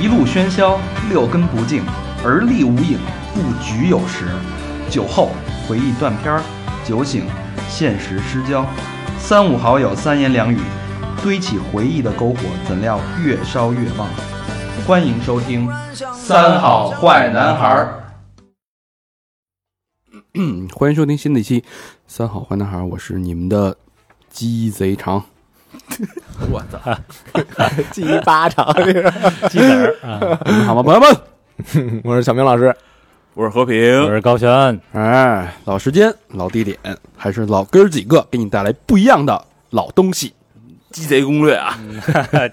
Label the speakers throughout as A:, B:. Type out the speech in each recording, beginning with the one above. A: 一路喧嚣，六根不净，而立无影，不局有时。酒后回忆断片儿，酒醒现实失焦。三五好友三言两语，堆起回忆的篝火，怎料越烧越旺。欢迎收听《三好坏男孩儿
B: 嗯欢迎收听新的一期《三好坏男孩》，我是你们的鸡贼 长。
C: 记一巴掌，
D: 鸡子儿啊，
B: 你们好吗，朋友们？
C: 我是小明老师，
E: 我是和
D: 我
E: 平，
D: 是高 轩，
B: 哎，老时间、老地点，还是老哥儿几个，给你带来不一样的老东西。
E: 鸡贼攻略啊，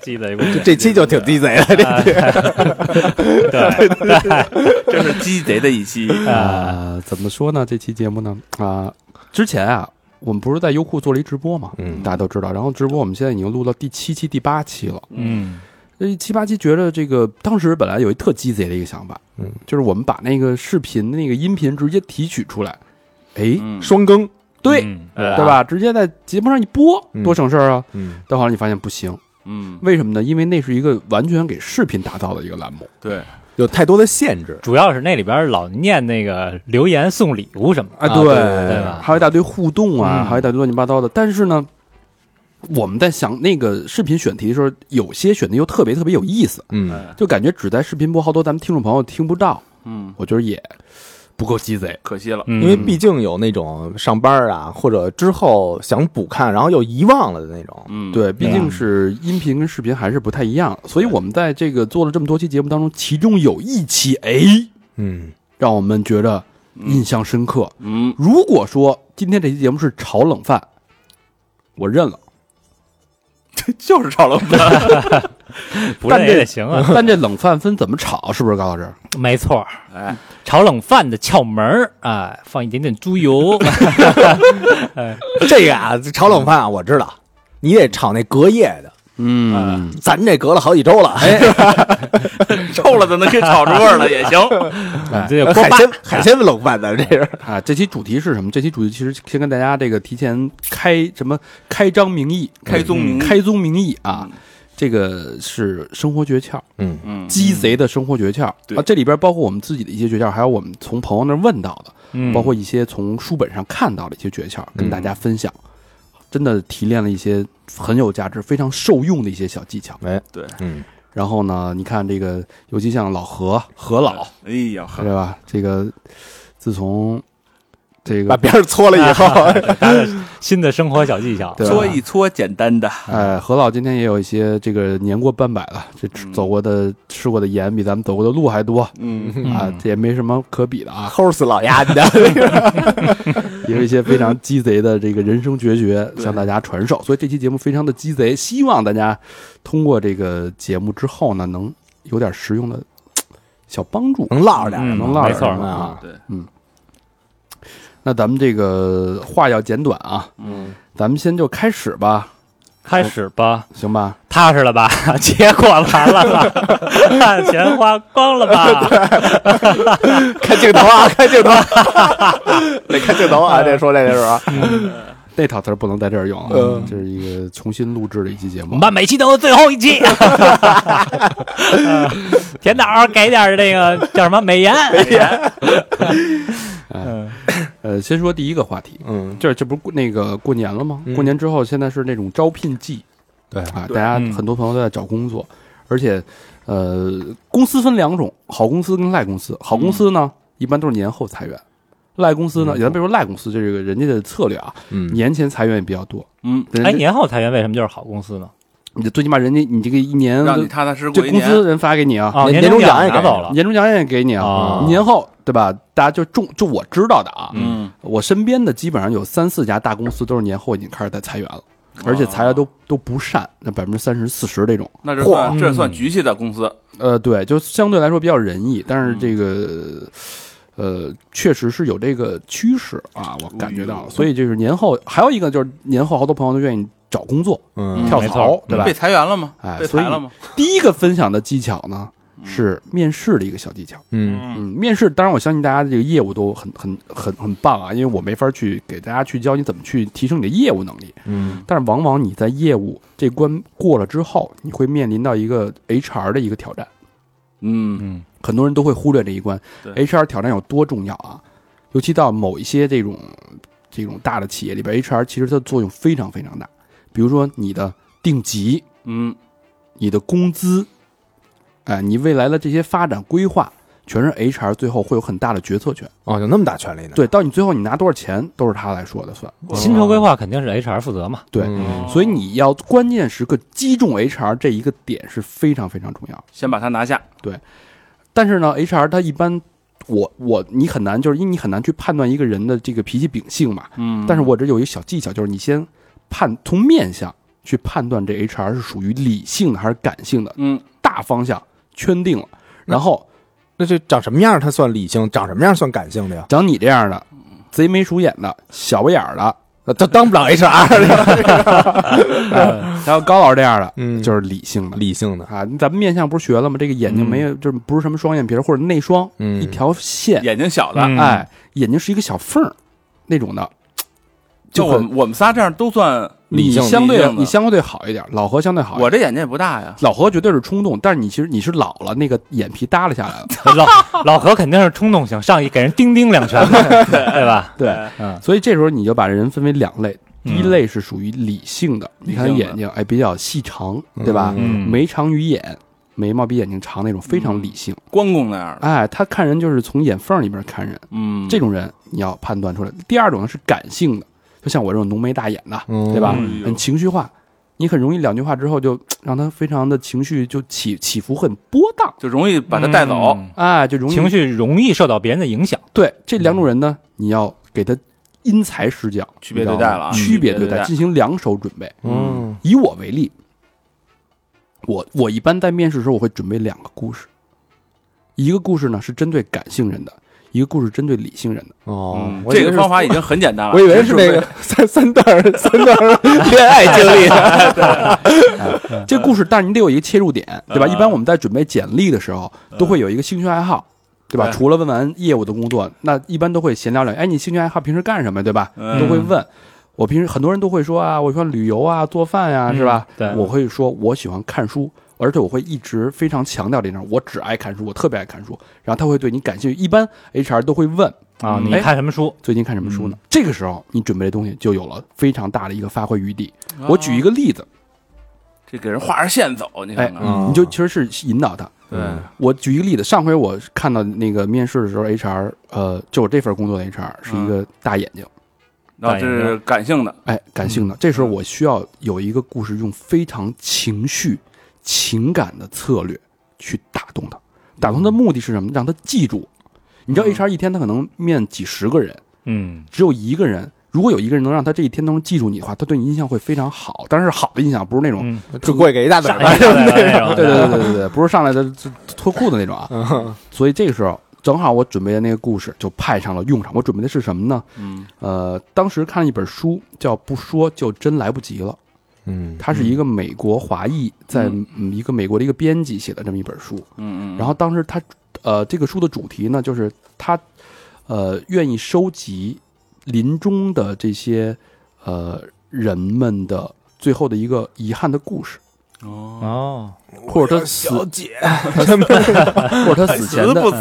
D: 鸡贼公园
C: 这期就挺鸡贼的，这
D: 对
E: 这是鸡贼的一期。
D: 啊，
B: 呃，怎么说呢？这期节目呢，啊、之前啊，我们不是在优酷做了一直播嘛，
C: 嗯
B: 大家都知道。然后直播我们现在已经录到第七期、第八期了。
D: 嗯
B: 这七八期觉得这个当时本来有一特鸡贼的一个想法，
C: 嗯，
B: 就是我们把那个视频的那个音频直接提取出来，哎，
E: 嗯，
C: 双更，
B: 对，
D: 嗯
B: 对吧？直接在节目上一播，
C: 嗯
B: 多省事儿啊！
C: 嗯，
B: 但后来你发现不行，
E: 嗯，
B: 为什么呢？因为那是一个完全给视频打造的一个栏目，
E: 对，
C: 有太多的限制
D: 主要是那里边老念那个留言送礼物什么
C: 啊
D: 的
B: 啊对，
D: 对吧？
B: 还有一大堆互动啊，
D: 嗯
B: 还有一大堆乱七八糟的。但是呢，我们在想那个视频选题的时候，有些选题又特别特别有意思，
C: 嗯，
B: 就感觉只在视频播，好多咱们听众朋友听不到，
E: 嗯，
B: 我觉得也不够鸡贼。
E: 可惜了，
D: 因
C: 因为毕竟有那种上班啊，或者之后想补看，然后又遗忘了的那种，
E: 嗯，
B: 对，毕竟是音频跟视频还是不太一样，所以我们在这个做了这么多期节目当中，其中有一期哎，
C: 嗯，
B: 让我们觉得印象深刻。
E: 嗯，
B: 如果说今天这期节目是炒冷饭，我认了。
E: 就是炒冷饭，
D: 不认也得行啊，
B: 但这冷饭分怎么炒，啊是不是高老师？
D: 嗯没错儿。
E: 哎，
D: 炒冷饭的窍门儿啊，放一点点猪 油，哎
C: 这个啊，炒冷饭啊，我知道，你得炒那隔夜的，
B: 嗯，
C: 咱这隔了好几周了，哎，
E: 臭了的能给炒出味儿来也 行。
D: 这就锅
C: 海
D: 巴
C: 鲜海鲜冷饭咱这是，
B: 啊，这期主题是什么？这期主题其实先跟大家这个提前开什么开张名义，嗯
E: 开宗明义
B: 开宗明义啊，这个是生活诀窍，
C: 嗯
E: 嗯，
B: 鸡贼的生活诀窍、
E: 对
B: 啊。这里边包括我们自己的一些诀窍，还有我们从朋友那儿问到的，
D: 嗯
B: 包括一些从书本上看到的一些诀窍，跟大家分享。真的提炼了一些很有价值、非常受用的一些小技巧。
C: 哎，
E: 对，
C: 嗯，
B: 然后呢，你看这个，尤其像老何何老，
E: 哎呀，
B: 对吧？这个自从这
C: 把
B: 个
C: 边儿搓了以后，
D: 新的生活小技巧。
B: 对吧啊
E: 搓一搓简单的，
B: 哎，何老今天也有一些这个年过半百了，这吃
E: 嗯
B: 走过的、吃过的盐比咱们走过的路还多
E: 嗯，
D: 嗯
B: 啊，这也没什么可比的啊，
C: 齁死老鸭的，
B: 也有一些非常鸡贼的这个人生绝学向大家传授，所以这期节目非常的鸡贼，希望大家通过这个节目之后呢，能有点实用的小帮助。
C: 能唠着点
D: 嗯
C: 儿，
B: 能唠
D: 没
B: 点
D: 错
B: 什
D: 儿
B: 么啊？
E: 嗯对，
B: 那咱们这个话要简短啊，
E: 嗯，
B: 咱们先就开始吧，
D: 开始吧，
B: 行吧？
D: 踏实了吧？结果完了 吧？钱花光了吧？
C: 看镜头啊，看镜头，啊 得看镜头啊，这说这个时候啊，
B: 那套词儿不能在这儿用啊，
C: 嗯
B: 这是一个重新录制的一期节
D: 我
B: 目
D: 们。把每期都是最后一 期。甜枣儿给点儿那个叫什么美颜？
B: 呃，先说第一个话题，
C: 嗯，
B: 这这不是过那个过年了吗？
C: 嗯
B: 过年之后，现在是那种招聘季，
C: 对
B: 啊，
E: 对
B: 大家
D: 嗯
B: 很多朋友都在找工作，而且，呃，公司分两种，好公司跟赖公司。好公
C: 嗯
B: 司呢，一般都是年后裁员；赖公司呢，咱别说赖公司这个人家的策略啊，
C: 嗯，
B: 年前裁员也比较多。
E: 嗯，
B: 人家
D: 哎，年后裁员为什么就是好公司呢？
B: 你最起码人家你这个一年
E: 让你踏踏实实
B: 这
E: 过一
B: 公
E: 年。
B: 司人发给你啊，
D: 啊，
C: 年
D: 终
C: 终奖
D: 奖
C: 也
D: 拿
C: 给
D: 走了。
B: 年终奖也给你啊
D: 啊，
B: 年后对吧？大家就中就我知道的啊，
E: 嗯，
B: 我身边的基本上有三四家大公司都是年后已经开始在裁员了，而且裁的
D: 啊
B: 都都不善，那百分之三十、四十这种。
E: 那这算
D: 嚯
E: 这算局气的公司，
B: 呃，对，就相对来说比较仁义，但是这
D: 嗯
B: 个。呃，确实是有这个趋势啊，我感觉
D: 哎
B: 到了，所以就是年后还有一个就是年后，好多朋友都愿意找工作
C: 嗯
B: 跳
D: 没
B: 槽
D: 错，嗯
B: 对吧
E: 被？裁员了吗
B: 哎？
E: 被
B: 所以
E: 裁了吗？
B: 第一个分享的技巧呢，是面试的一个小技巧。
C: 嗯
B: 嗯
D: 嗯，，
B: 面试当然我相信大家这个业务都很很很很棒啊，因为我没法去给大家去教你怎么去提升你的业务能力。
C: 嗯
B: 但是往往你在业务这关过了之后，你会面临到一个 HR 的一个挑战。嗯
A: 嗯，
B: 很多人都会忽略这一关。
E: 对
B: HR 挑战有多重要啊？尤其到某一些这种这种大的企业里边，HR 其实它的作用非常非常大。比如说你的定级，嗯，你的工资，哎、你未来的这些发展规划，全是 HR 最后会有很大的决策权。
C: 哦，有那么大权利呢？
B: 对，到你最后你拿多少钱都是他来说的算。
D: 薪酬规划肯定是 HR 负责嘛。
B: 对，
C: 嗯
B: 所以你要关键时刻击中 HR 这一个点是非常非常重要。
E: 先把它拿下，
B: 但是呢，HR 它一般，我我你很难就是因为你很难去判断一个人的这个脾气秉性嘛。
E: 嗯
B: 但是我这有一个小技巧，就是你先判从面相去判断这 HR 是属于理性的还是感性的，
E: 嗯，
B: 大方向圈定了，然后
C: 那这长什么样他算理性，长什么样算感性的呀？
B: 长你这样的贼眉鼠眼的小不眼儿的，
C: 那他当不了 HR，
B: 哎还有高老师这样的，
C: 嗯
B: 就是理性的。
C: 理性的，
B: 啊，咱们面相不是学了吗？这个眼睛没有，就是不是什么双眼皮儿或者内双，
C: 嗯
B: 一条线，
E: 嗯眼睛小的，
C: 嗯
B: 哎，眼睛是一个小缝儿那种的，
E: 就我
B: 很
E: 们我们仨这样都算，
B: 你
C: 理性
B: 相
E: 理
B: 对
E: 性的
B: 你相对好一点，老何相对好一点。
E: 我这眼睛也不大呀，
B: 老何绝对是冲动，但是你其实你是老了，那个眼皮耷拉下来了，
D: 老老何肯定是冲动型，上一给人叮叮两拳嘛， 对吧？
B: 对，
D: 嗯
B: 所以这时候你就把人分为两类，第
D: 嗯
B: 一类是属于理性的，你看
E: 理性的
B: 眼睛哎比较细长，对吧？
D: 嗯
B: 眉长于眼，眉毛比眼睛长那种，非常理性。
E: 关公那
D: 嗯
E: 样的，
B: 哎，他看人就是从眼缝里边看人，
E: 嗯，
B: 这种人你要判断出来。第二种呢是感性的，就像我这种浓眉大眼的，
C: 嗯
B: 对吧？
D: 哎
E: 嗯
B: 很情绪化，你很容易两句话之后就让他非常的情绪就起起伏很波荡，
E: 就容易把它带走，
D: 嗯
B: 哎，就容易
D: 情绪容易受到别人的影响。
B: 对这两种人呢，你要给他因材施教，
E: 嗯区别对待了啊
B: 你知道吗区别对
E: 区别
B: 待，
E: 对待
B: 进行两手准备。
C: 嗯
B: 以我为例，我我一般在面试的时候，我会准备两个故事，一个故事呢是针对感性人的，一个故事针对理性人的。
C: 哦
E: 嗯，
C: 我以
E: 这
C: 为
E: 个
C: 是
E: 方法已经很简单 了。
C: 我以为是 那个三三段儿三段儿恋爱经 历，
B: 这故事，但是你得有一个切入点，对吧？
E: 嗯
B: 一般我们在准备简历的时候，
D: 嗯
B: 都会有一个兴趣爱好。对吧？
E: 对
B: 除了问完业务的工作，那一般都会闲聊聊。哎，你兴趣爱好平时干什么？对吧？
E: 嗯
B: 都会问。我平时很多人都会说啊，我喜欢旅游啊，做饭呀、是吧？
D: 嗯对
B: 我会说我喜欢看书，而且我会一直非常强调这点，我只爱看书，我特别爱看书。然后他会对你感兴趣，一般 HR 都会问哎
D: 啊，
E: 嗯
D: 你看什嗯么书？
B: 最近看什么书呢？这个时候你准备的东西就有了非常大的一个发挥余地。
E: 哦
B: 我举一
E: 个，
B: 个哎例子，
E: 这给人画着线走，你看哦嗯看，
C: 嗯
B: 你就其实是引导他。
E: 对，
D: 嗯
B: 我举一个例子，上回我看到那个面试的时候，HR，呃，就我这份工作的 HR
E: 嗯
B: 是一个大眼睛，
E: 然后这是感性的，
B: 哎，感性
E: 嗯
B: 的。这时候我需要有一个故事，用非常情绪、情感的策略去打动他。打动他的目的是什么？让他记住。你知道
E: 嗯
B: ，HR 一天他可能面几十个人，
D: 嗯
B: 只有一个人。如果有一个人能让他这一天都能记住你的话，他对你印象会非常好。但是好的印象，不是那种，
D: 嗯，
C: 就过去给一大嘴
D: 上
C: 巴
D: 一。个那
E: 啊
D: 种，
B: 对对对对 对对，不是上来的就脱裤子那种啊。
C: 嗯
B: 所以这个时候，正好我准备的那个故事就派上了用场。我准备的是什么呢？
E: 嗯
B: 呃，当时看了一本书，叫《不说就真来不及了》。
C: 嗯
B: 他是一个美国华裔，在嗯一个美国的一个编辑写的这么一本书。
E: 嗯嗯，
B: 然后当时他，呃，这个书的主题呢，就是他，呃，愿意收集临终的这些呃人们的最后的一个遗憾的故事。
E: 哦，
D: 哦，
B: 或者他死
C: 小姐，
B: 或者他死前
E: 死
B: 的嗯
E: 不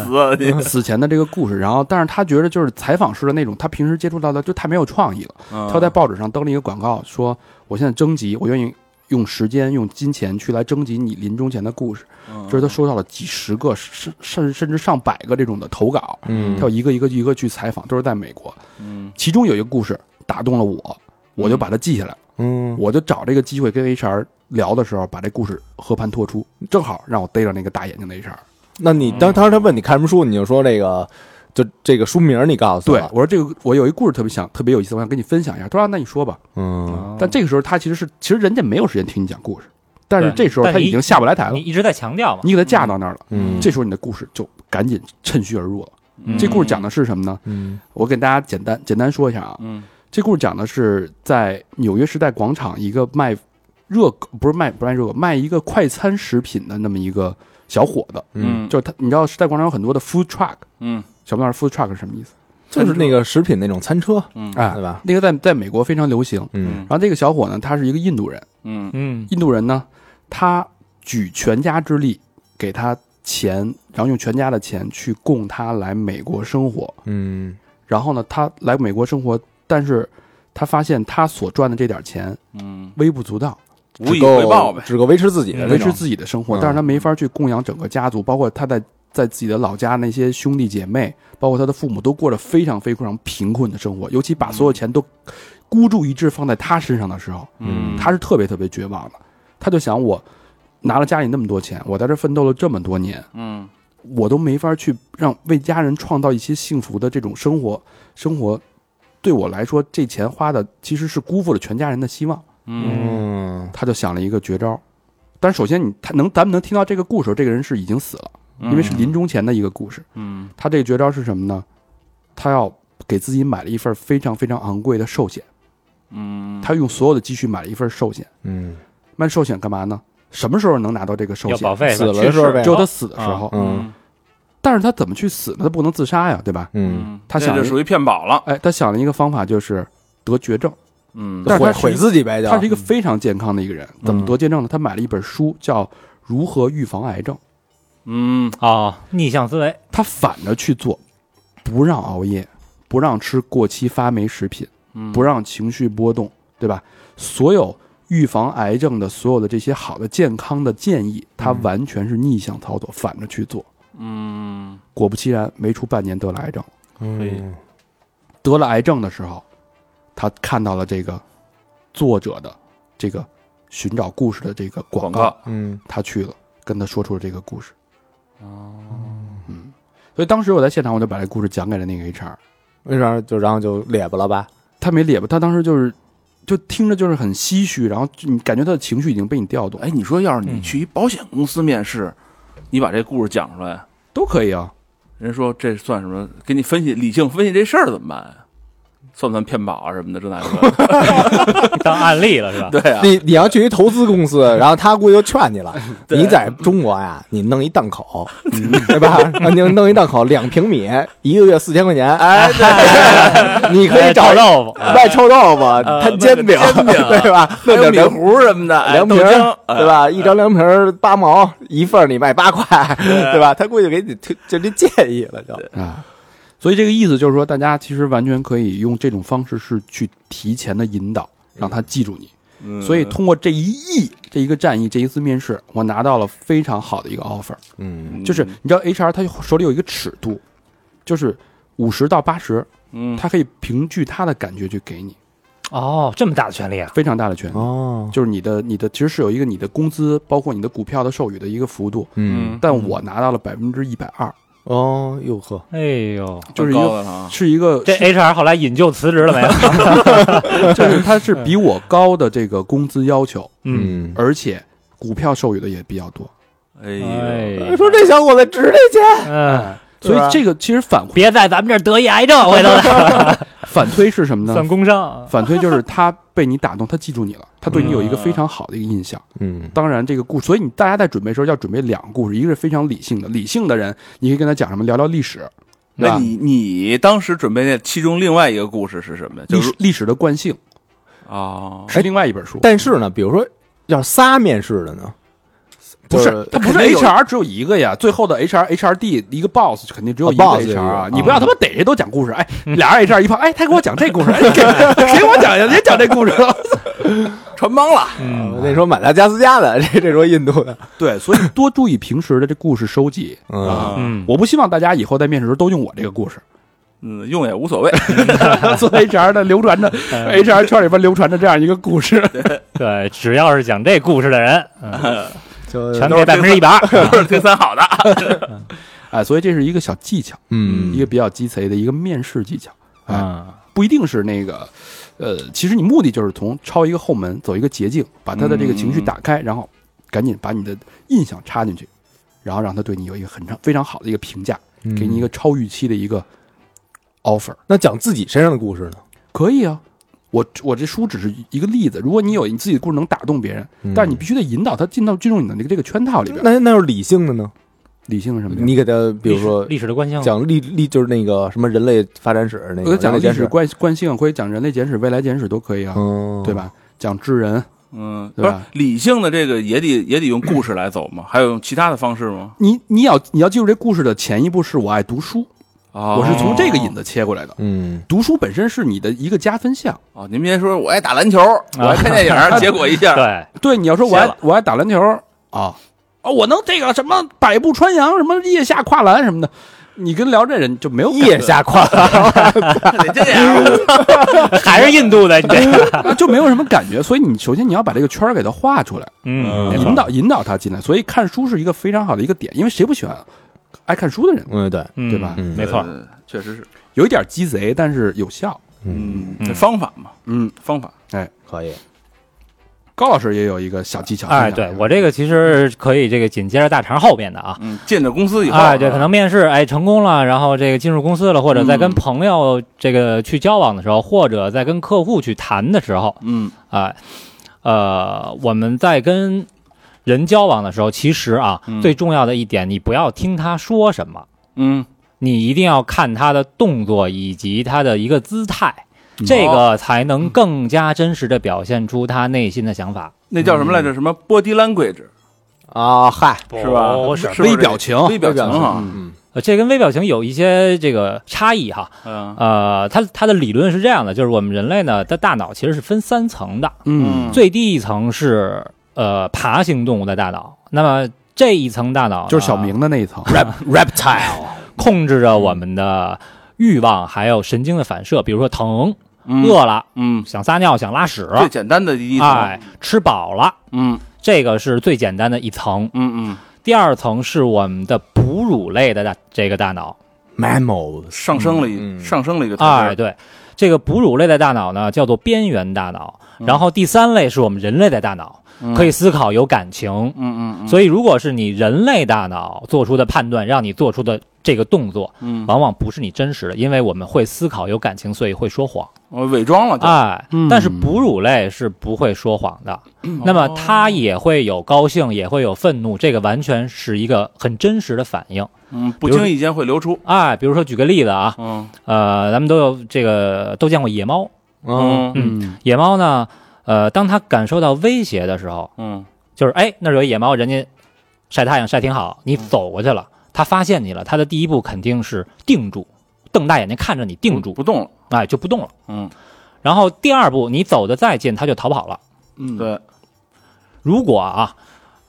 E: 死？你
B: 死前的这个故事。然后，但是他觉得就是采访式的那种，他平时接触到的就太没有创意了。嗯
E: 嗯
C: 嗯
B: 他在报纸上登了一个广告，说我现在征集，我愿意用时间、用金钱去来征集你临终前的故事。
C: 嗯
B: 就是他收到了几十个，甚甚甚至上百个这种的投稿，
C: 嗯
B: 他要一个一个一个去采访，都是在美国。
E: 嗯
B: 其中有一个故事打动了我，我就把它记下来了，
C: 嗯，
B: 我就找这个机会跟 HR 聊的时候，把这故事和盘托出，正好让我逮着那个大眼睛的 HR。
C: 那你当当时他问你看什么书，你就说这个，就这个书名儿你告诉
B: 对
C: 他，
B: 我说这个我有一故事特别想特别有意思，我想跟你分享一下。他说、啊那你说吧，
C: 嗯，
B: 但这个时候他其实是其实人家没有时间听你讲故事，但是
D: 对
B: 这时候
D: 但
B: 他
D: 是
B: 已
D: 一
B: 经下不来台了
D: 你，一直在强调嘛，
B: 你给他架到那儿了，
C: 嗯
B: 这时候你的故事就赶紧趁虚而入了。
D: 嗯
B: 这故事讲的是什么呢？
C: 嗯
B: 我给大家简单简单说一下啊，
E: 嗯
B: 这故事讲的是在纽约时代广场一个卖热狗不是卖不是卖热狗卖一个快餐食品的那么一个小伙子，
E: 嗯
B: 就是他，你知道时代广场有很多的 food truck，
E: 嗯
B: 小胖老师 food truck 是什么意思？
C: 就是那个食品那种餐车，
E: 嗯
B: 哎，
C: 对吧？
B: 那个在在美国非常流行。
C: 嗯
B: 然后这个小伙呢，他是一个印度人，
E: 嗯
D: 嗯
B: 印度人呢，他举全家之力给他钱，然后用全家的钱去供他来美国生活。
C: 嗯
B: 然后呢，他来美国生活，但是他发现他所赚的这点钱
E: 嗯，
B: 微不足道，
E: 无以
C: 只够
E: 回报呗。
C: 只够维持自己的
B: 维持
C: 己。
B: 自己的生活，
C: 嗯
B: 但是他没法去供养整个家族，包括他在在自己的老家那些兄弟姐妹，包括他的父母都过着非常非常贫困的生活，尤其把所有钱都孤注一掷放在他身上的时候，
C: 嗯
B: 他是特别特别绝望的。他就想，我拿了家里那么多钱，我在这奋斗了这么多年，
E: 嗯
B: 我都没法去让为家人创造一些幸福的这种生活，生活对我来说，这钱花的其实是辜负了全家人的希望。
E: 嗯
C: 嗯
B: 他就想了一个绝招。但首先你，他能咱们能听到这个故事，这个人是已经死了，
E: 嗯
B: 因为是临终前的一个故事。
E: 嗯
B: 他这个绝招是什么呢？他要给自己买了一份非常非常昂贵的寿险，
E: 嗯，
B: 他用所有的积蓄买了一份寿险。
C: 嗯
B: 卖寿险干嘛呢？什么时候能拿到这个寿
D: 要保
B: 险？
D: 费吧
C: 死了
D: 去世
C: 是呗
B: 只有他死的时候。
C: 嗯
B: 但是他怎么去死呢？他不能自杀呀，对吧？
C: 嗯，
E: 嗯，
B: 他
E: 这
B: 想
E: 就
B: 着
E: 属于骗保了。
B: 哎，他想了一个方法，就是得绝症。
E: 嗯
B: 但是
C: 毁
B: 他是
C: 毁自己呗，就
B: 他是一个非常健康的一个人，怎么得绝症呢？他买了一本书，叫《如何预防癌症》。
E: 嗯
D: 哦，逆向思维，
B: 他反着去做，不让熬夜，不让吃过期发霉食品，
E: 嗯，
B: 不让情绪波动，对吧？所有预防癌症的所有的这些好的健康的建议，他完全是逆向操作，反着去做。
E: 嗯
B: 果不其然，没出半年得了癌症。
C: 嗯
B: 得了癌症的时候，他看到了这个作者的这个寻找故事的这个
E: 广
B: 广告，
E: 告
C: 嗯
B: 他去了，跟他说出了这个故事。哦，嗯，所以当时我在现场，我就把这故事讲给了那个 HR。
C: 为啥就然后就咧巴了吧？
B: 他没咧巴，他当时就是就听着就是很唏嘘，然后就你感觉他的情绪已经被你调动，
E: 哎，你说要是
B: 嗯
E: 你去一保险公司面试，你把这故事讲出来，
B: 都可以啊。
E: 人说这算什么？给你分析理性分析这事儿怎么办呀？算不算骗保啊什么的？这那 个，
D: 当案例了是吧？
E: 对啊，
C: 你你要去一投资 公司，然后他估计就劝你了，你在中国呀，你弄一 档口，
E: 嗯
C: 对吧？啊你弄一档口两平米，一个月四千块钱，哎，对， 你可以找
D: 炒
C: 嗯
D: 豆腐，
C: 卖臭豆腐、摊煎饼，
E: 呃卖煎饼
C: 对吧？
E: 还
C: 弄
E: 有
C: 点
E: 米
C: 凉
E: 糊什么的，哎
C: 凉
E: 豆
C: 皮儿
E: 浆，，
C: 对吧？一张凉皮儿八毛一份，你卖八块，对吧？他估计给你推就这建议了，就
B: 啊，所以这个意思就是说，大家其实完全可以用这种方式是去提前的引导，让他记住你。
E: 嗯
B: 所以通过这一役、这一个战役、这一次面试，我拿到了非常好的一个 offer。
C: 嗯
B: 就是你知道 HR 他手里有一个尺度，就是五十到八十，
E: 嗯，
B: 他可以凭据他的感觉去给你
D: 哦，这么大的权利啊！
B: 非常大的权利。
C: 哦，
B: 就是你的你的其实是有一个你的工资，包括你的股票的授予的一个幅度，
E: 嗯
B: 但我拿到了百分之一百二，
C: 哦，哟呵，
D: 哎呦，
B: 就是一
E: 高
B: 个
E: 的啊，
B: 是一 个
D: 这 HR 后来引咎辞职了没有？
B: 就是它是比
E: 嗯
B: 我高的这个工资要求，
D: 嗯，
B: 而且股票授予的也比较多，
E: 哎
D: 哎
E: 呦，
C: 说这小伙子值这钱，
D: 嗯，
B: 所
C: 对啊
B: 以这个其实反
D: 别在咱们这儿得一癌症，回头
B: 反推是什么
D: 算
B: 呢？
D: 工伤。
B: 反推就是他被你打动，他记住你了，他对你有一个非常好的一个印象。
C: 嗯
B: 当然，这个故，所以你大家在准备的时候要准备两个故事，一个是非常理性的，理性的人你可以跟他讲什么，聊聊历史，对
E: 那
B: 吧？
E: 你你当时准备那其中另外一个故事是什么呀？就
B: 历
E: 是
B: 史历史的惯性
E: 哦，
B: 是另外一本书，
C: 但是呢，比如说要是仨面试的呢，
B: 不，
C: 就是
B: 他不是
E: 肯定有
B: HR 只有一个呀，最后的 HR HRD 一个 boss 肯定只有一个
C: 啊，boss 有
B: HR 啊
C: 一，个
B: 你不要他妈逮谁都讲故事，哎，
D: 嗯
B: 俩人 HR 一碰，哎，他给我讲这故事，哎，给 给我讲也讲这故事 了，
E: 穿帮了，
C: 呃那时候马达加斯加的， 这这说印度的，
B: 对，所以多注意平时的这故事收集。
E: 啊
C: 嗯，
D: 嗯，
B: 我不希望大家以后在面试时候都用我这个故 事，
E: 嗯，用也无 所谓，
B: 做 HR 的流传着 HR 圈里边流传着这样一个故事，
D: 嗯对，只要是讲这故事的人，嗯
C: 就
D: 全给百分之一百二。
E: 都是听三好的，
B: 哎，所以这是一个小技巧，
C: 嗯
B: 一个比较鸡贼的一个面试技巧，哎，
D: 嗯，
B: 不一定是那个，呃，其实你目的就是从抄一个后门，走一个捷径，把他的这个情绪打开，然后赶紧把你的印象插进去，然后让他对你有一个很长非常好的一个评价，给你一。
C: 嗯
B: 个超预期的一个 offer，
C: 那讲自己身上的故事呢？
B: 可以啊。我我这书只是一个例子，如果你有你自己的故事能打动别人，
C: 嗯
B: 但是你必须得引导他进到进入你的那个这个圈套里边。
C: 那那要是理性的呢？
B: 理性是什么呀？
C: 你给他，比如说
D: 历史历史的观象，
C: 讲历历，就是那个什么人类发展史那
B: 我就
C: 个
B: 讲
C: 人类
B: 历
C: 简
B: 史
C: 史，
B: 惯惯性，或者讲人类简史、未来简史都可以啊，
C: 嗯，
B: 对？吧？讲智人，
E: 嗯，不
B: 对
E: 是
B: 吧
E: 理性的这个也得也得用故事来走嘛，还有用其他的方式吗？
B: 你你要你要记住这故事的前一步是我爱读书，
E: 啊，
B: 我是从这个引子切过来的。
C: 嗯，
B: 读书本身是你的一个加分项，
E: 哦，您别说我爱打篮球，
B: 啊
E: 我爱看 电影，结果一下
D: 对，
B: 对，你要说我
D: 谢
B: 爱
D: 了
B: 我爱打篮球啊啊，我能这个什么百步穿杨，什么腋下跨栏什么的，你跟聊这人就没有感
C: 腋下胯，
E: 得这
D: 嗯
E: 样，啊
D: 还是印度的，你这个，
B: 啊 就没有什么感觉。所以你首先你要把这个圈儿给它画出来，
D: 嗯，没错
B: 引导引导他进来。所以看书是一个非常好的一个点，因为谁不喜欢爱看书的人？
C: 嗯，对，
D: 嗯
B: 对吧
D: 嗯没错，
E: 呃，确实是，
B: 有一点鸡贼，但是有效。
E: 嗯，
D: 嗯
E: 这方法嘛，
B: 嗯，
E: 方法，
C: 可以，
B: 高老师也有一个小技巧。
D: 哎，
B: 分
D: 对
B: 享
D: 我这个其实是可以这个紧接着大肠后边的啊。
E: 嗯，进了公司以后，
D: 哎，对，可能面试哎成功了，然后这个进入公司了，或者在跟
E: 嗯
D: 朋友这个去交往的时候，或者在跟客户去谈的时候，
E: 嗯，
D: 啊，呃，我们在跟人交往的时候，其实啊，
E: 嗯
D: 最重要的一点，你不要听他说什么，
E: 嗯
D: 你一定要看他的动作以及他的一个姿态，
B: 嗯
D: 这个才能更加真实的表现出他内心的想法。
E: 那叫什么来着？什
D: 嗯
E: 么 body language
C: 啊，嗨，
E: 是吧？
D: 不是
E: 不
B: 微表情
D: 哦
E: 微表情啊，
B: 嗯
D: 呃这跟微表情有一些这个差异哈。
E: 嗯
D: 呃，它它的理论是这样的，就是我们人类呢的大脑其实是分三层的，
B: 嗯，
D: 最低一层是呃爬行动物的大脑，那么这一层大脑呢
B: 就是小明的那一层。
C: reptile，
D: 控制着我们的欲望，还有神经的反射，比如说疼、
E: 嗯
D: 饿了、
E: 嗯，
D: 想撒尿、想拉屎，
E: 最简单的第一层，
D: 啊哎，吃饱了，
E: 嗯
D: 这个是最简单的一层。
E: 嗯嗯，
D: 第二层是我们的哺乳类的大这个大脑，
C: mammals，
E: 上升了一
C: 嗯嗯
E: 上升了一个层
D: 哎，
E: 次，
D: 对，这个哺乳类的大脑呢叫做边缘大脑，
E: 嗯
D: 然后第三类是我们人类的大脑，可以思考、有感情。
E: 嗯，嗯嗯嗯，
D: 所以，如果是你人类大脑做出的判断，让你做出的这个动作，
E: 嗯，
D: 往往不是你真实的，因为我们会思考、有感情，所以会说谎。
E: 我伪装了就，
D: 哎
B: 嗯，
D: 但是哺乳类是不会说谎的，那么它也会有高兴，也会有愤怒，这个完全是一个很真实的反应。
E: 嗯，不经意间会流出，
D: 哎，比如说举个例子啊，
E: 嗯
D: 呃，咱们都有这个都见过野猫，
C: 嗯，
E: 嗯
B: 嗯
D: 野猫呢，呃，当它感受到威胁的时候，
E: 嗯
D: 就是哎，那儿有一野猫，人家晒太阳晒挺好，你走过去了，它发现你了，它的第一步肯定是定住，瞪大眼睛看着你定住，
E: 不动了，
D: 哎，就不动了。
E: 嗯
D: 然后第二步，你走的再近，它就逃跑了。
B: 嗯，
E: 对，
D: 如果啊，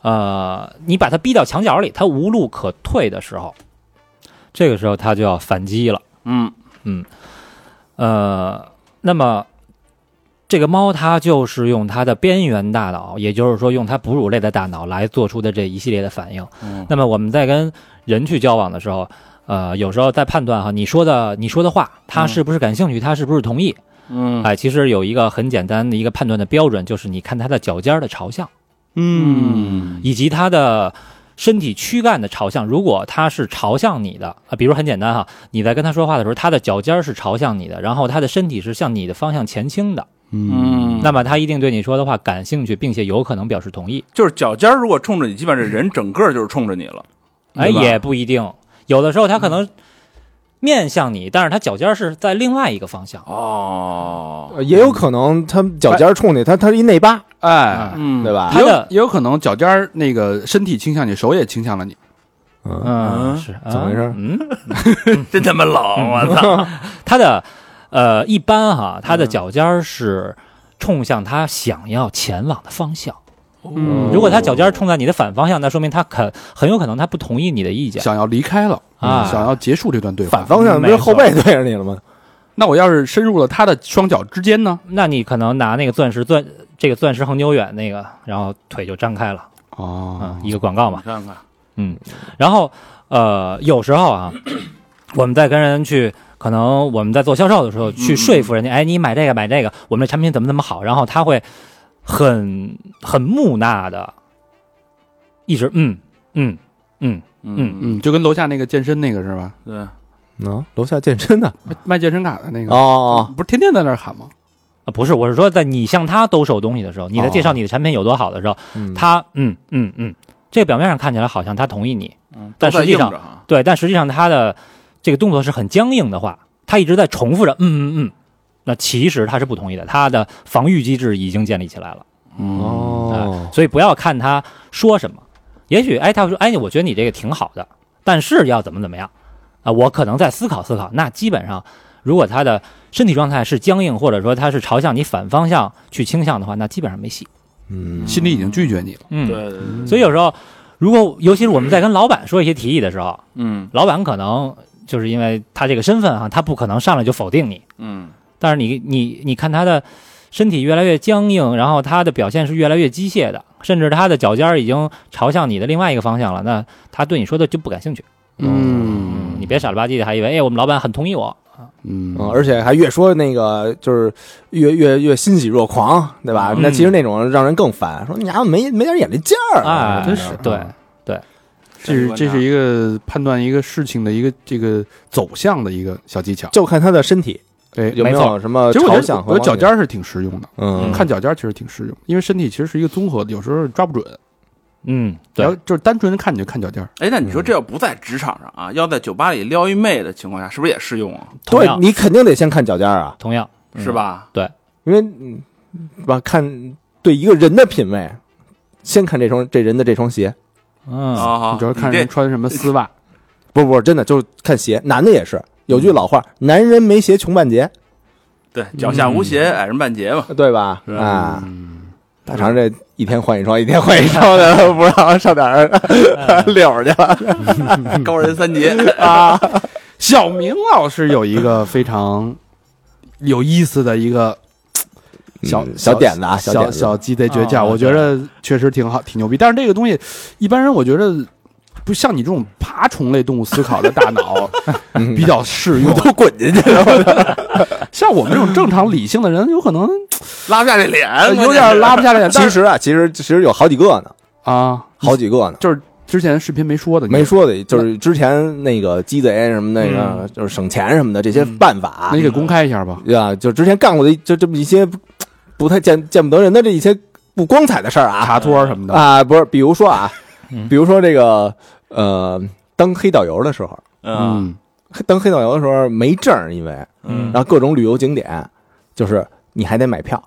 D: 呃，你把它逼到墙角里，它无路可退的时候，这个时候它就要反击了。
E: 嗯
D: 呃，那么这个猫它就是用它的边缘大脑，也就是说用它哺乳类的大脑来做出的这一系列的反应。
E: 嗯
D: 那么我们在跟人去交往的时候，呃，有时候在判断哈，你说的你说的话，他
E: 嗯
D: 是不是感兴趣，他是不是同意？
E: 嗯，
D: 哎，其实有一个很简单的一个判断的标准，就是你看他的脚尖儿的朝向。
E: 嗯
D: 以及他的身体躯干的朝向。如果他是朝向你的啊，比如很简单哈，你在跟他说话的时候，他的脚尖儿是朝向你的，然后他的身体是向你的方向前倾的，
E: 嗯，
D: 那么他一定对你说的话感兴趣，并且有可能表示同意。
E: 就是脚尖儿如果冲着你，基本上这人整个就是冲着你了，
D: 哎，
E: 对吧
D: 也不一定，有的时候他
C: 嗯
D: 可能面向你，但是他脚尖儿是在另外一个方向。
E: 哦，
C: 也有可能他脚尖冲你，他他是一内八，
B: 哎，
E: 嗯，
C: 对？吧？
D: 他
B: 也有
D: 的
B: 也有可能脚尖儿那个身体倾向你，手也倾向了你。
C: 嗯，
D: 嗯，
E: 嗯
D: 是
C: 怎么回事？
D: 嗯，
E: 真他妈冷，我操！
D: 他的呃，一般哈，他的
E: 嗯
D: 脚尖儿是冲向他想要前往的方向。
B: 嗯
D: 如果他脚尖冲在你的反方向，那说明他肯很有可能他不同意你的意见。
B: 想要离开了嗯
D: 啊
B: 想要结束这段对话
C: 反。方向不是后背对着你了吗？
B: 那我要是深入了他的双脚之间呢？
D: 那你可能拿那个钻石钻这个钻石恒久远那个，然后腿就张开了，
B: 哦
D: 嗯，，一个广告
E: 你
D: 嘛。
E: 看看，
D: 然后呃，有时候啊，我们在跟人去，可能我们在做销售的时候
B: 嗯
D: 去说服人家，哎，你买这个买这个，我们的产品怎么怎么好，然后他会很很木讷的，一直嗯嗯嗯，
E: 嗯
B: 嗯，就跟楼下那个健身那个是吧？
E: 嗯，对，
C: 嗯，楼下健身的
B: 卖健身卡的那个，
C: 哦，
B: 不是天天在那儿喊吗？
D: 啊，不是，我是说，在你向他兜售东西的时候，你在
B: 哦
D: 介绍你的产品有多好的时候，
C: 嗯
D: 他嗯嗯嗯，这表面上看起来好像他同意你，
E: 嗯，
D: 但
E: 都在
D: 实际
E: 硬
D: 上
E: 着哈，
D: 对，但实际上他的这个动作是很僵硬的话，他一直在重复着嗯嗯嗯，那其实他是不同意的，他的防御机制已经建立起来了。
E: 嗯，
D: 哦
B: 哦，
D: 所以不要看他说什么，也许哎，他会说哎，我觉得你这个挺好的，但是要怎么怎么样啊？我可能再思考思考。那基本上，如果他的身体状态是僵硬，或者说他是朝向你反方向去倾向的话，那基本上没戏。
C: 嗯
B: 心里已经拒绝你了，
D: 嗯
E: 对，对，对
D: 所以有时候，如果尤其是我们在跟老板说一些提议的时候，
E: 嗯
D: 老板可能就是因为他这个身份哈、他不可能上来就否定你，
E: 嗯
D: 但是你你你看他的身体越来越僵硬，然后他的表现是越来越机械的，甚至他的脚尖儿已经朝向你的另外一个方向了，那他对你说的就不感兴趣。
B: 嗯
D: 你别傻了吧唧的，还以为哎我们老板很同意我，
B: 嗯
C: 嗯，而且还越说那个就是越越越欣喜若狂，对吧？
D: 嗯
C: 那其实那种让人更烦，说你丫没没点眼力劲儿
D: 哎，
C: 真
B: 是
D: 对
B: 啊这是这是一个判断一个事情的一个这个走向的一个小技巧。
C: 就看他的身体
B: 哎，
C: 有没
D: 没错
C: 有什么
B: 其实我
C: 朝
B: 觉得
C: 向和
B: 我
C: 往
B: 脚尖，
C: 前
B: 儿是挺实用的，
C: 嗯，
B: 看脚尖儿其实挺实用，因为身体其实是一个综合的，有时候抓不准。
D: 嗯，
B: 然后
D: 对，
B: 就是单纯地看你就看脚尖儿，
E: 哎，那你说这要不在职场上啊，要在酒吧里撩一妹的情况下，是不是也适用啊？
D: 同
C: 对
D: 样
C: 你肯定得先看脚尖儿啊，
D: 同样，
E: 是吧？
C: 因为嗯吧看对一个人的品味，先看这双这人的这双鞋，
D: 嗯，
E: 啊，
B: 你主要看
E: 你
B: 人
E: 这
B: 穿什么丝袜。
C: 不是不是真的就是看鞋，男的也是有句老话，男人没鞋穷半截，
E: 对脚下无鞋，矮人半截
B: 呃
E: 嘛。
C: 对吧？
E: 是
C: 啊。
B: 嗯
C: 大肠这一天换一双，一天换一双的，不知道上哪儿
B: 嗯
C: 溜儿去了。
E: 高人三杰，
B: 小明老师有一个非常有意思的一个小
C: 嗯小点子啊小
B: 小
C: 点子
B: 小鸡贼倔
D: 啊
B: 强，我觉得确实挺好，挺牛逼。但是这个东西，一般人我觉得不像你这种爬虫类动物思考的大 脑比较适 用。
C: 都滚进去了，
B: 像我们这种正常理性的人，有可 能
E: 拉不下这脸
B: 呃，有点拉不下脸。但
C: 其
B: 是
C: 实啊，其实其实有好几个呢，
B: 啊，
C: 好几个呢。
B: 就是之前视频没说的，你
C: 没说的，就是之前那个鸡贼什么那个，就是省钱什么的这些办法
B: 嗯
C: 啊
B: 那，你给公开一下吧。
C: 呀、就之前干过的一就这么一些不不太见见不得人的这一些不光彩的事儿啊
B: 卡托什么的，
C: 啊，不是，比如说啊
D: 嗯，
C: 比如说这个呃，当黑导游的时候，
E: 嗯
B: 嗯，
C: 当黑导游的时候没证儿，因为
D: 嗯
C: 然后各种旅游景点，就是你还得买票，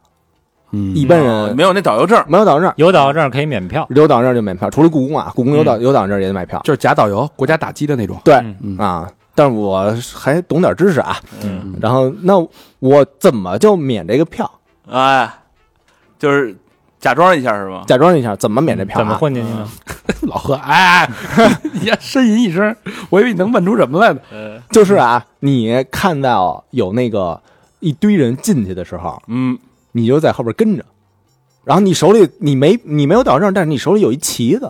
B: 嗯
C: 一般
E: 哦
C: 人
E: 没有那导游证，
C: 没有导游证儿，
D: 有导游证可以免票，
C: 有导游证儿就免票，除了故宫啊，故宫有导有导游证儿也得买票，
B: 就是假导游，国家打击的那种。
C: 对
B: 嗯
C: 啊。但是我还懂点知识啊，
E: 嗯，
C: 然后那我怎么就免这个票？
E: 哎，就是假装一下是吗？
C: 假装一下，怎么免这票、啊？
D: 嗯怎么混进去呢？
B: 老贺，哎， 你先呻吟一声，我以为你能问出什么来呢。
E: 呃，
C: 就是啊，你看到有那个一堆人进去的时候，
E: 嗯，
C: 你就在后边跟着。然后你手里你没你没有导游证，但是你手里有一旗子，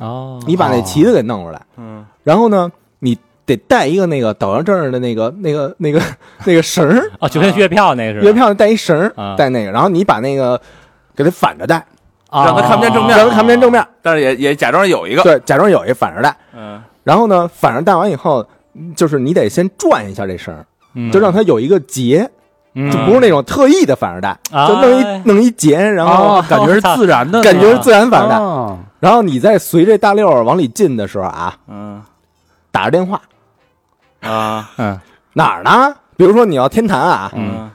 D: 哦，
C: 你把那旗子给弄
B: 哦
C: 出来。
E: 嗯，
C: 然后呢，你得带一个那个导游证的那个那个那个那个绳儿，
D: 哦，就跟月票那个是
C: 啊月票带一绳儿
D: 啊，
C: 带那个。然后你把那个给它反着带，
E: 让他看不见
B: 啊
E: 正面
C: 啊让它看不见正面，
E: 但是也也假装有一个，
C: 对，假装有一反着带。
E: 嗯，
C: 然后呢，反着带完以后，就是你得先转一下这绳儿，
B: 嗯
C: 就让它有一个结，
D: 嗯
C: 就不是那种特意的反着带，
D: 啊
C: 就弄一弄一结，然后
B: 嗯哎哦，感觉是自然的呢，
C: 感觉是自然反着带。
B: 哦
C: 然后你再随着大溜儿往里进的时候啊，
E: 嗯
C: 打着电话
E: 啊，
B: 嗯，
C: 哪儿呢？比如说你要天坛啊，
E: 嗯，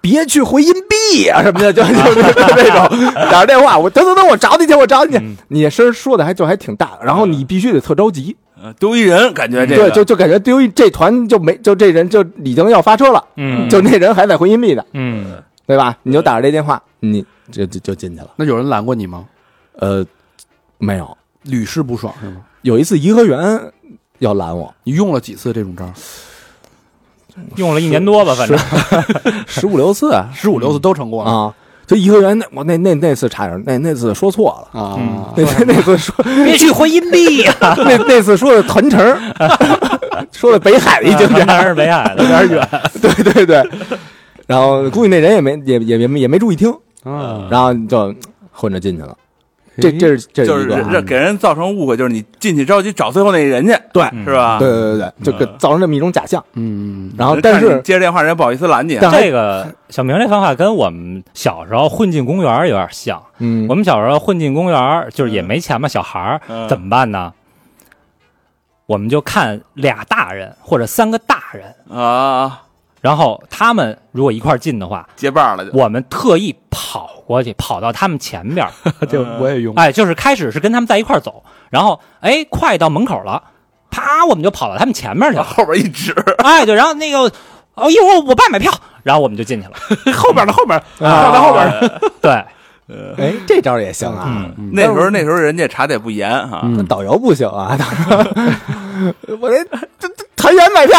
C: 别去回音壁啊什么的，就 就就就这种打着电话，我等等等，我找你去，我找你去。你这声说的还就还挺大的，然后你必须得特着急，
E: 呃丢一人，感觉这
C: 对，
E: 个，
C: 就就感觉丢一这团就没就这人就已经要发车了，
D: 嗯
C: 就那人还在回音壁呢，
D: 嗯
C: 对吧？你就打着这电话，你就就就进去了。
B: 那有人拦过你吗？
C: 呃，没有，
B: 屡试不爽是吗？
C: 有一次颐和园要拦我，
B: 你用了几次这种招？
D: 用了一年多吧，反正
C: 十五六次啊
B: 十五六次都成过了
C: 啊，就颐和园那我那那那次差点，那那次说错了。
B: 啊！
C: 那那那次说
D: 别去回音壁呀，
C: 那那次说的团城， 说的北海的一景 点，
D: 还是北海啊 的，有点远，
C: 对对对。然后估计那人也没也也也没也没注意听，
B: 啊，
C: 然后就混着进去了。这这是这
E: 就是
C: 一个啊，
E: 让给人造成误会，就是你进去着急找最后那人去，对，是吧？
C: 对对对对，就给造成这么一种假象。
B: 嗯，
C: 然后，
E: 但
C: 但是
E: 你接着电话，人家不好意思拦你。
C: 但还
D: 这个小明这方法跟我们小时候混进公园儿有点像。
C: 嗯，
D: 我们小时候混进公园儿，就是也没钱嘛，小孩儿
E: 嗯
D: 怎么办呢？我们就看俩大人或者三个大人，
E: 啊，
D: 然后他们如果一块儿进的话，
E: 结伴了就。
D: 我们特意跑过去，跑到他们前 边儿，
B: 这我也用过，
D: 哎，就是开始是跟他们在一块儿走，然后哎，快到门口了，啪，我们就跑到他们前面去
E: 往
D: 了，
E: 后边一指，
D: 哎，对，然后那个哦，一会儿我爸买票，然后我们就 进去了，
E: 后边的后边，
C: 啊
E: 后边后边的。
D: 对，
C: 哎，这招也行啊，
D: 嗯，
E: 那时候那时候人家查的也不严哈，
C: 那导游不行啊， 导游，我得这这团员买票，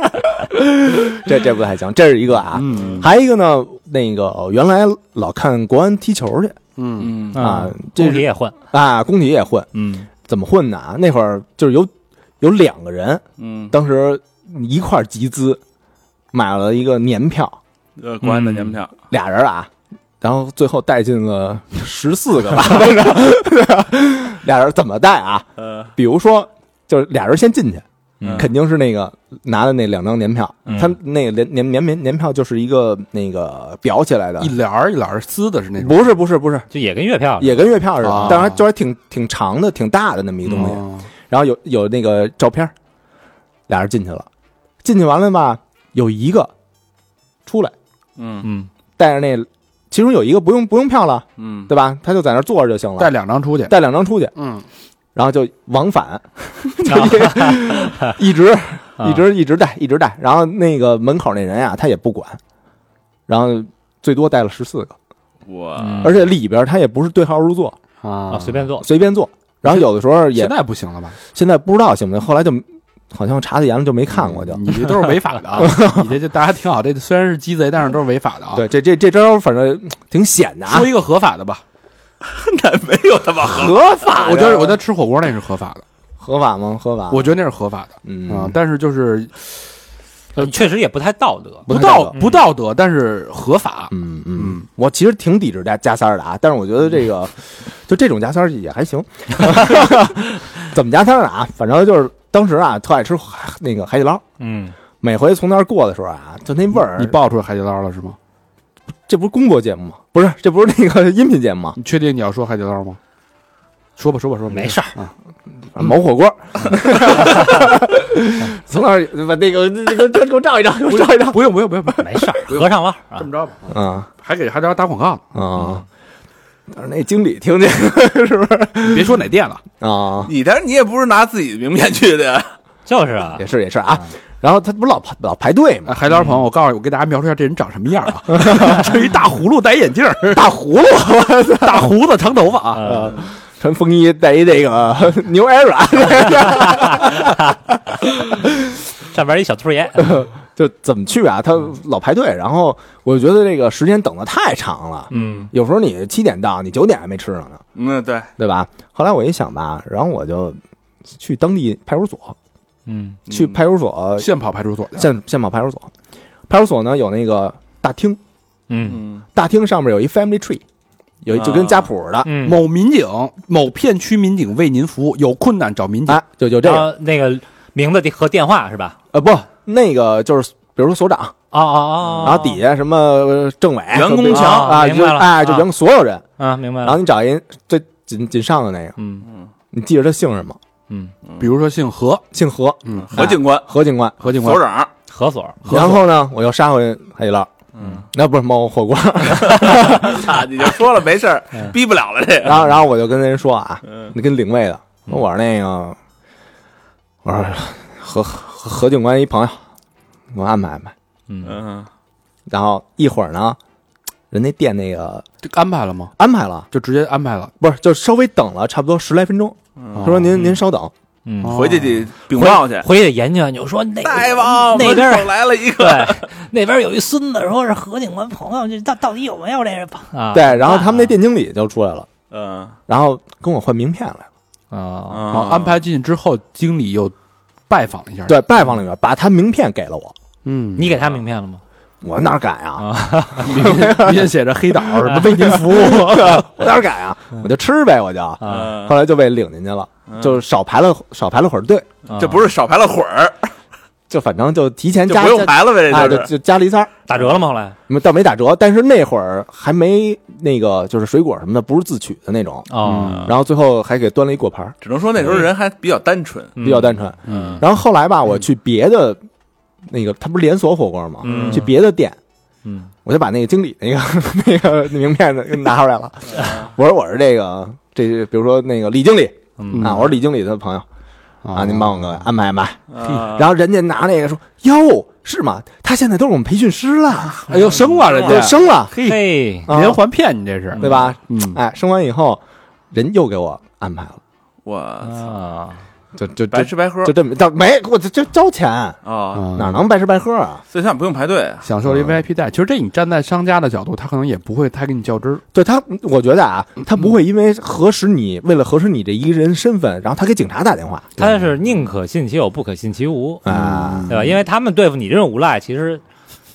C: 这这不太行，这是一个啊，
B: 嗯
C: 还有一个呢，那个呃原来老看国安踢球去
B: 嗯
E: 嗯
C: 啊
D: 嗯
C: 这
D: 工
C: 是
D: 体也混，
C: 啊，工体也混，
D: 嗯
C: 怎么混呢？啊那会儿就是有有两个人，
E: 嗯，
C: 当时一块儿集资买了一个年票，
E: 呃，国安的年票，
C: 俩人啊，然后最后带进了十四个吧， 反正对吧俩人怎么带啊？
E: 呃，
C: 比如说，就是俩人先进去，
E: 嗯
C: 肯定是那个拿的那两张年票，
D: 嗯
C: 他们那个年年年年年票就是一个那个裱起来的
B: 一，帘儿一帘儿撕的是那种，
C: 不是不是不是，
D: 就也跟月票似的
C: 也跟月票似的
B: 啊，
C: 当然就是挺挺长的、挺大的那么一东西。
B: 哦
C: 然后有有那个照片儿，俩人进去了，进去完了吧，有一个出来
E: 嗯
D: 嗯
C: 带着那，其中有一个不用不用票了，
E: 嗯，
C: 对吧？他就在那儿坐着就行了，
B: 带两张出去，
C: 带两张出去，
B: 嗯，
C: 然后就 往返，一直
D: 啊
C: 一直一直带一直带，然后那个门口那人呀、他也不管，然后最多带了十四个，
E: 我
D: 嗯
C: 而且里边他也不是对号入座，
B: 啊
D: 啊，随便做，
C: 随便坐，然后有的时候也
B: 现在不行了吧？
C: 现在不知道行不行，后来就好像查的严了就没看过就。
B: 你这都是违法的啊！ 你这这大家听好，这虽然是鸡贼，但是都是违法的啊。
C: 对，，这这这招反正嗯挺险的啊
B: 说，一个合法的吧，
E: 那 没有他妈合
C: 合法
B: 我觉得我觉
C: 觉得
B: 得吃火锅那是合法的，
C: 合法吗？合法，
B: 我觉得那是合法的啊
C: 嗯，，
B: 但是就是
D: 确实也不太道德，
C: 呃
B: 不
C: 不太
B: 道
C: 道
B: 不道德，但是合法。
C: 嗯嗯，
B: 嗯，
C: 我其实挺抵制加加塞儿的啊，但是我觉得这 个就这种加塞儿也还行， 怎么加塞儿的啊？反正就是当时啊，特爱吃海那个海底捞，
D: 嗯
C: 每回从那儿过的时候啊，就那味儿。
B: 你爆出海底捞了是吗？
C: 这不是工作节目吗？不是，这不是那个音频节目 吗？
B: 你确定你要说海底捞吗？说吧，说吧，说吧，
D: 没 事
B: 儿啊。
C: 某火锅， 从那儿把那个那个给我照一张，给我照一张。
B: 不用，不用，不用，不用
D: 没事 儿，和尚了啊
B: 这，么着吧，
C: 嗯
B: 还给海底捞打广告呢。
C: 嗯，但是那经理听见是不是
B: 你别说哪店了，
C: 啊？
E: 你但是你也不是拿自己的名片去的呀，
D: 就是啊
C: 也，是也是啊。然后他不老排老排队
B: 哎
C: 吗？
B: 海底捞朋友，我告诉你，我给大家描述一下这人长什么样啊？这一大葫芦，戴一眼镜儿，
C: 大葫芦
B: 大胡子，长头发啊。
D: 嗯
C: 穿风衣，带一那个 牛 era，
D: 上边一小兔 爷，
C: 就怎么去啊？他老排队，然后我觉得这个时间等的太长了。
D: 嗯
C: 有时候你七点到，你九点还没吃上呢，
E: 嗯，对，
C: 对吧？后来我一想吧，然后我就去当地派出所，
D: 嗯
C: 去派出所
B: 现跑派出所去，
C: 现现跑派出所，派出所呢有那个大厅，
D: 嗯
E: 嗯，
C: 大厅上面有一 family tree，有一就跟家谱似的，
D: 嗯，
B: 某民警某片区民警为您服务，有困难找民警。
C: 啊，就就这
D: 然
C: 个，
D: 后那个名字和电话是吧？
C: 呃，不，那个就是比如说所长，
D: 哦哦哦，
C: 然后底下什么呃政委、
E: 员工墙
C: 啊，
D: 明
C: 就
D: 白了
C: 哎，就
D: 啊
C: 员工所有人，
D: 啊，明白
C: 然后
D: 了，
C: 你找一最紧紧上的那个，
D: 嗯
C: 你记着他姓什么，
D: 嗯，
B: 比如说姓何，
C: 姓何，哎
B: 嗯，
E: 何警官，
C: 何警官。
B: 何警官
E: 所，长，
D: 何所，
B: 何
C: 然后呢，我又杀回海底捞，
E: 嗯，
C: 那不是猫火锅，
E: 操，啊你就说了没事儿，逼不了了这个，
C: 然后然后我就跟人说啊，
E: 嗯
C: 那跟领位的，我说那个，我说何何何警官一朋友，我安排安排。
D: 嗯
E: 嗯，
C: 然后一会儿呢，人那店那个
B: 这安排了吗？
C: 安排了，
B: 就直接安排了。
C: 不是就稍微等了差不多十来分钟，
E: 嗯
C: 他说您您稍等，哦
D: 嗯，
E: 回去得禀报去，
D: 回去研究研究，说那
E: 哦大王，
D: 那边儿
E: 门 口来了一
D: 对
E: 个，
D: 那边儿有一孙子，说是何警官朋友，这到到底有没有这个啊？
C: 对，然后他们那店经理就出来了，
E: 嗯
C: 然后跟我换名片来了，
D: 啊，
C: 嗯
B: 然后
E: 啊
B: 安排进去之后，经理又拜访了一下。，
C: 对，拜访里面把他名片给了我，
B: 嗯，
D: 你给他名片了吗？
C: 我哪敢啊？
B: 明天写着黑岛什么为您服务，
C: 我哪敢啊？
E: 嗯
C: 我就吃呗，我就。
D: 啊，
C: 后来就被领进去了，就是少排了少排了会儿队，
D: 嗯啊
E: 这不是少排了会儿，
C: 就反正就提前
E: 就
C: 加
E: 不用
C: 加
E: 排了呗，
C: 啊，
E: 这
C: 就
E: 就是
C: 就加了一三，
D: 打折了吗？后来
C: 没倒没打折，但是那会儿还没那个就是水果什么的不是自取的那种，
D: 哦，
E: 嗯
C: 然后最后还给端了一果盘，
E: 只能说那时候人还比较单纯，
D: 嗯
C: 比较单纯。
D: 嗯
C: 然后后来吧，我去别的那个，他不是连锁火锅吗？
D: 嗯
C: 去别的店，
D: 嗯
C: 我就把那个经理那个 那个名片拿出来了，我说我是这个这比如说那个李经理
D: 嗯
C: 啊，我是李经理的朋友
B: 哦
C: 啊，您帮我给安排安排。
E: 然
C: 然后人家拿那个说哟，是吗？他现在都是我们培训师了，嗯
B: 哎呦升了人
C: 都
B: 家，
C: 升了，
B: 嘿，
D: 嘿，
C: 啊
B: 连环骗你这是
C: 对？吧？
B: 嗯，
C: 哎，升完以后，人又给我安排了，
E: 我
D: 啊，
C: 就就
E: 白
C: 就
E: 吃白喝
C: 就这么，倒没我这这交钱，
E: 啊，
B: 啊
C: 哪能白吃白喝啊？嗯
E: 所以咱不用排队啊，
B: 享受了一 VIP 待遇？其实这你站在商家的角度，他可能也不会太跟你较真儿。
C: 对他，我觉得啊，他不会因为核实你，为了核实你这一个人身份，然后他给警察打电话
D: 他是宁可信其有，不可信其无，
C: 啊。
D: 对吧？因为他们对付你这种无赖，其实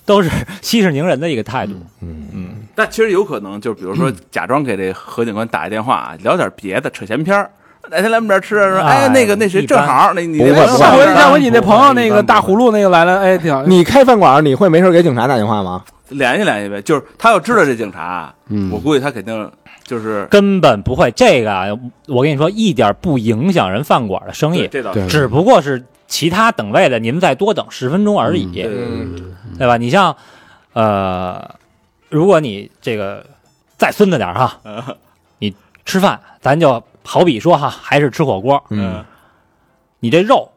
D: 都是 息事宁人的一个态度。
E: 嗯，但其实有可能就是比如说假装给这何警官打一电话，聊点别的，扯闲篇儿。哪天来我们这儿吃？说
D: 哎
E: 哎，那个那谁
D: 一
E: 正
D: 般
E: 好，那你
C: 不会
E: 那
C: 不
E: 上
C: 会
B: 上回
E: 回
A: 嗯
B: 上回你哎那朋友那
E: 一
B: 个
E: 般
B: 大
E: 不会
B: 葫芦那个来了，哎，挺好
C: 你开饭馆，你会没事给警察打电话吗？
E: 联系联系呗，就是他要知道这警察，
B: 嗯
E: 我估计他肯定就是
D: 根本不会这个啊，我跟你说，一点不影响人饭馆的生
E: 对
D: 意，
E: 这倒
B: 对
E: 是
D: 只不过是其他等位的，您再多等十分钟而已，
E: 对对对对
D: 对吧？你像，呃，如果你这个再孙子点儿哈，你吃饭，咱就好比说哈，还是吃火锅，
C: 嗯，
D: 你这肉，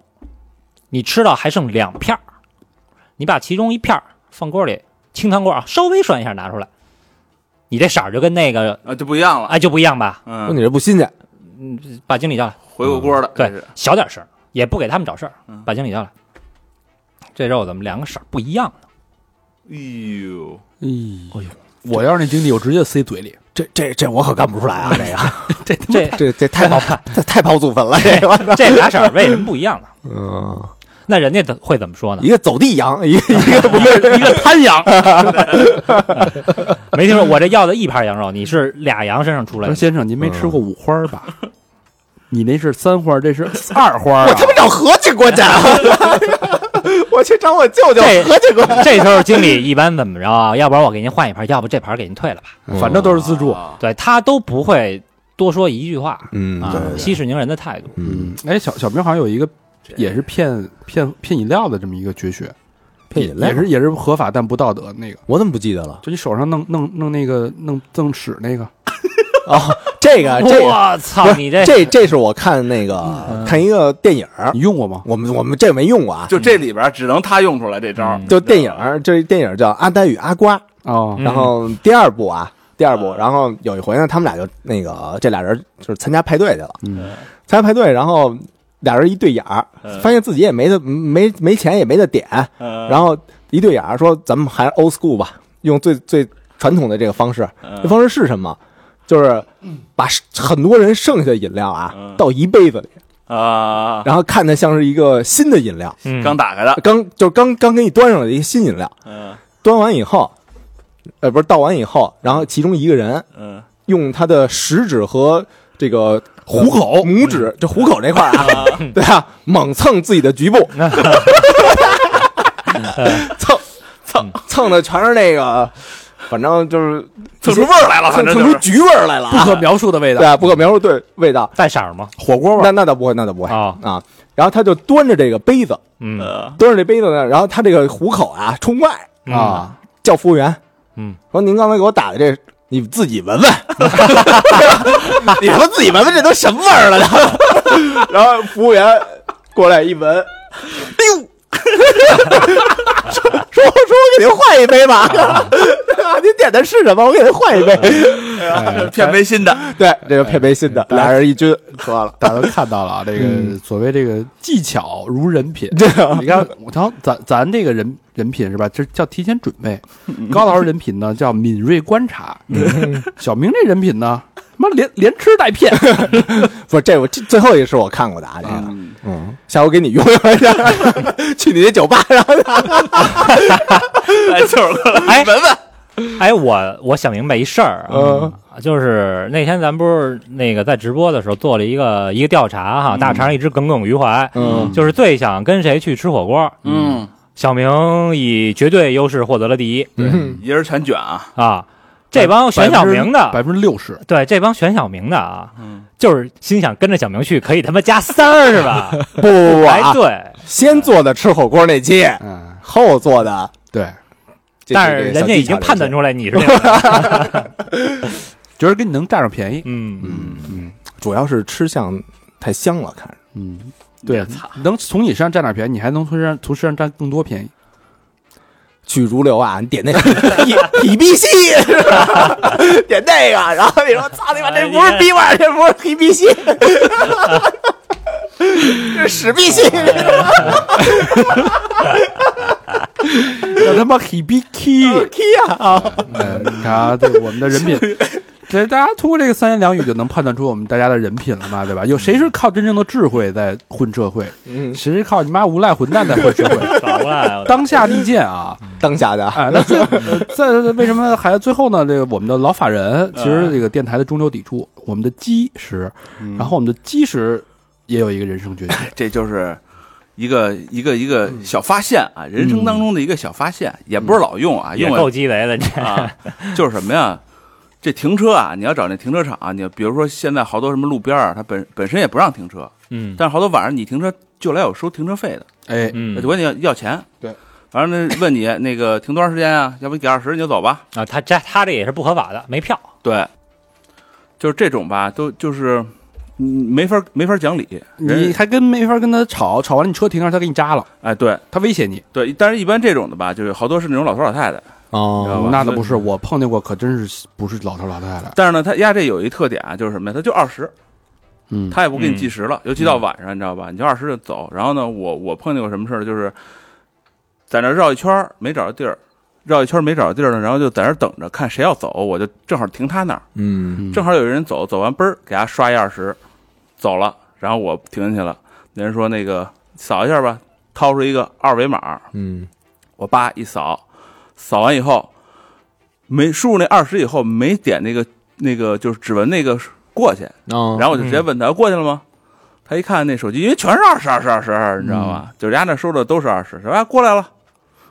D: 你吃到还剩两片儿，你把其中一片儿放锅里，清汤锅啊，稍微涮一下拿出来，你这色儿就跟那个
E: 啊，就不一样了。
D: 哎就不一样吧？
C: 说
E: 嗯，
C: 你这不新鲜，
D: 把经理叫来，
E: 回过锅了，
D: 对
E: 这是，
D: 小点声儿，也不给他们找事儿
E: 嗯，
D: 把经理叫来，这肉怎么两个色儿不一样呢？
E: 哎呦，
B: 哎呦，我要是那经理，我直接塞嘴里。
C: 这这这我可干不出来啊！这个
E: 哎
D: 这
C: 这这太跑这太跑祖坟了， 这个
D: 这俩色儿为什么不一样呢？
C: 嗯，
D: 那人家怎会怎么说呢
C: 一？个走地羊，一个一个不
D: 一个贪羊， 没听说我这要的一盘羊肉，你是俩羊身上出来
B: 说
D: 的，
B: 先生，您没吃过五花儿吧？ 你那是三花儿，这是 二花儿啊
C: 我他妈找何警官去啊，我去找我舅舅
D: 这
C: 何警官。
D: 这时候经理一般怎么着啊？ 要不然我给您换一盘，要不这盘给您退了吧。
B: 反正都是自助。
E: 啊
D: 对他都不会多说一句话
C: 嗯
D: 啊，息事宁人的态度。
B: 嗯，哎，小小明好像有一个也是骗骗骗饮料的这么一个绝学，
C: 骗饮料
B: 也是也是合法但不道德那个，
C: 我怎么不记得了？
B: 就你手上弄弄弄那个弄弄屎那个，
C: 哦，这个这个
D: 我
C: 不
D: 操，
C: 是
D: 你
C: 这
D: 这
C: 这是我看那个看一个电影儿，
B: 你用过吗？
C: 我们我们这没用过啊，
E: 就这里边只能他用出来这招儿，
D: 嗯
C: 就电影儿，这电影儿叫《阿呆与阿瓜》，
B: 哦，
D: 嗯
C: 然后第二部啊，第二部，然后有一回呢，他们俩就那个这俩人就是参加派对去了，
B: 嗯
C: 参加派对，然后俩人一对眼儿，发现自己也没得没没钱也没得点，然后一对眼儿说咱们还是 old school 吧，用最最传统的这个方式，这方式是什么？就是把很多人剩下的饮料啊倒一杯子里，
E: 啊，
C: 然后看它像是一个新的饮料，
D: 嗯
E: 刚打开的，
C: 刚就是刚刚给你端上来的一个新饮料，
E: 嗯
C: 端完以后，呃，不是倒完以后，然后其中一个人
E: 嗯，
C: 用他的食指和这个虎口、拇指，这虎口这块儿啊，对啊，猛蹭自己的局部， 蹭蹭蹭的全是那个，反正就是
E: 蹭出味儿来了，
C: 蹭
E: 反正
C: 蹭
E: 就是
C: 出局味儿来了
B: 不
C: 啊，
B: 可描述的味
C: 对
B: 道，
C: 啊，不可描述对味道，
D: 带色儿吗？
C: 火锅味，那那倒不会，那倒不会
D: 啊
C: 啊。然后他就端着这个杯子，
D: 嗯
E: 呃
C: 端着这杯子呢，然后他这个虎口啊冲外
B: 啊，
C: 叫服务员，
D: 嗯，
C: 说您刚才给我打的这，你自己闻闻， 你他妈自己闻闻，这都什么味儿了呢？ 然后服务员过来一闻，哎呦， 说说说我给您换一杯吧，
B: 啊
C: 您点的是什么？我给您换一杯。
E: 骗没新的，
D: 哎
C: 对，这就配杯新的，俩人一均喝完了。
B: 大家都看哎到了啊，这个所谓这个技巧如人品，你看，我瞧咱咱这个人人品是吧？这叫提嗯 前准备。高老师人品呢叫敏锐观察，小明这人品呢妈连连吃带 骗，
C: 不是这我这最后一个是我看过的啊，这个，
E: 嗯
C: 嗯，下回给你用用一下，去你那酒吧，然后
E: 哎，就是过来
D: 哎
E: 闻闻，
D: 哎，我我想明白一事儿
C: 嗯
D: 啊，就是那天咱不是那个在直播的时候做了一个一个调查哈，大肠一直耿耿于怀，
C: 嗯
D: 就是最想跟谁去吃火锅，
E: 嗯，
D: 小明以绝对优势获得了第一
C: 嗯
E: 一人全卷啊，
D: 啊，这帮选小明的，
B: 百分之六十，
D: 对，这帮选小明的啊，
E: 嗯，
D: 就是心想跟着小明去可以他妈加三儿是吧？
C: 不不不
D: 哎，
C: 啊，
D: 对，
C: 先做的吃火锅那期，
B: 嗯，
C: 后做的
B: 对，
C: 这，
D: 但是人家已经判断
C: 来，
D: 出来你是那个，
B: 觉得跟你能占上便宜，
D: 嗯，
C: 主要是吃相太香了，看着。
B: 嗯，对，能从你身上占点便宜，你还能从身上从身上占更多便宜，
C: 去如流啊，你点那个比比必西，是吧点那个，然后你说操你妈，这不是比碗，这不是比必西，这是史必西，
B: 让他妈 h 逼 k
C: 踢啊！
B: 哎，你看啊，对我们的人品，这大家通过这个三言两语就能判断出我们大家的人品了嘛，对吧？有谁是靠真正的智慧在混社会？
C: 嗯，
B: 谁是靠你妈无赖混蛋在混 社会？
D: 搞过来了，
B: 当下利剑啊！
E: 嗯
C: 当下的
B: 哎，那最呃在为什么还最后呢？这个我们的老法人，其实
E: 嗯
B: 这个电台的中流砥柱，我们的基石，然后我们的基石也有一个人生决定，
E: 这就是一个一个一个小发现啊，人生当中的一个小发现，也不是老用啊，
D: 嗯也
E: 用
D: 够
E: 了
D: 鸡贼的，你
E: 啊，就是什么呀？这停车啊，你要找那停车场、啊，你比如说现在好多什么路边儿啊，它本本身也不让停车，
D: 嗯
E: 但是好多晚上你停车就来有收停车费的，
B: 哎，
D: 嗯
E: 就管你要要钱。
C: 对，
E: 反正那问你那个停多长时间啊？要不你给二十你就走吧。
D: 啊，他这他这也是不合法的，没票，
E: 对，就是这种吧，都就是嗯没法没法讲理。 人
B: 你还跟没法跟他吵，吵完你车停那儿，他给你扎了，
E: 哎，对
B: 他威胁你。
E: 对，但是一般这种的吧，就是好多是那种老头老太太，知
C: 哦
E: 道吧？
B: 那倒
E: 所以
B: 不是，我碰见过，可真是不是老头老太太，
E: 但是呢，他压这有一特点啊，就是什么呀？他就二十，
B: 嗯，
E: 他也不给你计
D: 嗯
E: 时了，尤其到晚上，你知道吧？你就二十就走。然后呢，我我碰见过什么事儿，就是在那儿绕一圈儿没找着地儿，绕一圈儿没找着地儿呢，然后就在那儿等着看谁要走，我就正好停他那儿，
C: 嗯，
E: 正好有一人走，走完嘣儿给他刷一二十，走了，然后我停下去了，那人说那个扫一下吧，掏出一个二维码，
C: 嗯，
E: 我叭一扫，扫完以后没输入那二十以后没点那个那个就是指纹那个过去，
C: 哦
E: 然后我就直接问他、啊过去了吗？他一看那手机，因为全是二十、二十、二十二，你知道吗？就是人家那收的都是二十，说啊过来了，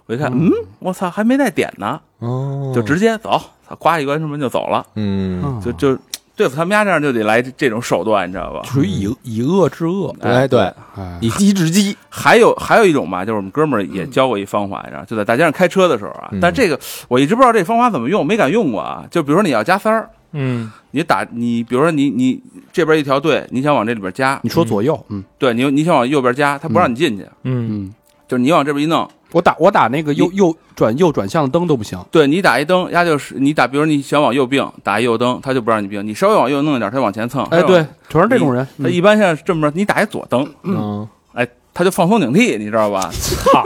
E: 我一看，嗯，我操，还没带点呢，
C: 哦
E: 就直接走，操，呱一关上门就走了，
C: 嗯，
B: 嗯
E: 就就对付他们家这样就得来这种手段，你知道吧？
B: 属于以以恶制恶，
C: 哎对，
B: 嗯哎，
C: 以鸡制鸡，
E: 还有还有一种吧，就是我们哥们儿
B: 嗯
E: 也教过一方法，然后就在大街上开车的时候啊
C: 嗯，
E: 但这个我一直不知道这方法怎么用，没敢用过啊。就比如说你要加塞儿，
D: 嗯
E: 你打你，比如说你你这边一条队，你想往这里边加，
B: 你说左右，嗯
E: 对你你想往右边加，他不让你进去，
D: 嗯
B: 嗯，
E: 就是你往这边一弄，
B: 我打我打那个右右转右转向的灯都不行，
E: 对你打一灯，压就是你打，比如你想往右并，打一右灯，他就不让你并，你稍微往右弄一点，他就往前蹭，
B: 哎，
E: 他就往
B: 对，，全是这种人，嗯
E: 他一般现在是这么着，你打一左灯，
C: 嗯，
E: 哎，他就放松警惕，你知道吧？
D: 啊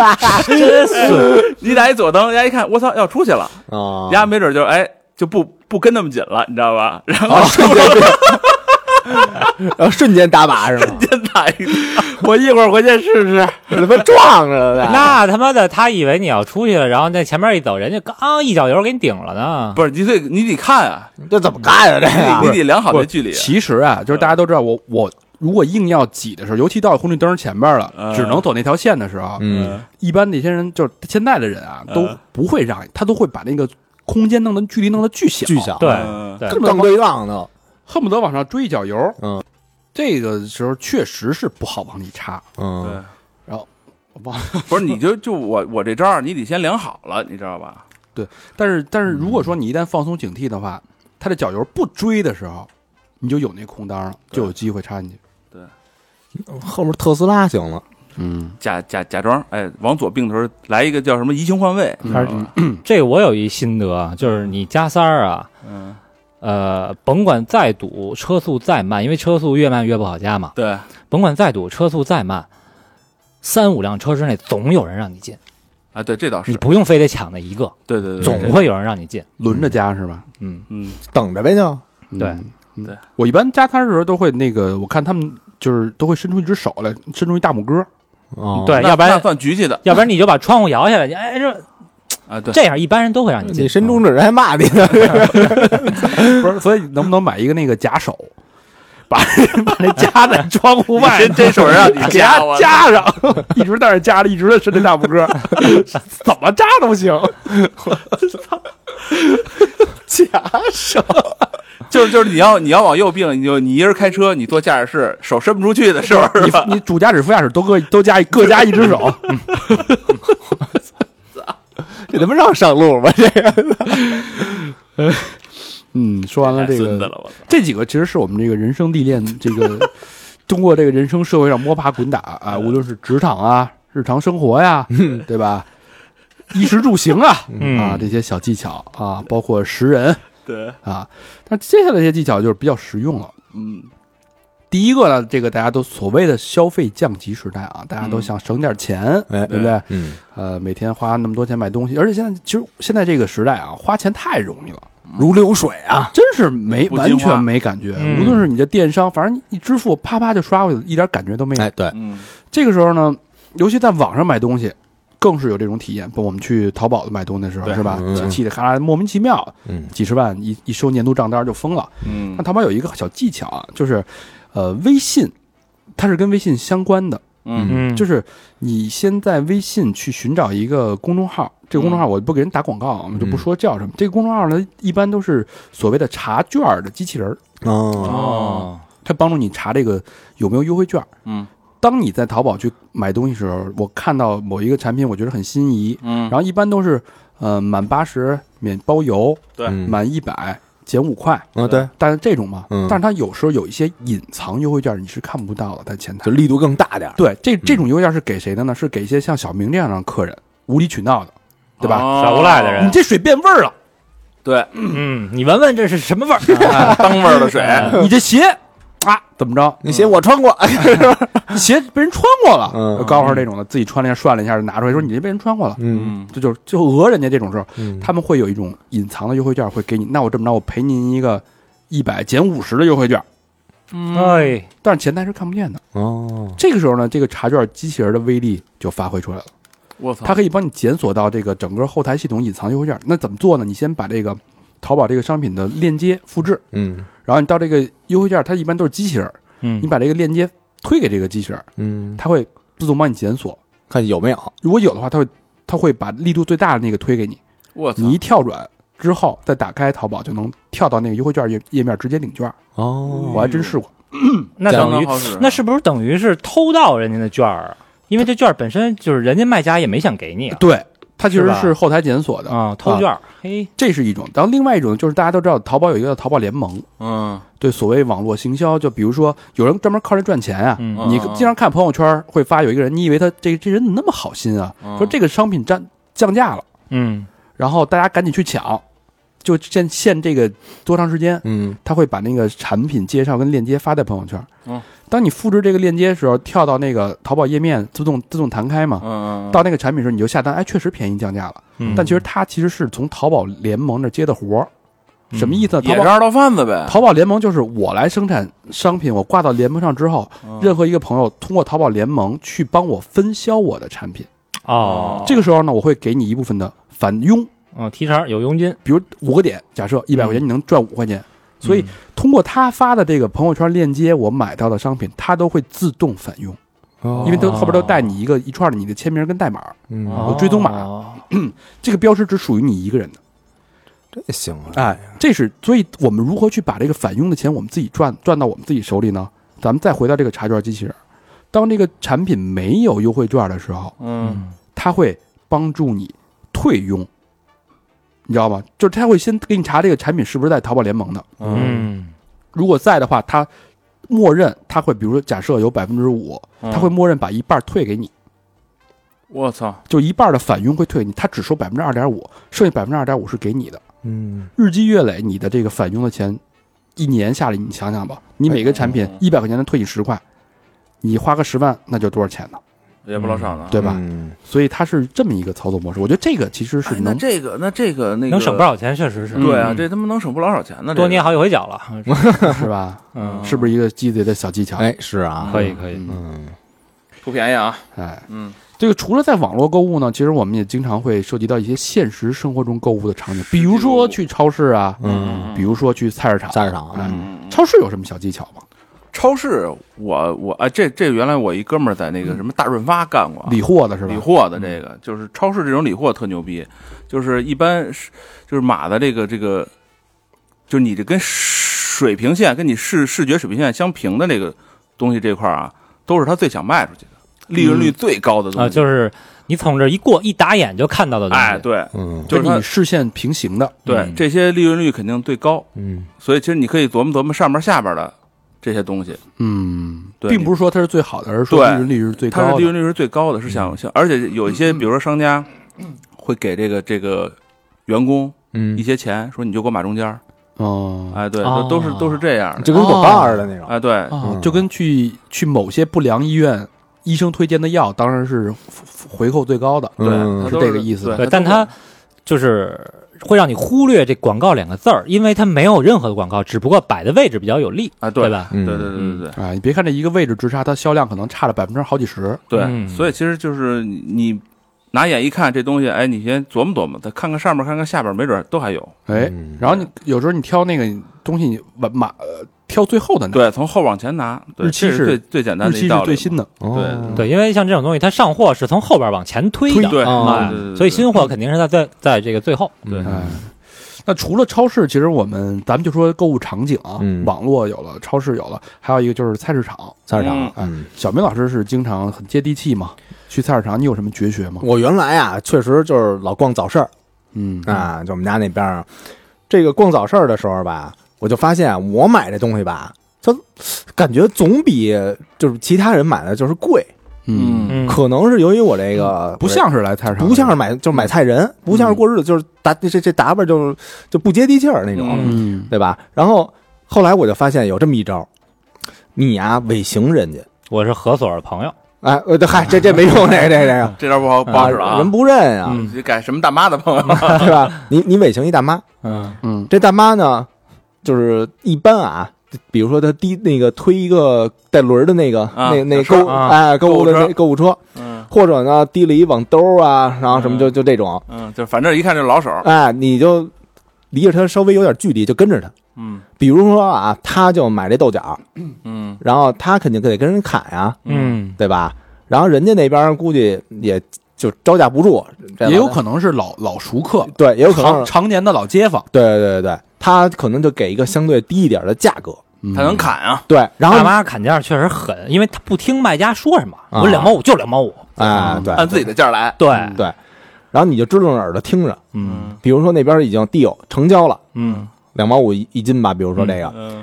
D: 真损，
E: 你打一左灯，人家一看，我操，要出去了。
C: 啊
E: 人家没准就哎就不不跟那么紧了，你知道吧？ 然后
C: 啊，瞬间，然后瞬间打靶是吗？
E: 真打一个，
B: 我一会儿回去试试。
C: 他妈撞着了呗，
D: 那他妈的他以为你要出去了，然后在前面一走，人家刚一脚油给你顶了呢，
E: 不是你得你得看啊，
C: 这怎么干啊？这
D: 哎
E: 你
C: 个
E: 你得量好
B: 不
E: 这
B: 是
E: 距离。
B: 其实啊，就是大家都知道，我我如果硬要挤的时候，尤其到红绿灯前边了，
E: 嗯
B: 只能走那条线的时候，
C: 嗯，
B: 一般那些人就是现在的人啊，
E: 嗯
B: 都不会让，他都会把那个空间弄的距离弄得巨小，
C: 巨，小，
D: 对
E: 嗯
D: 对，
C: 根本对浪都，
B: 恨不得往上追一脚油。
C: 嗯，
B: 这个时候确实是不好往里插。
C: 嗯，
E: 对，
B: 我忘了，
E: 不是你就就我我这招儿你得先量好了，你知道吧？
B: 但是但是如果说你一旦放松警惕的话，他这脚油不追的时候，你就有那空当了，就有机会插进去。
C: 后面特斯拉行了，
B: 嗯，
E: 假假假装哎往左并的时候来一个叫什么移形换位，你知道吧？
D: 这我有一心得啊，就是你加塞儿啊，
E: 嗯，
D: 呃，甭管再堵，车速再慢，因为车速越慢越不好加嘛，
E: 对，
D: 甭管再堵，车速再慢，三五辆车之内总有人让你进，
E: 啊，对，这倒是
D: 你，不用非得抢那一个，
E: 对对对，
D: 总会有人让你进。
B: 轮着加是吧？
D: 嗯，
E: 嗯，
C: 等着呗就。
B: 嗯
D: 对
B: 嗯
E: 对
B: 我一般加餐的时候都会那个，我看他们就是都会伸出一只手来，伸出一大拇哥，
C: 哦，
D: 对，
E: 那
D: 要不然
E: 那算局气的
D: 要不然你就把窗户摇下来，你哎这
E: 啊，对，
D: 这样一般人都会让你进
C: 你。伸中指还骂你呢，
B: 不是？所以能不能买一个那个假手， 把 把那夹在窗户外，
E: 这这手让你
B: 夹
E: 夹我
B: 夹上，一直在那夹着，一直在伸那大拇 哥，怎么扎都行。
E: 就是就是你要你要往右并，你就你一人开车，你坐驾驶室，手伸不出去的 时候是吧
B: 你？你主驾驶、副驾驶都各都加一各加一只手，
C: 这他妈让上路吗？这
B: 嗯，说完了这
E: 太孙子
B: 个，
E: 了，我操！
B: 这几个其实是我们这个人生历练，这个通过这个人生社会上摸爬滚打啊，无论是职场啊、日常生活呀，对吧？衣食住行啊，
D: 嗯
B: 啊这些小技巧啊，包括识人
E: 对，
B: 啊，但接下来这些技巧就是比较实用了。
E: 嗯，
B: 第一个呢，这个大家都所谓的消费降级时代啊，大家都想省点钱，
C: 哎
B: 对不对？
C: 嗯，
B: 呃，每天花那么多钱买东西，而且现在其实现在这个时代啊，花钱太容易了。
C: 如流水啊，
B: 真是没
E: 不禁
B: 完全
E: 花
B: 没感觉，
D: 嗯
B: 无论是你的电商，反正一支付啪啪就刷过去了，一点感觉都没有。
C: 哎，对，
E: 嗯
B: 这个时候呢，尤其在网上买东西，更是有这种体验。不，我们去淘宝买东西的时候，
E: 对
B: 是吧？
C: 嗯
B: 气气的咔啦，莫名其妙，
C: 嗯，
B: 几十万一一收年度账单就疯了。
E: 嗯
B: 那，淘宝有一个小技巧啊，就是，呃，微信，它是跟微信相关的，
E: 嗯
D: 嗯，
B: 就是你先在微信去寻找一个公众号，
E: 嗯
B: 这个公众号我不给人打广告啊，我们就不说叫什么。这个公众号呢，一般都是所谓的查券儿的机器人儿。
C: 哦，
D: 哦，
B: 它帮助你查这个有没有优惠券。
E: 嗯
B: 当你在淘宝去买东西时候，我看到某一个产品，我觉得很心仪，
E: 嗯
B: 然，后一般都是呃满八十免包邮，
E: 对
C: 嗯
B: 满一百减五块，
C: 啊，对，
B: 但是这种嘛，
C: 嗯
B: 但是它有时候有一些隐藏优惠券你是看不到的，在前台
C: 就。嗯力度更大点儿，
B: 对，这这种优惠券是给谁的呢？是给一些像小明这样的客人无理取闹的，对吧？
E: 哦
D: 耍无赖的 人
B: 你这水变味儿了，
E: 对，
D: 嗯，你闻闻这是什么味儿？
E: 哎当味儿的水，
C: 嗯
B: 你这鞋啊怎么着？
C: 那鞋我穿过，
B: 鞋被人穿过了，
C: 嗯
B: 高高那种的，自己穿了一下涮了一下，拿出来说你这被人穿过了，
C: 嗯
E: 嗯
B: 这就是就讹人家这种时候，
C: 嗯，
B: 他们会有一种隐藏的优惠券会给你。那我这么着，我赔您一个一百减五十的优惠券，
D: 哎，
B: 但是前台是看不见的。
C: 哦，
B: 这个时候呢，这个查券机器人的威力就发挥出来了，
E: 我操，
B: 它可以帮你检索到这个整个后台系统隐藏优惠券。那怎么做呢？你先把这个淘宝这个商品的链接复制，
C: 嗯
B: 然后你到这个优惠券，它一般都是机器人，
D: 嗯
B: 你把这个链接推给这个机器人，
C: 嗯，
B: 它会自动帮你检索。
C: 看有没有，
B: 如果有的话，它会它会把力度最大的那个推给你。
E: 我操
B: 你，一跳转之后，再打开淘宝就能跳到那个优惠券页页面直接领券。
D: 嗯
C: 哦
B: 我还真试过，
D: 那
C: 相
D: 等于
E: 好使
D: 那是不是等于是偷盗人家的券儿啊？因为这券儿本身就是人家卖家也没想给你啊，
B: 对，它其
D: 是
B: 实
D: 吧
B: 是后台检索的，
D: 啊，偷券儿，嘿，
B: 这是一种。然后另外一种就是大家都知道，淘宝有一个叫淘宝联盟，
E: 嗯
B: 对所谓网络行销，就比如说有人专门靠这赚钱啊。
D: 嗯
E: 嗯
B: 你经常看朋友圈会发有一个人，你以为他这这人怎么那么好心啊？
E: 嗯
B: 说这个商品降降价了，
D: 嗯
B: 然后大家赶紧去抢，就限限这个多长时间？
C: 嗯
B: 他会把那个产品介绍跟链接发在朋友圈。
E: 嗯，
B: 当你复制这个链接的时候，跳到那个淘宝页面自动自动弹开嘛，
E: 嗯，
B: 到那个产品时候你就下单，哎，确实便宜降价了。
D: 嗯
B: 但其实它其实是从淘宝联盟那接的活儿，什么意思呢？淘
E: 嗯也是
B: 宝
E: 二道贩子呗，
B: 淘宝联盟就是我来生产商品，我挂到联盟上之后，
E: 嗯
B: 任何一个朋友通过淘宝联盟去帮我分销我的产品。
D: 哦
B: 这个时候呢，我会给你一部分的返佣，
D: 哦，提成有佣金，
B: 比如五个点，假设一百块钱你能赚五块钱，所以通过他发的这个朋友圈链接，我买到的商品，它都会自动返佣，
C: 哦
B: 因为都后边都带你一个一串的你的签名跟代码，
C: 嗯
B: 我追踪码
D: 哦
B: 这个标识只属于你一个人的。
C: 这行啊，
B: 哎，这是所以我们如何去把这个返佣的钱我们自己赚赚到我们自己手里呢？咱们再回到这个查券机器人，当这个产品没有优惠券的时候，
E: 嗯，
B: 它会帮助你退佣，你知道吗？就是它会先给你查这个产品是不是在淘宝联盟的。
D: 嗯
B: 如果在的话，它默认它会，比如说假设有百分之五，
E: 嗯
B: 它会，默认把一半退给你，
E: 我操，
B: 就一半的返佣会退给你，它只收百分之二点五，剩下百分之二点五是给你的。
C: 嗯
B: 日积月累，你的这个返佣的钱，一年下来，你想想吧，你每个产品
E: 嗯
B: 一百块钱的退你十块，你花个十万，那就多少钱呢？
E: 也不老少呢，
B: 对吧？
C: 嗯
B: 所以它是这么一个操作模式。我觉得这个其实是
E: 哎那
B: 能
E: 这个那这个那个
D: 能省不少钱，确实是。
E: 对啊，
B: 嗯
E: 这他妈能省不老少钱呢，这个
D: 多捏好几回脚了，
B: 是吧？
D: 嗯，
B: 是不是一个鸡贼的小技巧？
C: 哎，是啊，
D: 可以可以，
C: 嗯，
E: 不便宜啊，
B: 哎，
E: 嗯，
B: 这个除了在网络购物呢，其实我们也经常会涉及到一些现实生活中购物的场景，比如说去超市啊，
C: 嗯，
B: 比如说去菜市场。
C: 菜市场啊
B: 哎
E: 嗯
B: 超市有什么小技巧吗？
E: 超市我我哎这这原来我一哥们儿在那个什么大润发干过，
B: 理货的是吧？嗯
E: 啊理货的这个，就是超市这种理货特牛逼，就是一般是就是码的这个这个，就是你这跟水平线跟你视视觉水平线相平的这个东西这块儿啊，都是他最想卖出去的，利润率最高的东西。
B: 嗯
D: 啊，就是你从这儿一过，一打眼就看到的东西。
B: 啊
E: 哎，对
C: 嗯
E: 就是
B: 跟
E: 它
B: 你视线平行的，
E: 对、
D: 嗯
E: 这些利润率肯定最高，
C: 嗯
E: 所以其实你可以琢磨琢磨上面下边的这些东西，
B: 嗯，
E: 对
B: 并不是说它是最好的，而是说利
E: 对
B: 润率是最
E: 它
B: 高
E: 是利
B: 的。嗯
E: 润率是最高的，是想想，而且有一些比如说商家会给这个这个员工一
C: 嗯，
E: 些钱，说你就给我码中间儿，
B: 哦，
E: 哎，对，
D: 哦
E: 都都是都是这样的。
C: 就跟广告似的那种，
E: 哎，对，
B: 啊
C: 嗯，
B: 就跟去去某些不良医院，医生推荐的药当然是回扣最高的。
E: 对，
C: 嗯
E: 它
B: 是
E: 都
B: 这个意思
E: 对
D: 对，但它就是会让你忽略这广告两个字儿，因为它没有任何的广告，只不过摆的位置比较有利，
E: 啊，
D: 对
E: 对？
D: 吧？
E: 对
C: 嗯
E: 对对对对
B: 啊，你别看这一个位置之差，它销量可能差了百分之好几十。
E: 对，
D: 嗯
E: 所以其实就是你你拿眼一看这东西，哎，你先琢磨琢磨，再看看上面，看看下边，没准都还有。
B: 哎，
C: 嗯
B: 然后你有时候你挑那个东西，你把马呃挑最后的那，
E: 对，从后往前拿，对，
B: 日期
E: 这
B: 是
E: 是最最简单
B: 日
E: 的一
B: 期
E: 道
B: 是
E: 理。
B: 最新的。
C: 哦
D: 对，因为像这种东西，它上货是从后边往前推
E: 对
D: 的，
E: 对
D: 啊
E: 对对对对
D: 所以新货肯定是在在在这个最后。
E: 对
C: 嗯
B: 哎，那除了超市，其实我们咱们就说购物场景啊，
C: 嗯
B: 网络有了，超市有了，还有一个就是菜市场。
C: 菜市场
E: 嗯，
C: 嗯。
B: 小明老师是经常很接地气嘛，去菜市场你有什么绝学吗？
C: 我原来啊，确实就是老逛早市儿
B: 嗯，
C: 啊，就我们家那边儿，这个逛早市儿的时候吧，我就发现我买这东西吧，它感觉总比就是其他人买的就是贵，
B: 嗯，
D: 嗯，
C: 可能是由于我这个
B: 不像是来菜市场，
C: 不像是买就是买菜
E: 嗯
C: 人，不像是过日子，就是打这这这打扮就是就不接地气儿那种，
E: 嗯
B: 嗯
C: 对吧？然后后来我就发现有这么一招，你呀、尾行人家，
D: 我是何所的朋友，
C: 哎，呃，对嗨，这这没用，这个这个这
E: 这招不好不好使
C: 个
E: 了
C: 啊，
E: 啊！
C: 人不 认啊，
B: 嗯
E: 你改什么大妈的朋友？啊
C: 对吧？你你尾行一大妈，
D: 嗯
B: 嗯
C: 这大妈呢，就是一般啊，比如说她低那个推一个带轮儿的那个、
E: 啊
C: 那那
E: 小车
C: 购、
D: 啊
C: 哎购物的
E: 购物
C: 那
E: 车
C: 购物车，
E: 嗯
C: 或者呢提了一网兜啊，然后什么就
E: 嗯
C: 就这种，
E: 嗯，就反正一看就是老手。
C: 哎，你就离着她稍微有点距离，就跟着她。
E: 嗯
C: 比如说啊，她就买这豆角，
E: 嗯
C: 然后她肯定得跟人砍呀，
D: 嗯，
C: 对吧？然后人家那边估计也就招架不住，这
B: 也有
C: 老
B: 可能是老老熟客，
C: 对，也有可能
B: 常，常年的老街坊，
C: 对对对对，她可能就给一个相对低一点的价格，
E: 他
B: 嗯
E: 能砍啊，
C: 对，然后
D: 大妈砍价确实狠，因为她不听卖家说什么，
C: 啊
D: 我两毛五就两毛五，
C: 哎，对，
E: 按自己的价儿来。
D: 对，
C: 对，然后你就支棱着耳朵听着。
D: 嗯
C: 比如说那边已经 deal 成交了，
D: 嗯
C: 两毛五一一斤吧。比如说这个，
E: 嗯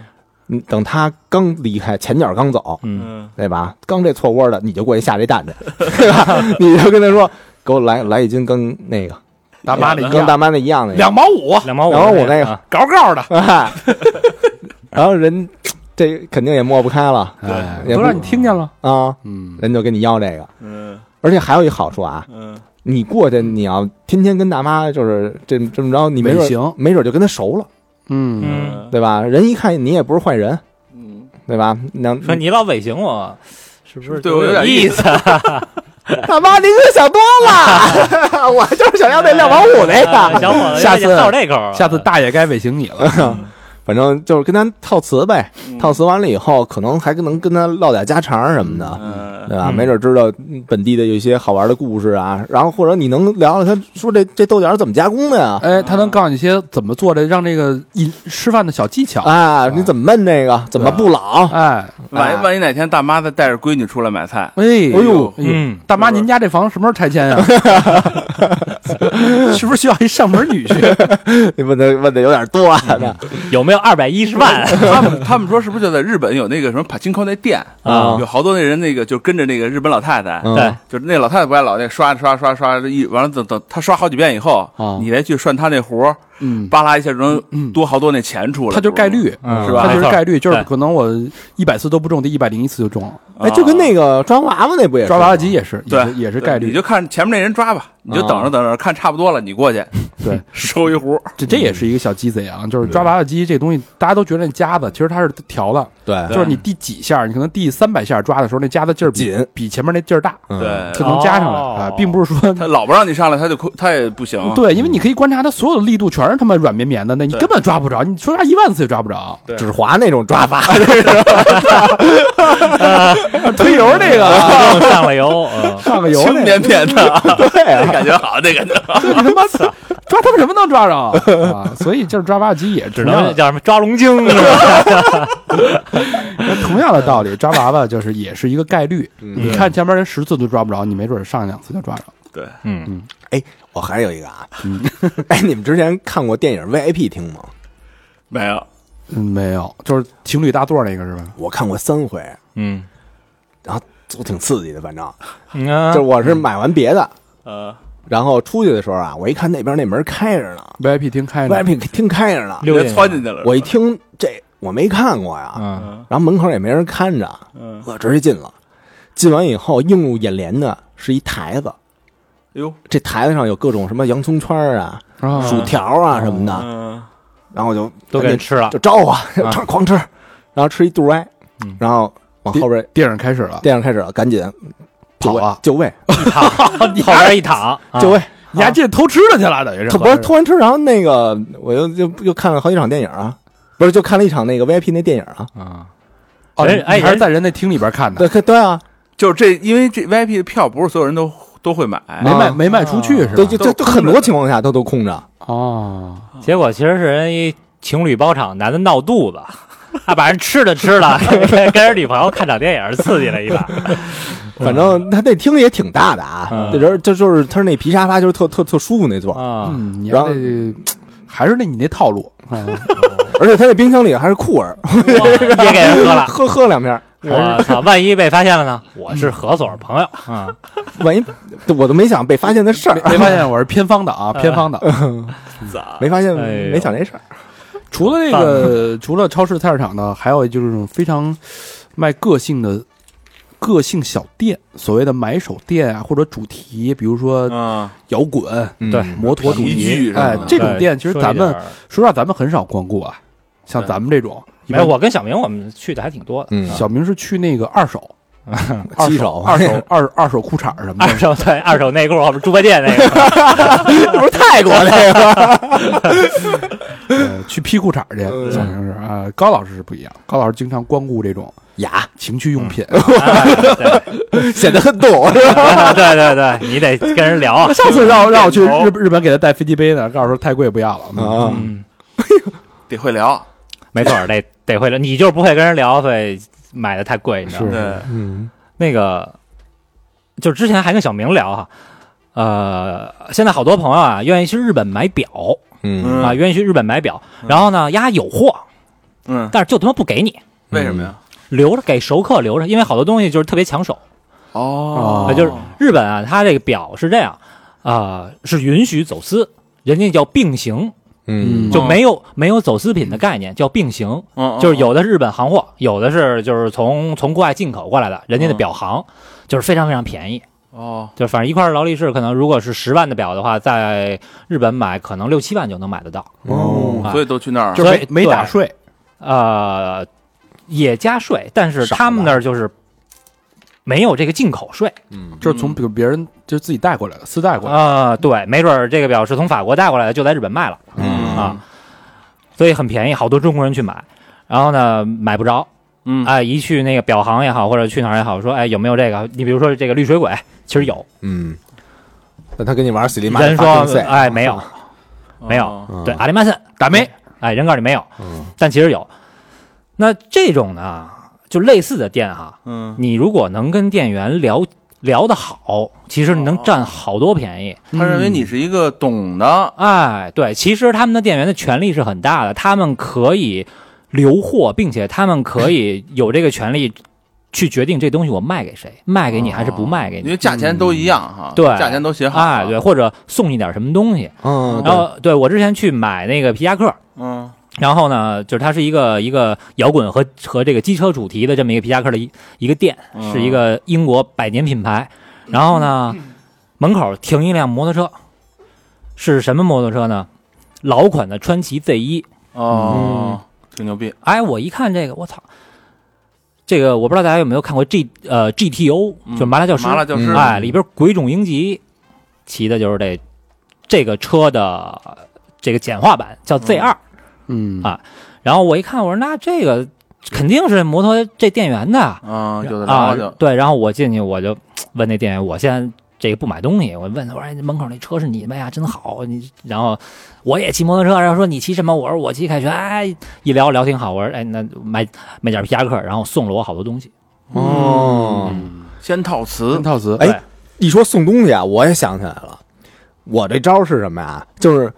C: 嗯等他刚离开，前脚刚走，
D: 嗯，
E: 嗯
C: 对吧？刚这错窝的，你就过去下这蛋去，对吧？你就跟他说，给我来来一斤跟那个
B: 大妈那一
C: 跟
B: 样，
C: 大妈那一样的，
B: 两毛五，
D: 两毛五，
C: 两毛五那个
D: 啊
B: 高高的，
C: 哎 然后人这肯定也抹不开了
B: 哎，
C: 也
B: 都
C: 不
B: 让你听见了，
C: 啊，
B: 嗯，
C: 人就跟你要这个。
E: 嗯
C: 而且还有一好处啊，
E: 嗯
C: 你过去你要天天跟大妈就是这这么着，你没
B: 尾
C: 准
B: 行
C: 没准就跟她熟了。
B: 嗯，
D: 嗯，
C: 对吧？人一看你也不是坏人，
E: 嗯，
C: 对吧？能
D: 说你老尾行我，嗯是不是
E: 对我有点
D: 意
E: 意
D: 思？
C: 大妈，您可想多 了，我就是想要
B: 哎
C: 那两毛五那
D: 啊小
C: 个。
D: 伙子，
B: 下次
D: 到这口儿，
B: 下次大爷该尾行你了，
C: 反正就是跟他套词呗，
E: 嗯
C: 套词完了以后，可能还能跟他唠点家常什么的，
E: 嗯
C: 对吧？
D: 嗯
C: 没准知道本地的有一些好玩的故事啊，然后或者你能聊聊他说这这豆角怎么加工的呀？
B: 哎，他能告诉你一些怎么做的，让这个饮吃饭的小技巧，
C: 啊，你怎么焖这个？怎么不老？
B: 哎，
E: 万一万一哪天大妈再带着闺女出来 买菜，
B: 哎，哎
E: 呦
B: 哎呦
D: 嗯
B: 大妈，您家这房什么时候拆迁呀？ 是不是需要一上门女婿？
C: 你问的问的有点多啊，那
D: 有没没有二百一十万
E: 他们他们说是不是就在日本有那个什么帕金科那店
D: 啊
E: 有好多那人那个就跟着那个日本老太太，
C: 嗯
D: 对，
E: 就是那老太太不爱老那刷刷刷刷一完了等等她刷好几遍以后，
B: 啊
E: 你再去涮她那活儿，
B: 嗯，
E: 扒拉一下就能多好多那钱出来。
B: 它就是概率，
D: 嗯
E: 是吧
B: 它就是
D: 没错
B: 概率，就是
D: 对
B: 可能我一百次都不中，第一百零一次就中了。
E: 不是吗，
C: 哎，就跟那
E: 个
C: 个抓娃娃那不也是
B: 抓娃娃机也是，也
E: 对
B: 是也是概率。啊
E: 你就看前面那人抓吧，你就等着等着，看差不多了你过去，
B: 对，
E: 收一壶。
B: 这这也是一个小鸡贼啊，就是抓娃娃机这东西，大家都觉得那夹子，其实它是调的，
C: 对
E: 对
B: 就是你第几下，你可能第三百下抓的时候，那夹子劲儿比
C: 紧
B: 比前面那劲儿大，
C: 嗯
E: 对
B: 就能夹上来
D: 哦
B: 啊，并不是说
E: 他老不让你上来，他就哭他也不行。
B: 对，因为你可以观察它所有的力度全是他妈软绵绵的，那你
E: 啊对
B: 根本抓不着，你说啥一万次也抓不着。
E: 对
C: 指滑那种抓法，
B: 推油这个
D: 啊上了油，嗯
B: 上个油
E: 轻
B: 那个，
E: 便 便的，
C: 对 啊，
E: 感觉好，那感觉好。
B: 就你他妈抓他妈什么能抓着啊？所以就是抓娃娃机也
D: 只
B: 同样
D: 能
B: 的
D: 叫什么抓龙精是吧？
B: 同样的道理，抓娃娃就是也是一个概率。
C: 嗯
B: 你看前面人十次都抓不着，你没准儿上两次就抓着。
E: 对，
D: 嗯，
C: 哎我还有一个啊，哎，你们之前看过电影 VIP 厅吗？
E: 没有，
B: 嗯，没有，就是情侣大座那个是吧？
C: 我看过三回，
D: 嗯
C: 然后都挺刺激的，反正
D: 嗯
C: 就
D: 啊
C: 是，我是买完别的，
E: 呃，
C: 然后出去的时候啊，我一看那边那门开着呢
B: VIP 厅开着呢，
C: ，VIP 厅开着呢，
E: 你
D: 溜
E: 别
D: 进去
E: 窜进去了。
C: 我一听这我没看过呀，
D: 嗯
C: 然后门口也没人看着，
E: 嗯，
C: 我直接进了，进完以后映入眼帘的是一台子。
E: 哎呦，
C: 这台子上有各种什么洋葱圈儿啊、
B: 啊
C: 薯条啊什么的，
E: 嗯，
C: 然后我就
D: 都给
C: 赶紧
D: 人吃了
C: 就招我，吃狂吃，然后吃一肚歪，然后往后边
B: 电影开始了，
C: 电影开始了，赶紧就
B: 跑
C: 位
B: 啊！
C: 就位
D: 躺后边一躺，啊
C: 就位，
B: 你还这偷吃了去了，等于是
C: 他不是偷完吃，然后那个我又又又看了好几场电影啊，不是就看了一场那个 VIP 那电影啊，
B: 啊？哦，
D: 人
B: 你还
D: 哎
B: 是
D: 人
B: 在人那厅里边看的
C: 对，对啊，
E: 就是这，因为这 VIP 的票不是所有人都都会买，
B: 没卖没卖出去是吧？
C: 对，就
E: 都
C: 就就
E: 空着
C: 很多情况下他都空着，
B: 哦，
D: 结果其实是人一情侣包场，男的闹肚子，他把人吃的吃 了，跟人女朋友看场电影刺激了一 把。
C: 反正他那厅也挺大的啊
D: 嗯，
C: 这人这就是他那皮沙发就是特特特舒服那座，
D: 啊，
B: 嗯，你
C: 然
B: 还
C: 后
B: 得还是那你那套路， 啊
C: 而且他那冰箱里还是酷儿，
D: 哇也给人哎喝了。
C: 喝喝两瓶，
D: 我操！万一被发现了呢？我是何所朋友啊，
C: 万一我都没想被发现的事儿
B: 没，没发现我是偏方的啊，偏方的。
C: 没发现
D: 哎呦
C: 没想这事儿，
B: 除了这个，除了超市、菜市场呢，还有就是这种非常卖个性的个性小店，所谓的买手店啊，或者主题，比如说
E: 嗯，
B: 摇滚、
D: 对
C: 嗯
B: 摩托主
E: 皮
B: 题
E: 具，什么
B: 哎
E: 的，
B: 这种店其实
D: 说一
B: 咱们
D: 点儿
B: 说实话，咱们很少光顾啊，像
E: 对
B: 咱们这种，一
D: 没有。
B: 般
D: 我跟小明我们去的还挺多的，
C: 嗯，
B: 小明是去那个二手、二
C: 七
B: 手、
C: 手
B: 二手、二二手裤衩儿什么
D: 二
B: 的。
D: 手对二手内裤，我们猪八戒那个，
C: 不是泰国那个，
B: 呃， 去批裤衩儿去，
C: 嗯
B: 小明是啊、高老师是不一样，高老师经常光顾这种
C: 雅
B: 情趣用品。
D: 啊对
C: 显得很懂，
D: 对对对，你得跟人聊啊。
B: 上次 让让我去日日本给他带飞机杯呢，告诉说太贵不要了。嗯
C: 啊，
D: 嗯，
E: 得会聊，
D: 没错，得得会聊，你就是不会跟人聊，所以买的太贵，你知道吗？
B: 是
E: 对，
C: 嗯
D: 那个，就之前还跟小明聊哈，呃，现在好多朋友啊，愿意去日本买表
C: 嗯
D: 啊，
E: 嗯
D: 愿意去日本买表，然后呢，丫有货，
E: 嗯，
D: 但是就他妈不给你，
E: 为什么呀？
D: 留着给熟客留着，因为好多东西就是特别抢手，
E: 哦
D: 啊，就是日本啊，它这个表是这样啊、是允许走私，人家叫并行，
C: 嗯
B: 哦
D: 就没有、没有走私品的概念，叫并行。
E: 嗯
D: 就是有的是日本行货，有的是就是从从国外进口过来的，人家的
B: 哦
E: 嗯
D: 表行就是非常非常便宜，
E: 哦，
D: 就反正一块劳力士，可能如果是十万的表的话，在日本买可能六七万就能买得到。
C: 哦
D: 啊
E: 所以都去那儿
B: 就
D: 所
B: 是
D: 以
B: 没没
D: 对
B: 打税，
D: 呃，也加税，但是
B: 少
D: 他们
B: 吧
D: 那儿就是没有这个进口税
C: 嗯
B: 就是从别别人就是自己带过来的，私带过来的。
D: 啊、对，没准儿这个表是从法国带过来的，就在日本卖了，
C: 嗯
D: 啊，所以很便宜，好多中国人去买。然后呢，买不着，
E: 嗯，
D: 哎，一去那个表行也好，或者去哪儿也好，说，哎，有没有这个？你比如说这个绿水鬼，其实有，
C: 嗯，那他跟你玩死里马
D: 人说，哎，没有，没有
E: 哦
D: 对，阿里曼森打没，哎，人告诉你没有，但其实有。那这种呢，就类似的店哈，
E: 嗯
D: 你如果能跟店员聊聊得好，其实你能占好多便宜。
E: 他认为你是一个懂的，
D: 哎，对，其实他们的店员的权力是很大的，他们可以留货，并且他们可以呃有这个权利去决定这东西我卖给谁，卖给你还是不卖给
E: 因
D: 你。
E: 为价钱都一样哈，
D: 对
E: 价钱都写好，
D: 哎，对，，或者送你点什么东西。
C: 嗯，
D: 然后，对我之前去买那个皮夹克，
E: 嗯，
D: 然后呢，就是它是一个一个摇滚和和这个机车主题的这么一个皮夹克的一一个店，
E: 嗯
D: 是一个英国百年品牌。然后呢，
E: 嗯
D: 门口停一辆摩托车，是什么摩托车呢？老款的川崎 Z 一。
E: 哦，挺牛逼，
D: 哎，我一看这个，我操！这个我不知道大家有没有看过 G 呃 GTO，
E: 嗯
D: 就是麻辣教师，
E: 麻辣教师，
C: 嗯
D: 哎，里边鬼冢英吉骑的就是这这个车的呃这个简化版，叫 Z 二、
B: 嗯
D: 啊然后我一看，我说那这个肯定是摩托这店员的啊
E: 嗯，有的聊就，
D: 对。然后我进去我就问那店员，我现在这个不买东西，我问他，我说、哎、门口那车是你们呀，真好。你然后我也骑摩托车，然后说你骑什么？我说我骑凯旋。哎，一聊聊挺好。我说哎，那买买点皮夹克，然后送了我好多东西。
C: 哦，
E: 先套词
B: 三，嗯套词，
C: 哎，一说送东西啊，我也想起来了，我这招是什么呀？就是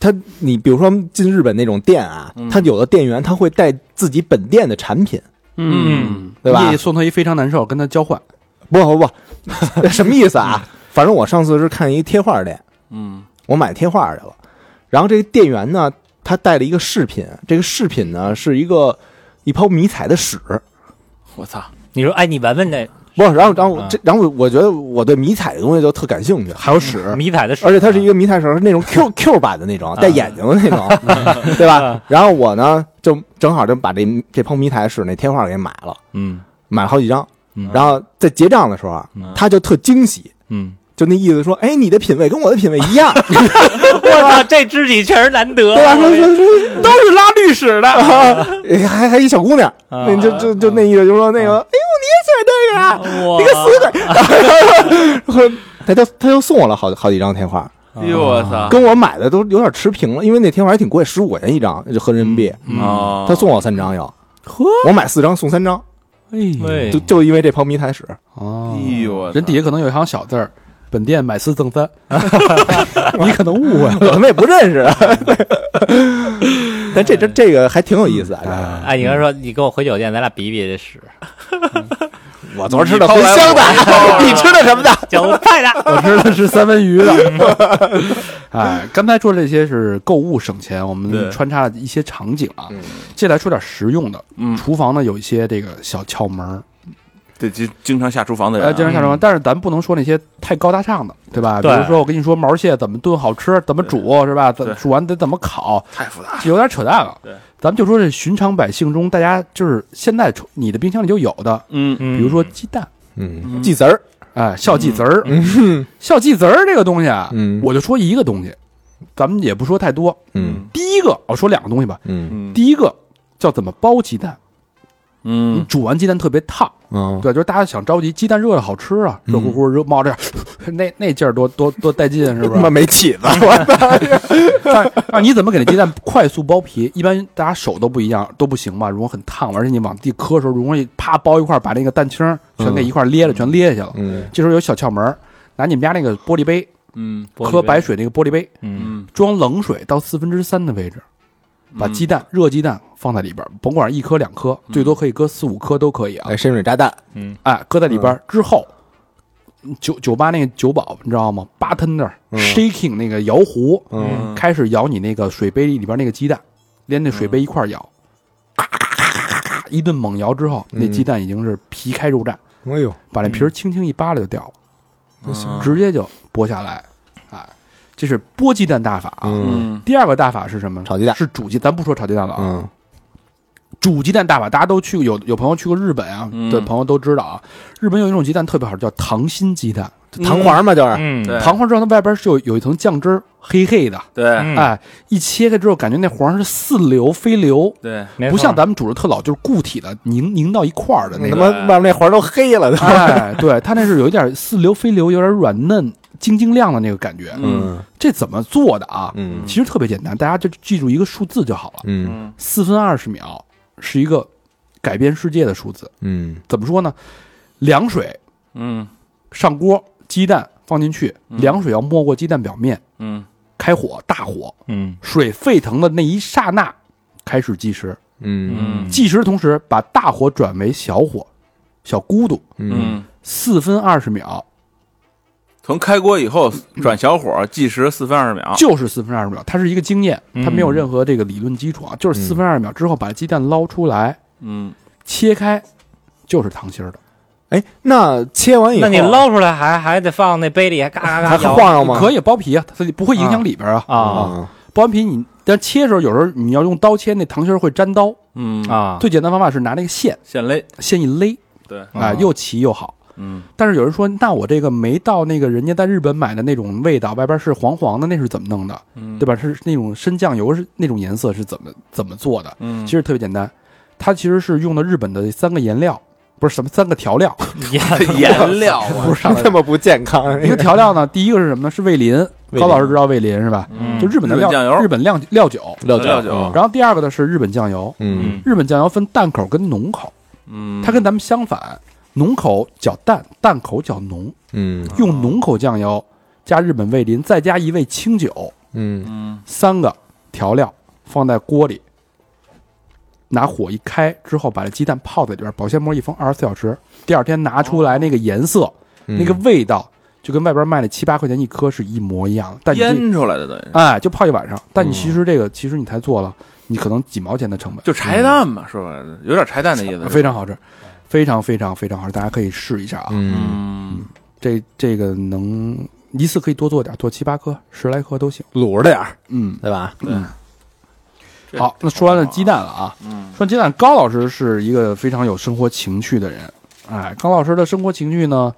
C: 他，你比如说进日本那种店啊，他有的店员他会带自己本店的产品，
B: 嗯，
C: 对吧
B: 你送他一非常难受，跟他交换，
C: 不不不， 什么意思啊？反正我上次是看一贴画店，
E: 嗯，
C: 我买贴画去了，然后这个店员呢，他带了一个饰品，这个饰品呢是一个一泡迷彩的屎，
E: 我操，
D: 你说哎，你闻闻这
C: 不是，然后然后
D: 嗯
C: 这然后我觉得我对迷彩的东西就特感兴趣，嗯还有屎
D: 迷彩的屎，
C: 而且它是一个迷彩绳，是那
D: 啊
C: 种 Q Q 版的那种，带眼睛的那 种，对吧？然后我呢，就正好就把这这泡迷彩室那贴画给买了，
D: 嗯
C: 买了好几张
D: 嗯。
C: 然后在结账的时候啊
D: 嗯，
C: 他就特惊喜，
D: 嗯，
C: 就那意思说：“哎，你的品味跟我的品味一 样，
D: 我操，这知己确实难得。啊
C: 啊对啊吧？说说说
E: 都是拉绿屎的，
C: 哎还还一小姑娘，
D: 啊
C: 那就就就那意思，就说那个，哎呦，你也喜欢这个啊？
D: 我
C: 你个死鬼！”然后 他就他就送我了好好几张贴画，
E: 哎呦我操，
C: 跟我买的都有点持平了，因为那贴画还挺贵，十五块钱一张，就合人民币。嗯
E: 哦，
C: 他送我三张要，我买四张送三张，
D: 哎
C: 就就因为这泡迷彩屎，
B: 哦
E: 哎，呦我操，
B: 人底下可能有一行小字儿，本店买四赠三，你可能误会了。
C: 我他妈也不认识。但这这这个还挺有意思啊！
D: 哎，你跟他说，你跟我回酒店，咱俩比一比这 屎，
C: 这我昨儿吃的茴香
E: 来我
C: 的，你吃的什么的？
D: 韭菜的。
B: 我吃的是三文鱼的。 哎，刚才说这些是购物省钱，我们
E: 对
B: 穿插了一些场景啊
C: 嗯。
B: 接下来说点实用的，
E: 嗯
B: 厨房呢有一些这个小窍门儿，
E: 得经经常下厨房的
B: 呃，
E: 人，啊
B: 经常下厨房，但是咱不能说那些太高大上的，对吧？比
D: 对
B: 如说我跟你说毛蟹怎么炖好吃，怎么煮是吧？怎
E: 对
B: 煮完得怎么烤，
E: 太复杂，
B: 有点扯淡了。
E: 对，
B: 咱们就说这寻常百姓中，大家就是现在出你的冰箱里就有的，
E: 嗯
D: 比
B: 比如说鸡蛋，
C: 嗯，记词儿，
B: 哎，孝记子儿，孝记子儿这个东西啊，
C: 嗯
B: 我就说一个东西，咱们也不说太多。
C: 嗯
B: 第一个，我说两个东西吧。
C: 嗯
E: 嗯
B: 第一个叫怎么包鸡蛋，你
E: 嗯
B: 煮完鸡蛋特别烫，
C: 嗯，
B: 对，就是大家想着急，鸡蛋热了好吃啊，热乎乎热冒着， 那那劲儿多多多带劲，是不
C: 他妈
B: 是？
C: 没起子，
B: 啊，你怎么给那鸡蛋快速剥皮？一般大家手都不一样，都不行吧？容易很烫，而且你往地磕的时候，容易啪剥一块，把那个蛋清儿全给一块咧了，全咧下去 了。
C: 嗯
B: 这时候有小窍门儿，拿你们家那个玻璃杯，
E: 嗯
B: 喝白，水那个玻璃杯，
D: 嗯，
E: 嗯
B: 装冷水到四分之三的位置，把鸡蛋热鸡蛋放在里边儿，甭管是一颗两颗，最多可以搁四五颗都可以啊。
C: 哎，深水炸弹，
B: 哎，搁在里边
C: 嗯
B: 儿之后，酒酒吧那个酒保你知道吗？bartender shaking 那个摇壶，
C: 嗯
B: 开始摇你那个水杯里边那个鸡蛋，连那水杯一块儿摇，咔咔咔咔咔咔一顿猛摇之后，那
C: 嗯
B: 鸡蛋已经是皮开肉绽，
C: 哎呦，
B: 把那皮儿轻轻一扒拉就掉了，直接就剥下来。哎，这是剥鸡蛋大法啊。
C: 嗯
E: 嗯
B: 第二个大法是什么？
C: 炒鸡蛋
B: 是煮鸡，咱不说炒鸡蛋了啊，
C: 嗯
B: 煮鸡蛋大法，大家都去过，有有朋友去过日本啊
E: 嗯
B: 的朋友都知道啊，日本有一种鸡蛋特别好，叫溏心鸡蛋。
C: 弹簧嘛就是，
D: 嗯，
E: 对
B: 溏黄之后它外边是有有一层酱汁儿，黑黑的，
E: 对
D: 嗯
B: 哎，一切开之后感觉那黄是似流非流，
E: 对，
D: 没错
B: 不像咱们煮的特老，就是固体的凝凝到一块儿的那
C: 他
B: 个。
C: 妈外面嗯那环都黑了都，
B: 哎，对，它那是有一点似流非流，有点软嫩、晶晶亮的那个感觉。
C: 嗯
B: 这怎么做的啊？
C: 嗯
B: 其实特别简单，大家就记住一个数字就好了。
C: 嗯
E: 嗯
B: 四分二十秒是一个改变世界的数字。
C: 嗯
B: 怎么说呢？凉水
E: 嗯
B: 上锅，鸡蛋放进去，
E: 嗯
B: 凉水要没过鸡蛋表面，
E: 嗯
B: 开火，大火，
D: 嗯
B: 水沸腾的那一刹那开始计时，
C: 嗯
E: 嗯
B: 计时同时把大火转为小火，小咕嘟，
C: 嗯
E: 嗯，
B: 四分二十秒
E: 从开锅以后转小火，计时四分二十秒，
B: 就是四分二十秒，它是一个经验，它没有任何这个理论基础啊，就是四分二十秒之后把鸡蛋捞出来，
E: 嗯，
B: 切开，就是糖心儿的，
C: 哎，那切完以后，
D: 那你捞出来还还得放那杯里，嘎嘎嘎
C: 还
D: 摇
C: 晃悠吗？
B: 可以剥皮啊，它不会影响里边啊。
D: 啊
C: 啊，
B: 剥完皮你，但切的时候有时候你要用刀切，那糖心儿会粘刀。
E: 嗯啊，
D: 啊！
B: 最简单方法是拿那个线，
E: 现勒，
B: 线一勒，
E: 对，
B: 啊、又齐又好。
E: 嗯
B: 但是有人说，那我这个没到那个人家在日本买的那种味道，外边是黄黄的，那是怎么弄的，
E: 嗯，
B: 对吧？是那种深酱油是那种颜色是怎么怎么做的？
E: 嗯，
B: 其实特别简单，它其实是用的日本的三个颜料，不是什么三个调料，
D: 也
E: 颜料啊，
B: 不是上来
C: 那么不健康，
B: 一个 调料呢，第一个是什么呢？是味淋，
C: 淋
B: 高老师知道味淋是吧？
E: 嗯
B: 就日本的
E: 日
B: 料
E: 本酱油嗯
B: 日本料料酒。
C: 料
E: 料酒，
B: 然后第二个呢是日本酱油，
C: 嗯
B: 日本酱油分淡口跟浓口，
E: 嗯，
B: 它跟咱们相反，浓口较淡，淡口较浓。
C: 嗯
E: 啊
B: 用浓口酱油加日本味淋，再加一味清酒，
C: 嗯
E: 嗯
B: 三个调料放在锅里，拿火一开之后，把这鸡蛋泡在里边，保鲜膜一封，二十四小时。第二天拿出来，那个颜色、
C: 嗯
B: 那个味道，就跟外边卖的七八块钱一颗是一模一样的。但你这
E: 腌出来的等于是，
B: 哎，就泡一晚上。但你其实这个，其实你才做了，你可能几毛钱的成本，
E: 嗯就柴蛋嘛，说白了有点柴蛋的意思，
B: 啊非常好吃，非常非常非常好吃，大家可以试一下啊。
C: 嗯，
E: 嗯，
B: 这这个能一次可以多做点，做七八颗、十来颗都行。
C: 卤着点儿，
B: 嗯，
C: 对吧？
E: 这
B: 好，那说完了鸡，蛋了啊，
E: 嗯
B: 说鸡蛋，高老师是一个非常有生活情趣的人。哎，高老师的生活情趣呢，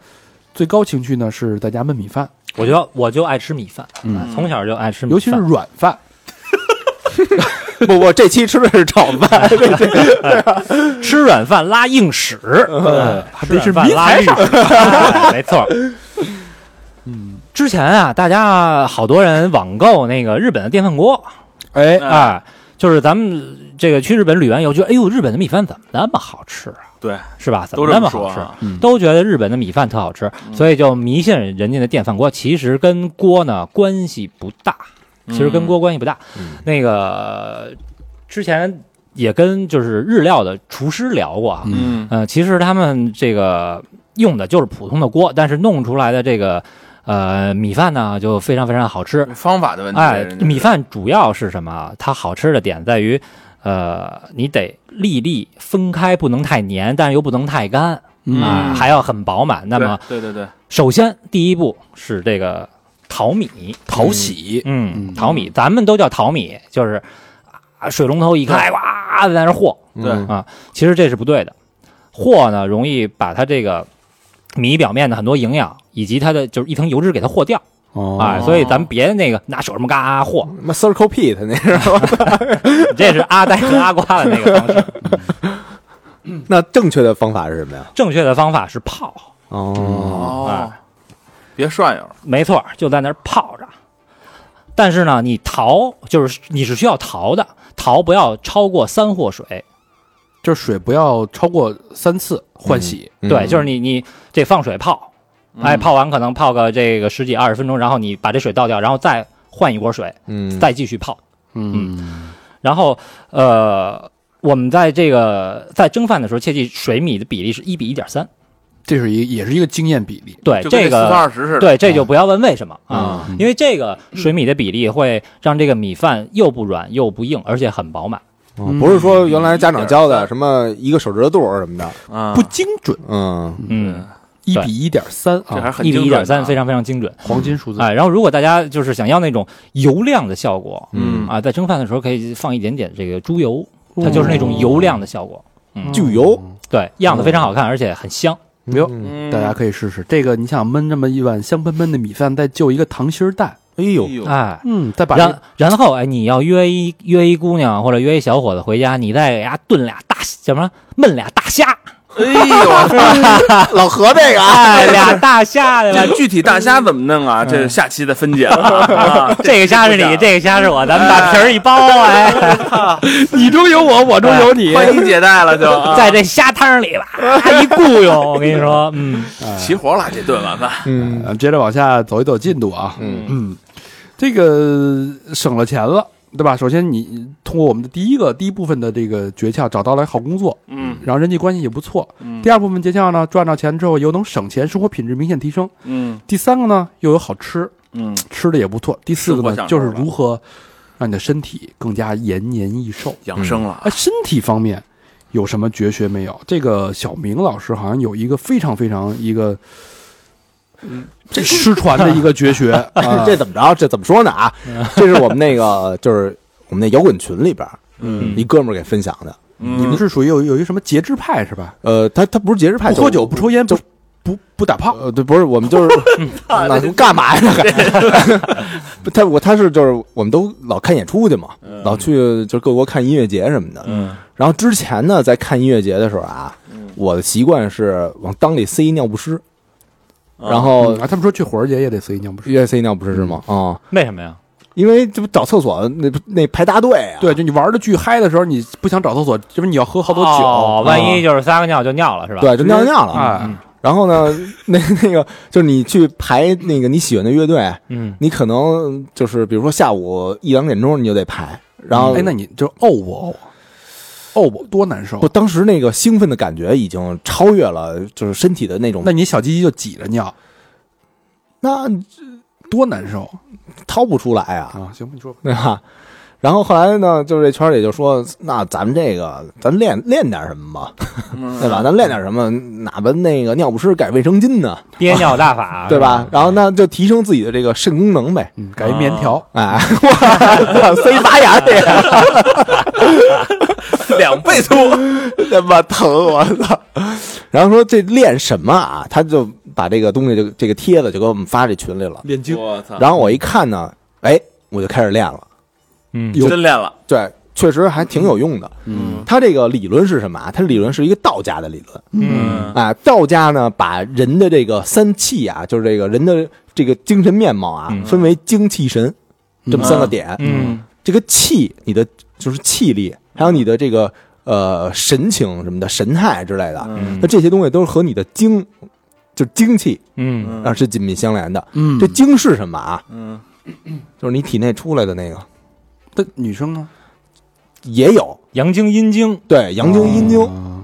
B: 最高情趣呢是在家焖米饭，
D: 我觉得我就爱吃米饭，
B: 嗯
D: 啊从小就爱吃米饭，
B: 尤其是软饭，
C: 不不，这期吃的是炒饭，
D: 吃软饭拉硬屎，
B: 还
D: 还
B: 得是
D: 饭
B: 迷
D: 拉
B: 彩
D: 硬
B: 上。
D: 屎，哎没错。嗯，之前啊，大家好多人网购那个日本的电饭锅，
B: 哎，
D: 哎，就是咱们这个去日本旅完游，觉得哎呦，日本的米饭怎么那么好吃啊？
E: 对，
D: 是吧？怎
E: 都
D: 么
E: 这
D: 那
E: 么
D: 好
E: 说
D: 吃？
E: 啊，
B: 嗯
D: 都觉得日本的米饭特好吃，所以就迷信人家的电饭锅。其实跟锅呢关系不大，其实跟锅关系不大。那个之前也跟就是日料的厨师聊过啊，
B: 嗯
E: 嗯
D: 呃，其实他们这个用的就是普通的锅，但是弄出来的这个呃米饭呢就非常非常好吃。
E: 方法的问题，
D: 哎，
E: 人家
D: 米饭主要是什么啊？它好吃的点在于，呃，你得粒粒分开，不能太黏，但是又不能太干啊、
E: 嗯
D: 还要很饱满。那么，
E: 对对对对，
D: 首先第一步是这个淘米，
B: 讨喜，
D: 嗯
B: 嗯
D: 淘米，咱们都叫淘米，就是啊，水龙头一开，哇，在那儿和。啊
E: 对
C: 嗯
D: 其实这是不对的。和呢，容易把它这个米表面的很多营养以及它的就是一层油脂给它和掉
B: 哦
D: 啊、哎所以咱们别那个拿手这么嘎和，
C: 什么 Circle Pit 嗯那是吧？
D: 这是阿呆和阿瓜的那个方式。
C: 那正确的方法是什么呀？
D: 正确的方法是泡，
C: 哦，
E: 哦，别涮悠，
D: 没错，就在那儿泡着。但是呢，你淘就是你是需要淘的，淘不要超过三和水。
B: 就是水不要超过三次换洗，
D: 嗯
C: 嗯
E: 嗯
D: 对，就是你你这放水泡，哎，泡完可能泡个这个十几二十分钟，然后你把这水倒掉，然后再换一锅水，
C: 嗯，
D: 再继续泡。
B: 嗯，
D: 然后呃，我们在这个在蒸饭的时候，切记水米的比例是一比一点三。
B: 这是一也是一个经验比例，
D: 对，
E: 就跟
D: 哎这
E: 四分
D: 个
E: 二十似的，
D: 对，这就不要问为什么啊。
C: 啊，
B: 嗯
D: 因为这个水米的比例会让这个米饭又不软又不硬，而且很饱满。
C: 哦不是说原来家长教的什么一个手指头肚儿什么的，
E: 啊，
B: 不精准，
C: 嗯
D: 嗯，
B: 一
D: 对
B: 比一点三
E: 这还
B: 啊，
E: 是很
D: 一比一
E: 精准
D: 点
E: 的啊
D: 三非常非常精准。
B: 黄金数字，
D: 哎，然后如果大家就是想要那种油亮的效果
C: 嗯，哦
D: 啊，在蒸饭的时候可以放一点点这个猪油，它就是那种油亮的效果。嗯，
C: 巨油，
D: 对，样子非常好看，而且很香。
B: 哟，
E: 嗯
B: 大家可以试试这个。你想焖这么一碗香喷喷的米饭，再就一个糖心儿蛋，
C: 哎呦
E: 哎，呦，
D: 哎，
B: 嗯，再把
D: 然然后哎，你要约一哎 约一姑娘或者约一小伙子回家，你再给他炖俩大叫什么焖俩大虾，
E: 哎呦，我操
C: 老何这个啊，
D: 哎，俩大虾的了
E: 这，具体大虾怎么弄啊？这下期的分解了啊。 啊
D: 这个虾是你，这个虾是我，咱们把皮儿一剥，哎，
B: 你中有我，我中有你。
E: 宽衣解带了就，啊
D: 在这虾汤里吧，一雇佣，我跟你说，嗯，
E: 齐活了这顿晚饭。
C: 嗯
B: 呃接着往下走一走进度啊，
C: 嗯
B: 嗯，这个省了钱了，对吧？首先你通过我们的第一个第一部分的这个诀窍，找到了好工作，
E: 嗯
B: 然后人际关系也不错。
E: 嗯
B: 第二部分诀窍呢，赚到钱之后又能省钱，生活品质明显提升。
E: 嗯
B: 第三个呢，又有好吃，
E: 嗯，
B: 吃的也不错。第四个
E: 生活
B: 呢，
E: 享
B: 就
E: 受
B: 是
E: 了
B: 如何让你的身体更加延年益寿。
E: 养生了
B: 啊，。身体方面有什么绝学没有？这个小明老师好像有一个非常非常一个，这失传的一个绝学 啊，
C: 这怎么着？这怎么说呢 啊？这是我们那个，就是我们那摇滚群里边儿
E: 嗯
C: 一哥们儿给分享的。
B: 你们
E: 嗯，
B: 是属于有有一什么节制派是吧？
C: 呃，他他不是节日派，
B: 不喝酒，不抽烟，不
C: 就
B: 不不打炮，
C: 呃，对，不是我们 就是
B: 嗯
C: 那干嘛呀？不他我他是就是我们都老看演出去嘛，
B: 嗯
C: 老去就是各国看音乐节什么的。
E: 嗯，
C: 然后之前呢，在看音乐节的时候啊，
B: 嗯
C: 我的习惯是往裆里塞一尿不湿，然后
B: 嗯啊，他们说去火儿节也得随意尿不湿，
C: 越塞尿不湿是吗？啊，
D: 为什么呀？
C: 因为这不找厕所那那排大队啊，
B: 对，就你玩的巨嗨的时候，你不想找厕所，就是你要喝好多
D: 哦
B: 酒，嗯
D: 万一就是撒个尿就尿了是吧？
C: 对，就尿尿了。
B: 啊，
C: 然后呢， 那那个就是你去排那个你喜欢的乐队，
D: 嗯，
C: 你可能就是比如说下午一两点钟你就得排，然后
B: 哎，那你就呕不呕啊？呕不多难受
C: 不，，当时那个兴奋的感觉已经超越了就是身体的那种
B: 那你小鸡鸡就挤着尿，
C: 那
B: 多难受
C: 掏不出来啊，
B: 啊！行吧，你说吧，
C: 对吧？然后后来呢，就是这圈里就说，那咱们这个咱练练点什么吧，
B: 嗯
C: 对吧？咱练点什么，哪怕那个尿不湿改卫生巾呢，
D: 憋尿大
B: 哎
D: 法，
C: 对吧？？然后那就提升自己的这个肾功能呗。
B: 嗯，改一棉条。
C: 哎，哇，塞拔牙去，
E: 两倍粗，
C: 他妈疼，我操！然后说这练什么啊？他就把这个东西就这个帖子就给我们发这群里了。
B: 练精，
E: 我操，
C: 然后我一看呢，哎，我就开始练了。
D: 嗯，
B: 有
E: 真练了。
C: 对，确实还挺有用的。
B: 嗯，
C: 它这个理论是什么啊？它理论是一个道家的理论。
E: 嗯
C: 啊，道家呢把人的这个三气啊，就是这个人的这个精神面貌啊，分为精气神这么三个点。
D: 嗯，
C: 这个气，你的就是气力，还有你的这个呃神情什么的、神态之类的，
E: 嗯
C: 那这些东西都是和你的精，就是精气
D: 嗯，
C: 啊是紧密相连的。
B: 嗯
C: 这
B: 这
C: 精是什么啊？
E: 嗯
C: 就是你体内出来的那个
B: 这女生呢？
C: 也有，
D: 阳精阴精，
C: 对，阳精、阴精，
B: 啊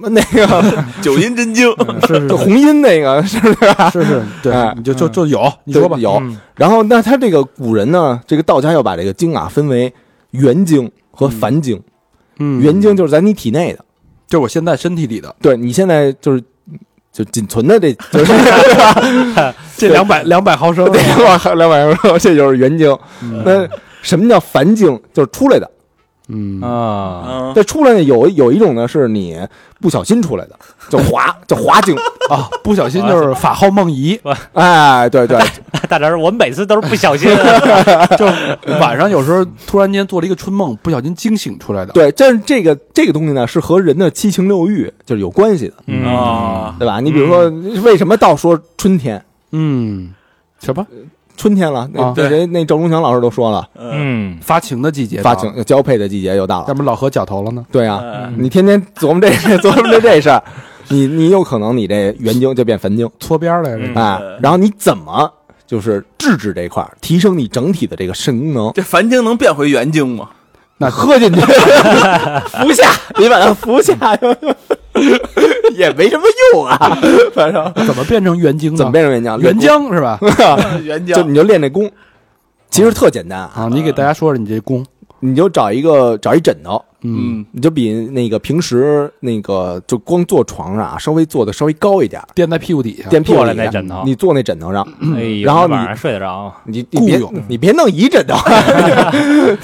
C: 那个
E: 九阴真经，
B: 是 是
C: 这红阴那个是不是？
B: 是是，
C: 哎
B: 对，你就就就有，你
C: 对
B: 说吧，
C: 有
D: 嗯。
C: 然后，那他这个古人呢，这个道家要把这个经啊分为元经和凡经。
B: 嗯，
C: 元经就是在你体内的，
B: 就是我现在身体里的
C: 对你现在就是就仅存的这，就是
B: 这两百两百毫 升，
C: 两百两百说，这就是元经。那什么叫凡经？就是出来的。
B: 嗯
D: 啊，
E: 嗯
C: 这出来的有有一种呢，是你不小心出来的，叫滑，叫滑经。
B: 啊，不小心就是法号梦 遗，
C: 哎，对对，
D: 大侄儿，我们每次都是不小心，
B: 就是晚上有时候突然间做了一个春梦，不小心惊醒出来的，
C: 对，这这个这个东西呢，是和人的七情六欲就是有关系的，
B: 嗯
D: 嗯
E: 啊，
C: 对吧？你比如说，为什么到说春天？
B: 嗯，什么
C: 春天了，那、
B: 啊
C: 那谁那赵忠祥老师都说了，
D: 嗯，
B: 发情的季节，啊
C: 发，情交配的季节又到
B: 要
C: 了。
B: 不老何绞头了呢？
C: 对啊，
E: 嗯
C: 你天天琢磨这 琢磨这这事儿，你你有可能你这原经就变坟经
B: 搓边儿来着
D: 嗯，
C: 啊、哎然后你怎么就是制止这块儿，提升你整体的这个肾功 能？
E: 这凡经能变回元经吗？
B: 那
C: 喝进去， 服下，你把它服下， 也没什么用啊。 反正
B: 怎么变成元精呢？
C: 怎么变成原浆？
B: 元浆是吧？
E: 元
C: 就你就练这功，其实特简单啊，
B: 啊，你给大家说说你这功，
C: 你就找一个找一枕头，
B: 嗯，
E: 嗯
C: 你就比那个平时那个就光坐床上啊，稍微坐的稍微高一点儿，
B: 垫在屁股底下，
C: 垫屁股
D: 坐在
C: 底
D: 那
C: 下
D: 枕头
C: 你坐那枕头上，
D: 哎呦，
C: 然后
D: 晚
C: 你
D: 上睡得着，啊
C: 你你别
B: 雇佣
C: 你别弄一 枕头，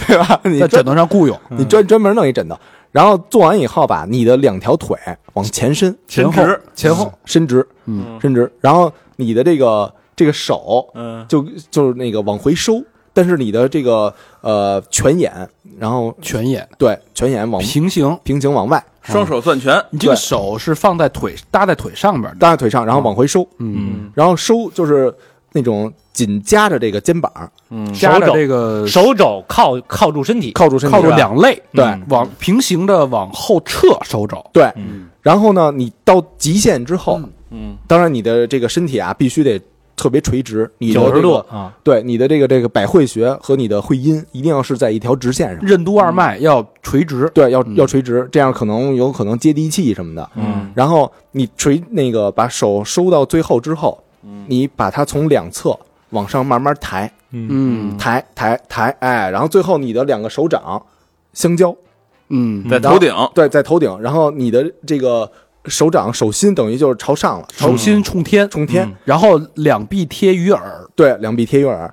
C: 对吧？你
B: 在枕
C: 专
B: 头上嗯雇佣，
C: 你专专门弄一枕头，然后做完以后吧，你的两条腿往前伸，嗯
E: 伸
B: 前后
E: 直，
B: 前后，
C: 伸直，
B: 嗯
C: 伸直，然后你的这个这个手
E: 嗯
C: 就就是那个往回收，但是你的这个呃拳眼，然后
B: 全眼
C: 对拳眼往
B: 平行，
C: 平行往外，
E: 双手攥拳，
B: 你这个
C: 对
B: 手是放在腿搭在腿上边的，
C: 搭在腿上，然后往回收，
B: 嗯，
C: 然后收就是那种紧夹着这个肩膀，
E: 嗯
B: 夹着这个
D: 手肘靠靠住身体，
C: 靠住身体，
B: 靠着两肋，
C: 对
B: 嗯往平行的往后撤手肘，
C: 对
D: 嗯。
C: 然后呢，你到极限之后，
E: 嗯，
C: 当然你的这个身体啊，必须得特别垂直，你的
D: 九
C: 这
D: 十度
C: 个
D: 啊，
C: 对你的这个这个百会穴和你的会阴一定要是在一条直线上，
B: 任督二脉要垂直，
C: 对，要
B: 嗯
C: 要垂直，这样可能有可能接地气什么的。
D: 嗯
C: 然后你垂那个把手收到最后之后，
D: 嗯
C: 你把它从两侧往上慢慢抬，
B: 嗯
C: 抬抬抬，哎，然后最后你的两个手掌相交，
B: 嗯，
E: 在头顶，
C: 对，在头顶，然后你的这个手掌手心等于就是朝上了，
B: 手心冲天，嗯
C: 冲天，
B: 然后两臂贴于耳，
C: 对，两臂贴于耳。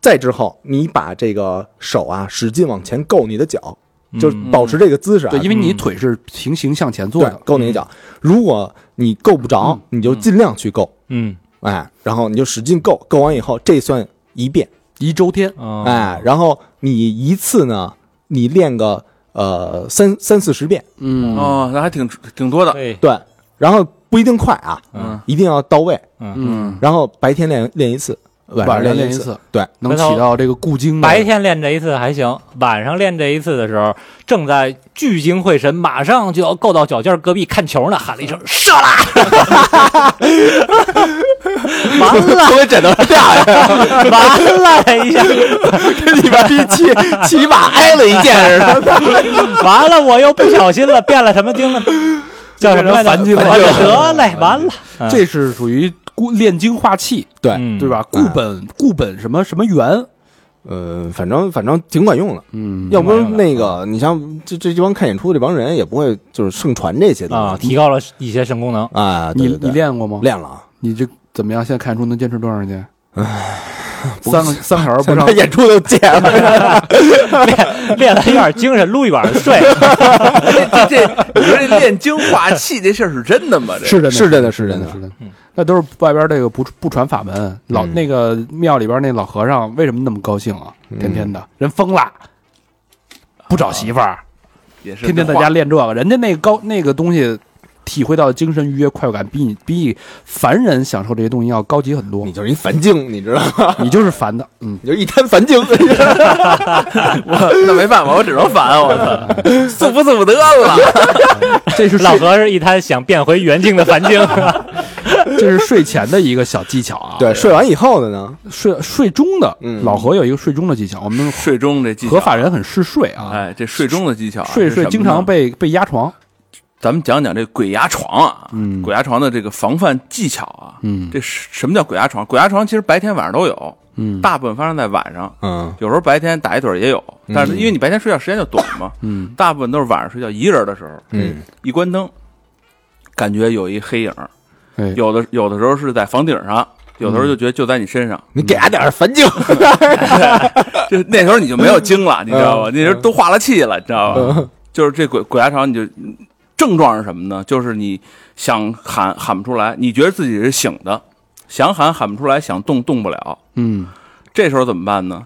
C: 再之后，你把这个手啊使劲往前够你的脚，就是保持这个姿势啊，
B: 对，因为你
D: 嗯
B: 腿是平行向前做
C: 对
B: 的，
C: 够你的脚。如果你够不着，你就尽量去够，
D: 嗯
C: 哎，然后你就使劲够，够完以后这算一遍，
B: 一周天，
D: 哦
C: 哎，然后你一次呢，你练个呃三三四十遍，
B: 嗯
E: 哦，那还挺挺多的，
D: 对，
C: 对，然后不一定快啊，
E: 嗯
C: 一定要到位，
B: 嗯，
C: 然后白天练练一次，晚
B: 晚上
C: 练
B: 练一
C: 次
B: 次，
C: 对，
B: 能起到这个固精的
D: 白天练这一次还行，晚上练这一次的时候，正在聚精会神，马上就要够到脚尖儿隔壁看球呢，喊了一 声“射啦”，完了，
C: 我枕头掉下来，
D: 完了这一下，
C: 里边一骑骑马挨了一箭似的，
D: 完了，我又不小心了，变了什么精了？叫什么来着？
B: 反击了
D: 反击得嘞，完了，
B: 这是属于固炼精化气，
C: 对，
D: 嗯
B: 对吧？固本固本什么什么元，
C: 呃，反正反正挺管用的，
B: 嗯
C: 要不那个你像这这这帮看演出的这帮人也不会就是盛传这些
D: 啊，
C: 东西
D: 提高了一些肾功能。
C: 啊，对
B: 你
C: 对对
B: 你练过吗？
C: 练了啊，
B: 你这怎么样？现在看书能坚持多长时间？三个三个小时不上
C: 他演出都戒了，
D: 练了一晚精神，撸一晚上睡，
E: 这这你说这炼精化气这事儿是真的吗？这
B: 真的，
C: 是真的
B: 是
C: 是真的
B: 是真的。啊
E: 嗯
B: 那都是外边这个不不传法门，老
C: 嗯
B: 那个庙里边那老和尚为什么那么高兴啊？天天的人疯了，不找媳妇儿，
E: 也是
B: 天天在家练这个，人家那个高那个东西。体会到的精神愉悦快感，比你比你凡人享受这些东西要高级很多
C: 你。就是一梵净，你知道吗？
B: 你就是凡的， 嗯，
C: 你就一滩梵净，
E: 我那没办法，我只能烦我操，速不速得了？
B: 这是
D: 老
B: 睡
D: 何是一滩想变回原境的梵 精。
B: 这是睡前的一个小技巧啊。
C: 对，睡完以后的呢，
B: 睡睡中的，
C: 嗯
B: 老何有一个睡中的技巧，我们
E: 睡中这技巧，
B: 合法人很嗜睡啊，
E: 哎，这睡中的技巧啊，
B: 睡
E: 是什
B: 睡
E: 么
B: 经常
E: 呢
B: 被被压床，
E: 咱们讲讲这鬼压床啊，
B: 嗯
E: 鬼压床的这个防范技巧啊，
B: 嗯
E: 这是什么叫鬼压床？鬼压床其实白天晚上都有，
B: 嗯
E: 大部分发生在晚上，
C: 嗯
E: 有时候白天打一盹儿也有，但是因为你白天睡觉时间就短嘛，
B: 嗯
E: 大部分都是晚上睡觉一个人的时候，
C: 嗯，
E: 一关灯，感觉有一黑影儿，
B: 哎
E: 有的有的时候是在房顶上，有的
C: 嗯
E: 时候就觉得就在你身上，
C: 你给他点儿梵净，
E: 就那时候你就没 有精了，你知道
C: 嗯
E: 吧？那时候都化了气了，你知道吧？ 就是这鬼鬼压床，你就症状是什么呢？就是你想喊喊不出来，你觉得自己是醒的，想喊喊不出来，想动动不了，
B: 嗯
E: 这时候怎么办呢？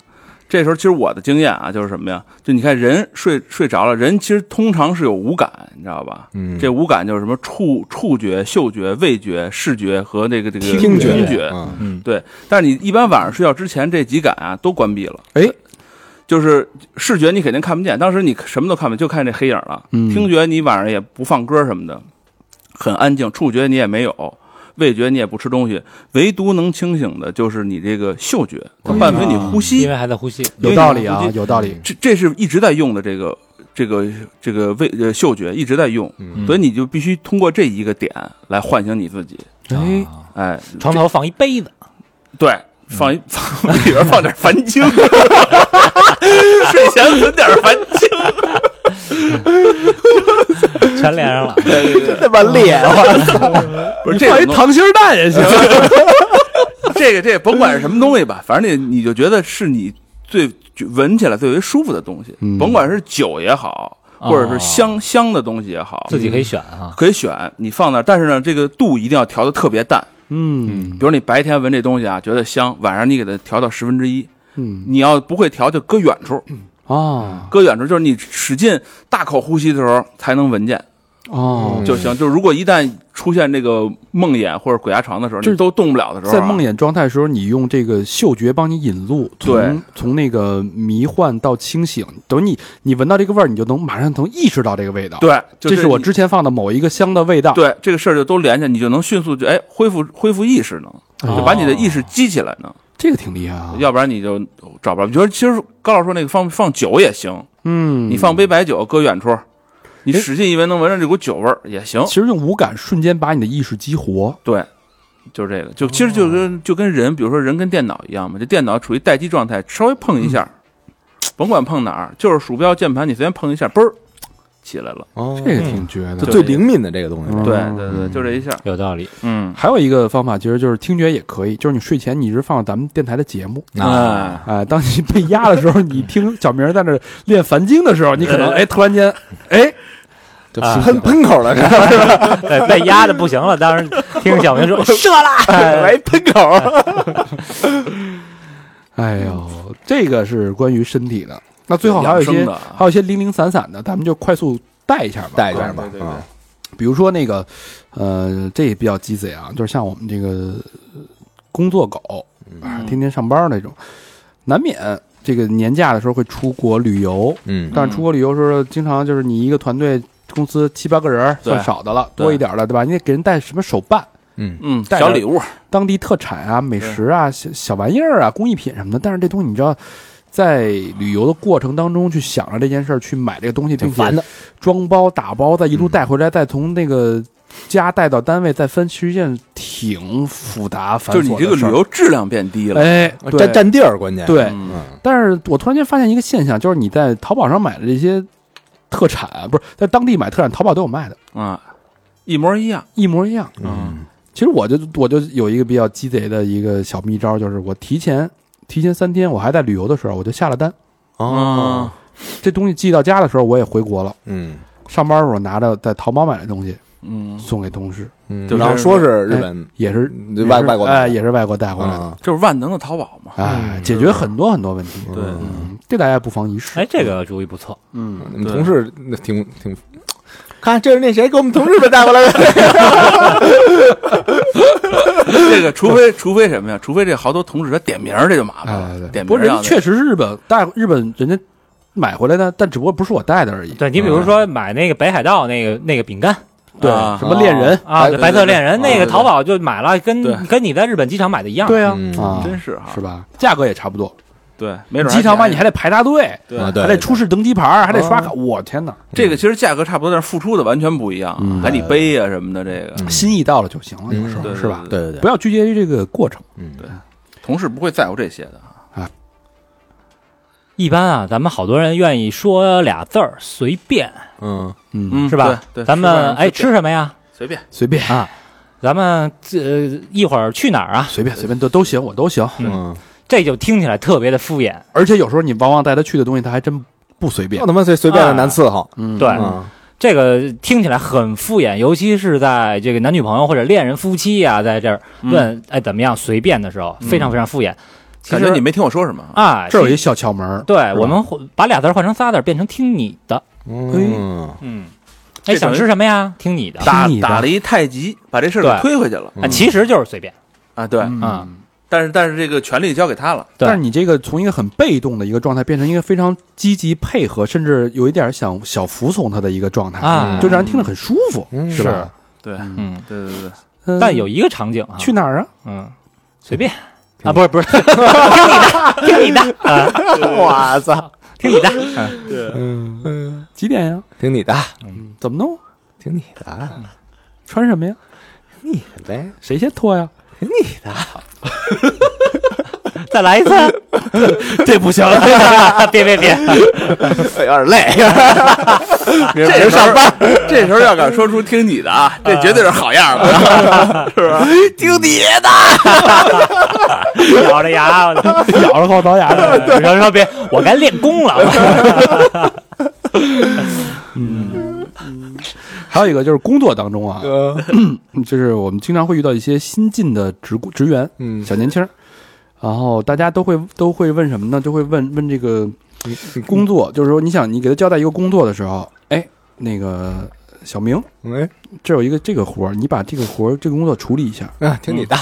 E: 这时候其实我的经验啊，就是什么呀？就你看人睡睡着了，人其实通常是有五感，你知道吧？
C: 嗯
E: 这五感就是什么触触觉、嗅觉、味觉、视觉和这个这个
C: 听
E: 觉。
C: 觉，
E: 听觉
C: 嗯
E: 对，但是你一般晚上睡觉之前这几感啊都关闭了。
B: 哎，
E: 就是视觉你肯定看不见，当时你什么都看不见，就看这黑影了。
B: 嗯
E: 听觉你晚上也不放歌什么的，很安静。触觉你也没有，味觉你也不吃东西，唯独能清醒的就是你这个嗅觉，
B: 哦
E: 它伴随你呼吸
D: 因为。还在呼吸。
E: 因为
B: 有道理啊
E: 你，
B: 有道理。
E: 这这是一直在用的这个这个这个味呃嗅觉一直在用，
C: 嗯
E: 所以你就必须通过这一个点来唤醒你自己。
B: 哎，
E: 哎，
D: 床头放一杯子，
E: 对，放一 放里边放点梵经， 睡前存点梵经。
D: 全连上了。 嗯
C: 真他妈烈，
E: 啊不是
B: 放一
E: 这种东
B: 哎
E: 哎
B: 溏心蛋也行。
E: 这个这个甭管是什么东西吧，反正你你就觉得是你最就闻起来最为舒服的东西，
B: 嗯
E: 甭管是酒也好，或者
D: 哦
E: 是香、香的东西也好，
D: 自己可以选啊。
E: 可以选你放那儿，但是呢，这个度一定要调的特别淡。
B: 嗯
E: 比如你白天闻这东西啊，觉得香，晚上你给它调到十分之一。
B: 嗯
E: 你要不会调，就搁远处，
B: 啊，
E: 搁远处就是你使劲大口呼吸的时候才能闻见。
B: 哦
C: 嗯，
E: 就行。就如果一旦出现这个梦魇或者鬼压床的时候，
B: 就是
E: 你都动不了的时候啊、
B: 在梦魇状态的时候，你用这个嗅觉帮你引路，
E: 对
B: 从从那个迷幻到清醒，等于你你闻到这个味儿，你就能马上能意识到这个味道。，
E: 对，就
B: 这是我
E: 你
B: 之前放的某一个香的味道。，
E: 对这个事儿就都连起来，你就能迅速就哎恢复恢复意识呢，
B: 哦
E: 就把你的意识激起来呢，
B: 这个挺厉害啊。
E: 要不然你就找不着。比如说其实高老师说那个放放酒也行，
B: 嗯，
E: 你放杯白酒搁远处，你
B: 哎
E: 使劲一闻能闻着这股酒味儿也行。
B: 其实用五感瞬间把你的意识激活。
E: 对，就是这个，就其实就跟就跟人，比如说人跟电脑一样嘛，这电脑处于待机状态，稍微碰一下，甭管碰哪儿，就是鼠标、键盘，你随便碰一下，嘣儿起来了。
C: 哦
B: 这个挺绝
C: 就
B: 的。
E: 对
C: 最灵敏的这个东西，
B: 嗯
E: 嗯对对对，就这一下，
D: 有道 理。
E: 嗯，
B: 还有一个方法，其实就是听觉也可以，就是你睡前你一直放咱们电台的节目，
C: 啊，
E: 哎，
B: 啊、当你被压的时候，你听小明在那练梵经的时候，你可能哎突然间哎
C: 就
D: 啊
C: 喷喷口了，
D: 对，被压的不行了，当时听小明 说射啦，
C: 来喷口。
B: 哎呦，这个是关于身体的。那最后还有一
E: 养
B: 些
E: 生的啊
B: 还有一些零零散散的，咱们就快速带一下吧，
C: 带一下吧
E: 对对，对
C: 啊，
B: 比如说那个，呃，这也比较鸡贼啊，就是像我们这个呃工作狗
E: 嗯
B: 啊，天天上班那种，难免这个年假的时候会出国旅游，
C: 嗯，
B: 但是出国旅游的时候，经常就是你一个团队。公司七八个人儿算
E: 对
B: 少的了，
E: 对
B: 多一点儿了，对吧？你得给人带什么手办，
C: 嗯，
E: 嗯，
B: 带着
E: 小礼物，
B: 当地特产啊、美食啊、小小玩意儿啊、工艺品什么的。但是这东西你知道，在旅游的过程当中去想着这件事儿，去买这个东西，
C: 挺
B: 并
C: 烦
B: 且
C: 的，
B: 装包打包，再一路
C: 嗯
B: 带回来，再从那个家带到单位再分，其实一件挺复杂繁
E: 就
B: 琐
E: 是
B: 的
E: 你这个旅
B: 事儿，
E: 游质量变低了。
B: 哎，对
C: 占占地儿，关键，
B: 对。
E: 嗯
C: 嗯，
B: 但是我突然间发现一个现象，就是你在淘宝上买的这些特产，不是在当地买特产，淘宝都有卖的，
E: 啊，一模一样。
B: 一模一样。
C: 嗯，
B: 其实我就我就有一个比较鸡贼的一个小秘招，就是我提前提前三天，我还在旅游的时候，我就下了单。
E: 啊
C: 哦，
B: 这东西寄到家的时候，我也回国了。
C: 嗯
B: 上班的时候拿着在淘宝买的东西
E: 嗯，
B: 送给同事，
C: 嗯，
E: 就是
C: 然后说是日本
B: 也是
C: 嗯外外国
B: 哎、
C: 的，嗯
B: 也是外国带回来的，
C: 啊，
E: 就是万能的淘宝嘛。
B: 哎、解决很多很多问题。
E: 对
B: 嗯，这大家不妨一试。
D: 哎，这个主意不错。
B: 嗯，
C: 你们
E: 对
C: 同事那挺挺，看这是那谁给我们从日本带过来的，
E: 这个除非除非什么呀？除非这好多同事他点名儿这就麻烦
B: 哎，
E: 了，
B: 对，
E: 点
B: 不过
E: 名儿
B: 人家
E: 让那
B: 确实是日本带日本人家买回来的，但只不过不是我带的而已。
D: 对你比如说买那个北海道那个那个饼干
B: 对，
E: 啊
B: 什么恋人，
D: 啊，
E: 对
D: 白色
E: 对
D: 恋人
E: 对
D: 那个
E: 对
D: 淘宝就买了，
E: 对
D: 跟跟你在日本机场买的一样。
B: 对啊，
C: 嗯
B: 啊，
E: 真是哈
B: 是，吧？价格也差不多，
E: 对，没准儿还
B: 机场买
E: 便宜
B: 你还得排大队，
E: 对
C: 啊
B: 还
C: 对
B: 得，出示登机牌儿，还得刷卡。我天哪！
E: 这个其实价格差不多，但是付出的完全不一样，
B: 嗯
E: 还得背啊呀、什么的。这个、
C: 嗯
B: 心意到了就行了，有时
E: 对
B: 候
E: 对
B: 是吧？
E: 对对
C: 对对
B: 不
C: 对，
B: 要拘泥于这个过程。
C: 嗯
E: 对同事不会在乎这些的。
D: 一般啊，咱们好多人愿意说俩字儿随便，
C: 嗯
B: 嗯，
E: 嗯，
D: 是吧？
E: 对，对
D: 咱们哎
E: 饭
D: 吃什么呀？
E: 随便
B: 随便
D: 啊，咱们这、一会儿去哪儿啊？
B: 随便随便都都行，我都行。
C: 嗯，
D: 这就听起来特别的敷衍。
B: 而且有时候你往往带他去的东西，他还真不随便
C: 那。他妈随随便的难伺候，
B: 嗯，
D: 对
B: 嗯
C: 啊嗯
D: 这个听起来很敷衍，尤其是在这个男女朋友或者恋人、夫妻呀、在这儿问、
B: 嗯
D: 哎怎么样随便的时候，非常非常敷衍。其
E: 感
D: 实
E: 觉你没听我说什么啊？
D: 啊，
B: 这有
D: 其
B: 一小窍门儿。
D: 对我们换把俩字儿换成仨字儿，变成听你的。
C: 嗯，
D: 嗯，哎，
E: 这
D: 想
E: 等于
D: 吃什么呀？听你的。
E: 打
B: 你的
E: 打了一太极，把这事儿
D: 对
E: 给推回去了
B: 嗯
D: 啊，其实就是随便
E: 啊！对，
D: 啊、
E: 但是但是这个权利交给他了，
D: 对
B: 但是你这个从一个很被动的一个状态，变成一个非常积极配合，甚至有一点想小服从他的一个状态，
D: 啊，
B: 就让人听着很舒服，
C: 嗯
B: 是吧？
E: 对，
D: 嗯。
E: 对对对，
B: 嗯
D: 但有一个场景啊，
B: 去哪儿啊？
D: 嗯，随便啊，不是不是， 听你的，听你的啊，
C: 我操，
D: 听你的，
C: 嗯，
B: 几点呀？
C: 听你的，
B: 怎么弄？
C: 听你的，
B: 穿什么呀？
C: 听你的呗，
B: 谁先脱呀？
C: 听你的，
D: 再来一次，
B: 这不行，
D: 别别别，
C: 有点累，
E: 这人上班，这时候要敢说出听你的啊，这绝对是好样的，
C: 听你的，
D: 咬着牙，我操
B: 咬着后槽牙的。
D: 然后说别，我该练功了，
B: 还有一个就是工作当中啊，
C: 嗯
B: 就是我们经常会遇到一些新进的职工职员，
C: 嗯
B: 小年轻儿，然后大家都会都会问什么呢？就会问问这个工作，就是说你想你给他交代一个工作的时候，哎，那个小明，
C: 哎，
B: 这有一个这个活儿，你把这个活儿这个工作处理一下。
C: 啊，听你的，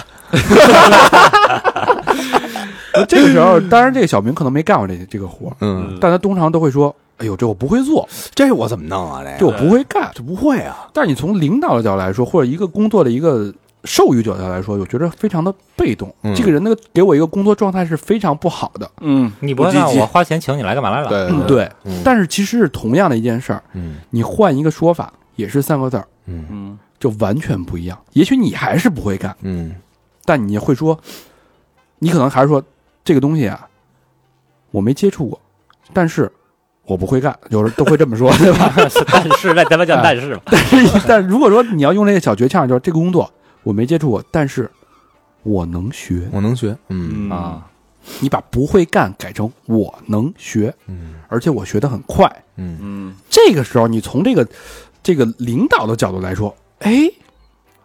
B: 那这个时候，当然这个小明可能没干过这这个活儿，
C: 嗯，
B: 但他通常都会说：“哎呦，这我不会做，
C: 这我怎么弄啊？
B: 这
C: 这
B: 我不会干。
C: 这不会啊，”
B: 但是你从领导的角度来说，或者一个工作的一个授予者角度来说，我觉得非常的被动。
C: 嗯
B: 这个人那个给我一个工作状态是非常不好的。
E: 嗯，
D: 你不会
E: 积
D: 让
E: 极
D: 我花钱请你来干嘛来了？
C: 对
B: 嗯，，对。
C: 嗯
B: 但是其实是同样的一件事儿，
C: 嗯
B: 你换一个说法，也是三个字儿，
C: 嗯
E: 嗯，
B: 就完全不一样。也许你还是不会干，
C: 嗯
B: 但你会说，你可能还是说这个东西啊，我没接触过，但是我不会干，有人都会这么说，对吧？
D: 但 是那咱们叫但是吧，
B: 但是 但如果说你要用这个小诀窍，就是这个工作我没接触过，但是我能学。
C: 我能学，嗯
E: 嗯
D: 啊，
B: 你把不会干改成我能学，
C: 嗯
B: 而且我学得很快。
C: 嗯
E: 嗯，
B: 这个时候，你从这个这个领导的角度来说，哎，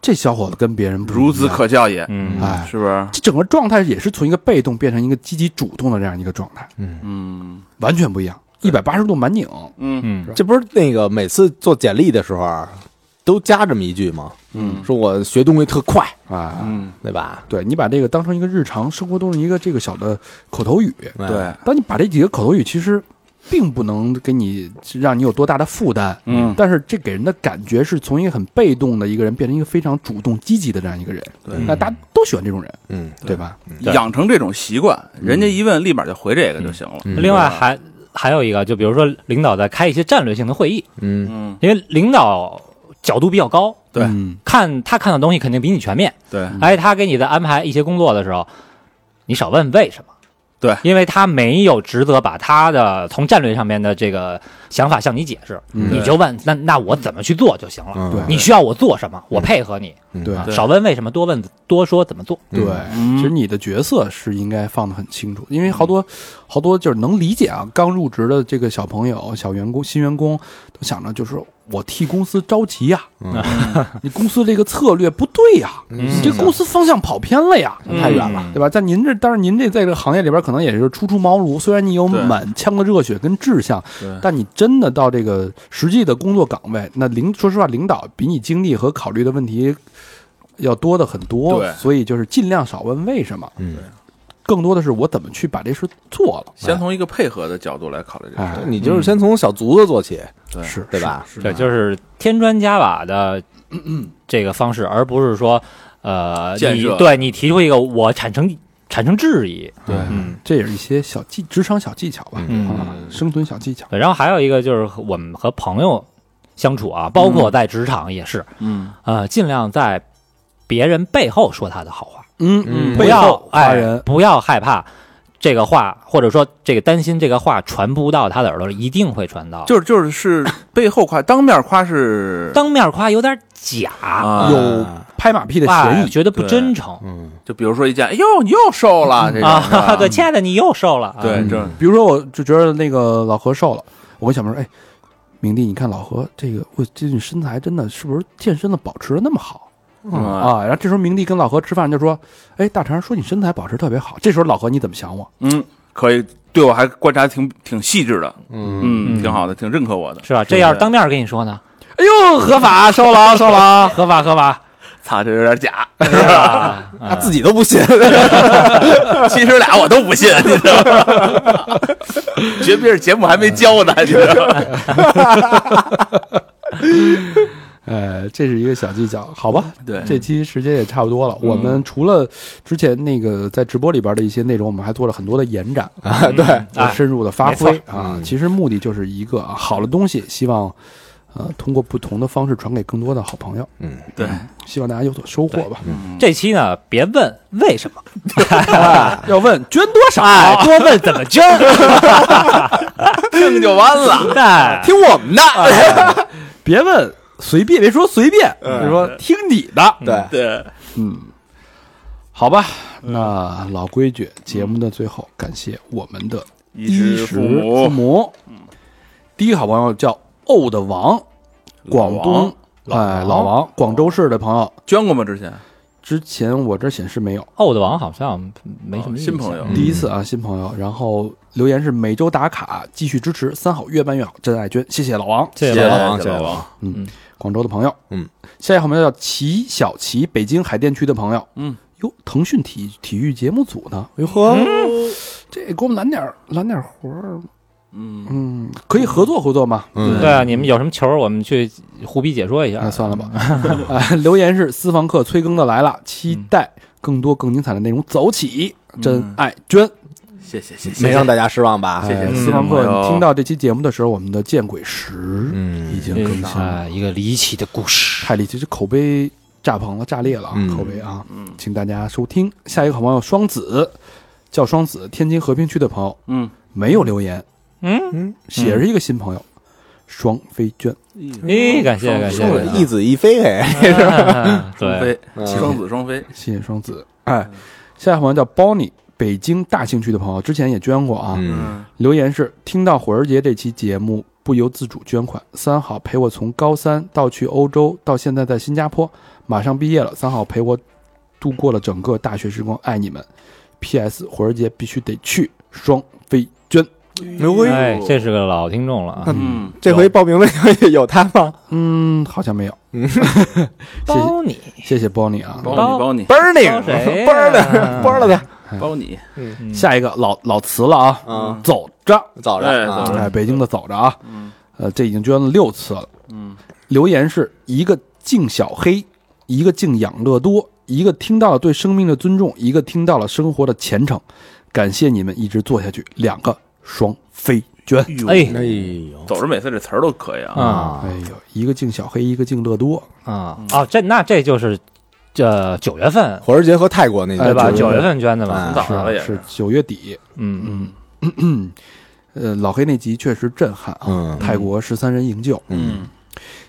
B: 这小伙子跟别人不一样
E: 嗯孺子可教也，
D: 嗯
B: 哎，
E: 是不是？
B: 这整个状态也是从一个被动变成一个积极主动的这样一个状态，
C: 嗯，
E: 嗯
B: 完全不一样，一百八十度满拧。
E: 嗯
D: 嗯
C: 这不是那个每次做简历的时候啊都加这么一句吗？
E: 嗯
C: 说我学东西特快，
B: 啊，
E: 嗯，
C: 对吧？
B: 对你把这个当成一个日常生活中的一个这个小的口头语，
D: 嗯
E: 对，
B: 当你把这几个口头语其实并不能给你让你有多大的负担，
E: 嗯
B: 但是这给人的感觉是从一个很被动的一个人变成一个非常主动积极的这样一个人，
E: 对
B: 那大家都喜欢这种人，
C: 嗯
B: 对吧？
D: 对
E: 养成这种习惯，人家一问立马就回这个就行了。
C: 嗯
D: 另外还还有一个，就比如说领导在开一些战略性的会议，
C: 嗯
E: 嗯，
D: 因为领导角度比较高，
E: 对
B: 嗯
D: 看他看的东西肯定比你全面，
E: 对，
D: 哎，他给你在安排一些工作的时候，你少问为什么。
E: 对
D: 因为他没有职责把他的从战略上面的这个想法向你解释，
B: 嗯
D: 你就问那那我怎么去做就行了。
C: 嗯
B: 对
D: 你需要我做什么，我配合你。
B: 对
D: 啊
E: 对
D: 少问为什么，多问多说怎么做。
C: 嗯
E: 嗯
B: 对，其实你的角色是应该放得很清楚，因为好多好多就是能理解啊，刚入职的这个小朋友、小员工、新员工都想着就是我替公司着急呀、
E: 嗯
B: 你公司这个策略不对呀、
C: 嗯
B: 你这公司方向跑偏了呀，
C: 太远了，
B: 对吧？在您这，但是您这在这个行业里边，可能也是初出茅庐，虽然你有
E: 对
B: 满腔的热血跟志向
E: 对，
B: 但你真的到这个实际的工作岗位，那领说实话，领导比你经历和考虑的问题要多的很多
E: 对，
B: 所以就是尽量少问为什么，
C: 嗯，
B: 更多的是我怎么去把这事做了。
E: 先从一个配合的角度来考虑这个事
B: 哎
E: 儿。
C: 你就是先从小卒子做起，
E: 对
B: 是
C: 对吧？
D: 对，就是添砖加瓦的这个方式，而不是说呃，
E: 建
D: 你
E: 设
D: 对你提出一个我产生产生质疑。
E: 对
D: 嗯，
B: 这也是一些小技职场小技巧吧，
D: 嗯
B: 啊，生存小技巧。
D: 对。然后还有一个就是和我们和朋友相处
C: 嗯
D: 啊，包括在职场也是，
E: 嗯
D: 呃，尽量在别人背后说他的好话，
B: 嗯
C: 嗯
B: 不
D: 不要
B: 要夸
D: 哎
B: 人，
D: 不要害怕。这个话，或者说这个担心这个话传不到他的耳朵里，一定会传到。
E: 就是就 是是背后夸，当面夸是
D: 当面夸有点假，
E: 啊，
B: 有拍马屁的
D: 哎
B: 嫌疑。
D: 觉得不
E: 对
D: 真诚
C: 嗯
E: 就比如说一见，哎呦，你又瘦了，这种是吧
D: 啊。 对，亲爱的，你又瘦了。啊
E: 对，这
B: 比如说，我就觉得那个老何瘦了，我跟小明说：“哎，明弟，你看老何这个，我最近身材真的是不是健身的保持的那么好
D: 嗯
E: 啊，
B: 啊？”然后这时候明弟跟老何吃饭就说：“哎，大肠说你身材保持特别好。”这时候老何你怎么想我？
E: 嗯，可以，对我还观察挺挺细致的，
C: 嗯
E: 嗯，
D: 嗯
E: 挺好的，挺认可我的。
D: 是吧？这要是当面跟你说呢，
B: 哎呦，合法瘦了啊瘦了 啊！
D: 合法合法，
E: 操，这有点假，
D: 是吧？
C: 他自己都不信，
E: 其实俩我都不 信，你知道吗？ 绝逼是节目还没教呢，你知道吗？
B: 呃，这是一个小技巧，好吧？
E: 对
B: 这期时间也差不多了。我们除了之前那个在直播里边的一些内容，我们还做了很多的延展，
D: 嗯哎
C: 对，
B: 呃深入的发挥
D: 没
B: 啊。其实目的就是一个啊好的东西，希望呃通过不同的方式传给更多的好朋友，
C: 嗯，
E: 对，
B: 希望大家有所收获吧。
D: 这期呢，别问为什么，
B: 啊要问捐多少？
D: 哎， 多问怎么捐，
E: 听就完了。
D: 哎，
C: 听我们的，
B: 别问随便，别说随便，就说听你的。嗯
C: 对，
E: 嗯 对，
B: 好吧，那老规矩，节目的最后感谢我们的衣食
E: 父
B: 父
E: 母，
B: 母。第一个好朋友叫欧的王，广东哎老王，广州市的朋友
E: 捐过吗？之前
B: 之前我这显示没有，
D: old 王好像没什么
E: 哦
D: 印
E: 新
D: 象
E: 朋友
D: 嗯
B: 第一次啊，新朋友，然后留言是每周打卡，继续支持，三好越办越好，真爱娟，谢谢老王，
D: 谢
E: 谢
D: 老
C: 老王
E: 谢
C: 谢谢
E: 老
C: 老
E: 王，
B: 广州的朋友，
C: 嗯，
B: 下一个好朋友叫齐小齐，北京海淀区的朋友，
E: 嗯，
B: 哟，腾讯体体育节目组呢，嗯
C: 哟呵，
B: 这给我们揽点儿揽点儿活儿，
E: 嗯，
B: 嗯，可以合作合作嘛，
C: 嗯
D: 对啊，你们有什么球，我们去胡逼解说一
B: 啊，
D: 下。
B: 算了吧。 啊，留言是私房课催更的来了，期待更多更精彩的内容，走起！真爱娟，
E: 谢谢谢谢
C: 没，让大家失望吧？
E: 谢谢
B: 哎
E: 嗯
B: 私房课。
E: 嗯
B: 你听到这期节目的时候，我们的《见鬼时》已
C: 嗯，
B: 经更新 了，
D: 啊，一个离奇的故事。
B: 太离奇，这口碑炸棚了，炸裂了啊，
C: 嗯
B: 口碑啊！请大家收听。下一个好朋友双子，叫双子，天津和平区的朋友
E: 嗯，
B: 没有留言，
D: 嗯，
B: 写着一个新朋友，双飞娟，
D: 咦，感谢感谢
E: 双
C: 送了一子一飞哎，
D: 啊，
E: 双
D: 对，
E: 飞，双子双飞，
B: 谢谢双子。哎，下一个好朋友叫 Bonnie，北京大兴区的朋友，之前也捐过啊，
C: 嗯，
E: 嗯，
B: 留言是听到火儿节这期节目，不由自主捐款。三好陪我从高三到去欧洲，到现在在新加坡，马上毕业了。三好陪我度过了整个大学时光，爱你们。P.S. 火儿节必须得去，双飞娟。
C: 刘辉，
D: 哎，这是个老听众了啊。
E: 嗯，
C: 这回报名了有他吗？
B: 嗯，好像没有。
D: 包你，
B: 谢谢 Bonnie 啊。
E: 包你包你
C: 倍儿
D: 包谁 呀？
C: 儿的倍儿了的，
E: 包你，
D: 嗯
B: 下一个老老词了啊，
C: 嗯，
B: 走着。
C: 早
E: 哎
C: 上
E: 早
C: 啊
E: 着
B: 哎，北京的走着啊。
E: 嗯
B: 呃，这已经捐了六次了。
E: 嗯，
B: 留言是一个敬小黑，一个敬养乐多，一个听到了对生命的尊重，一个听到了生活的虔诚。感谢你们一直做下去，两个双飞娟。
D: 哎
C: 哎呦
E: 走着每次这词儿都可以啊，
D: 啊
B: 哎呦，一个敬小黑，一个敬乐多，
D: 啊哦，这那这就是这九月份
C: 火儿节和泰国那
B: 哎
D: 对
B: 九
D: 吧？
B: 月
D: 九
B: 份
D: 月份捐的
E: 很
D: 吧？
E: 早了也
B: 是，九月底。
D: 嗯
B: 嗯，呃，老黑那集确实震撼啊！
C: 嗯
B: 泰国十三人营救，
E: 嗯，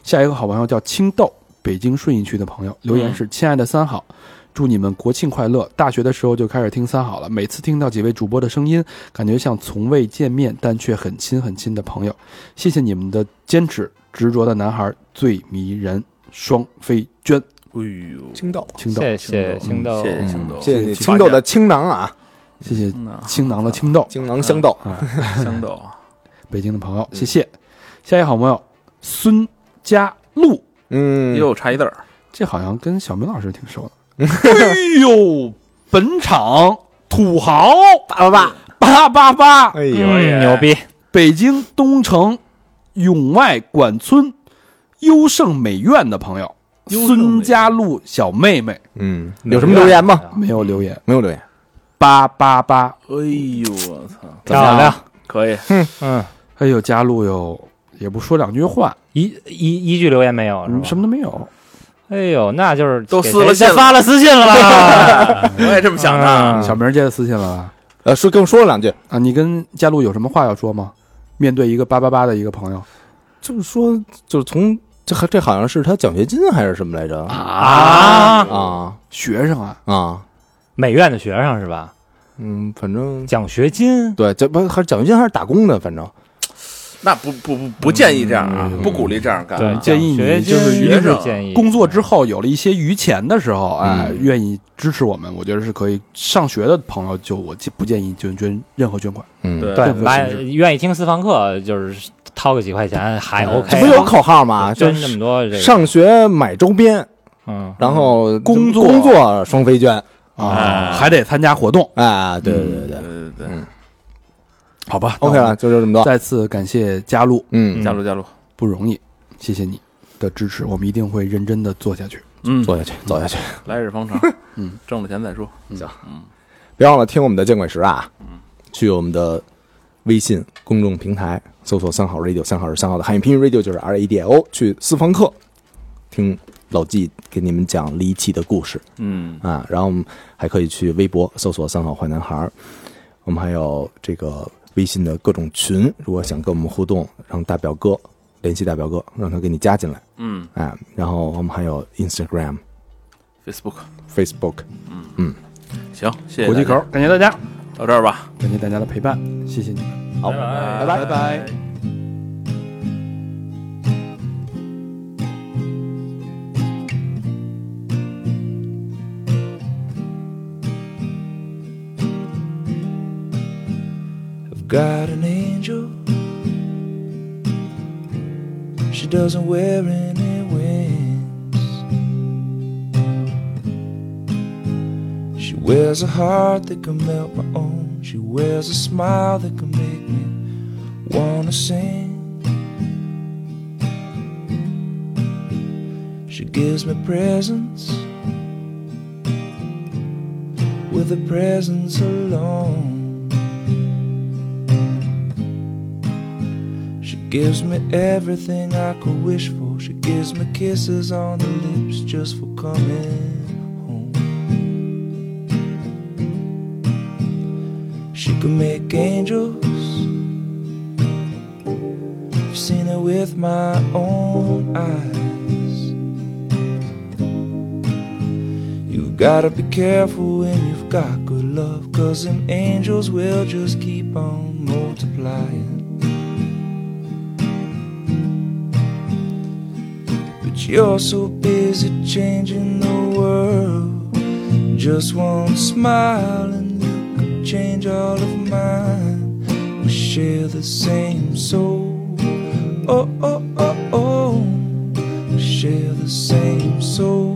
B: 下一个好朋友叫青豆，北京顺义区的朋友留言是：“亲爱的三好，祝你们国庆快乐！大学的时候就开始听三好了，每次听到几位主播的声音，感觉像从未见面但却很亲很亲的朋友。谢谢你们的坚持，执着的男孩最迷人。”双飞娟，
E: 哎呦，
C: 青豆，
B: 青豆，
D: 谢谢青豆，
E: 谢谢
C: 嗯
E: 青豆，
C: 谢谢你青豆的青囊啊，
B: 谢谢
E: 嗯呐
B: 青囊的青豆，
C: 青囊香豆，
E: 青豆，啊
B: 北京的朋友，谢谢。下一个好朋友孙佳璐，
C: 嗯，
E: 又差一字儿，
B: 这好像跟小明老师挺熟的。哎呦，本场土豪八八八八八八，
C: 哎呦，
D: 嗯，牛逼，
B: 北京东城永外管村优胜美院的朋友
E: 优胜美院
B: 孙佳璐小妹妹
C: 嗯，有什么留言吗？
B: 没有留言，
C: 没有留言，
B: 八八八。
E: 哎呦我操，
D: 漂亮，
E: 可以，
D: 嗯，
B: 哎呦，佳璐哟，也不说两句话，
D: 一一一句留言没有，
B: 嗯
D: 是
B: 什
D: 吧？
B: 么都没有。
D: 哎呦，那就是
E: 都
D: 给
E: 撕了
D: 谁
E: 信了
D: 发了私信了吧？
E: 我也这么想的，啊
D: 嗯
B: 小明接到私信了吧？
C: 呃，说跟我说了两句，
B: 啊，你跟佳璐有什么话要说吗？面对一个八八八的一个朋友
C: 就是说，就是从这还这好像是他奖学金还是什么来着啊
D: 啊，
C: 啊
B: 学生啊，
C: 啊，
D: 美院的学生是吧？
C: 嗯，反正
D: 奖学金，
C: 对，这不还是奖学金还是打工的，反正
E: 那不不不不建议这样啊，不鼓励这样干
D: 对，
E: 啊，
B: 建议你
D: 奖学金
B: 就是
E: 学
D: 是
E: 生
D: 建议
B: 工作之后有了一些余钱的时候，哎，
C: 嗯
B: 愿意支持我们，我觉得是可以。上学的朋友就我建不建议捐捐任何捐款，
C: 嗯，
E: 对
D: 对
B: 任何，
D: 来
B: 形
D: 愿意听私房课，就是掏个几块钱还 OK，
C: 这不有口号吗？就
D: 捐这么多这个
C: 上学买周边，
D: 嗯
C: 然后
B: 工作
C: 工作双飞捐，
E: 哎
B: 啊，还得参加活动，
C: 哎，对对对对
E: 对对
C: 嗯
B: 好吧
C: ，OK 了，。就就这么
B: 那我们
C: 多，
B: 再次感谢佳璐，
E: 对，
C: 嗯，
E: 加入加入，
B: 不容易，谢谢你的支持，我们一定会认真的做下去。
E: 嗯，
C: 做下去，走下去，
E: 来日方长，嗯，挣了钱再说，行，嗯，
C: 别忘了听我们的《见鬼时》啊，去我们的微信公众平台搜索“三好 radio”，三好是三好的汉语拼音 radio 就是 R A D I O，去私房课听老纪给你们讲离奇的故事
E: 嗯，
C: 啊，然后我们还可以去微博搜索“三好坏男孩儿”，我们还有这个微信的各种群，如果想跟我们互动，让大表哥联系大表哥，让他给你加进来，
E: 嗯
C: 哎，然后我们还有 Instagram、
E: ，Facebook，
C: Facebook，
E: 行，谢谢
B: 国际
E: 大家
B: 口，感谢大家，
E: 到这儿吧，
B: 感谢大家的陪伴，谢谢你们。
C: 好，拜拜。
E: 拜。
F: 「 got an angel. She doesn't wear any wings. She wears a heart that can melt my own. She wears a smile that can make me wanna sing. She gives me presents with a presence alone. She gives me everything I could wish for. She gives me kisses on the lips just for coming home. She can make angels. I've seen it with my own eyes. You've gotta be careful when you've got good love, cause them angels will just keep on multiplying. But you're so busy changing the world. Just one smile and you could change all of mine. We share the same soul. Oh, oh, oh, oh. We share the same soul. Oh, Oh, oh,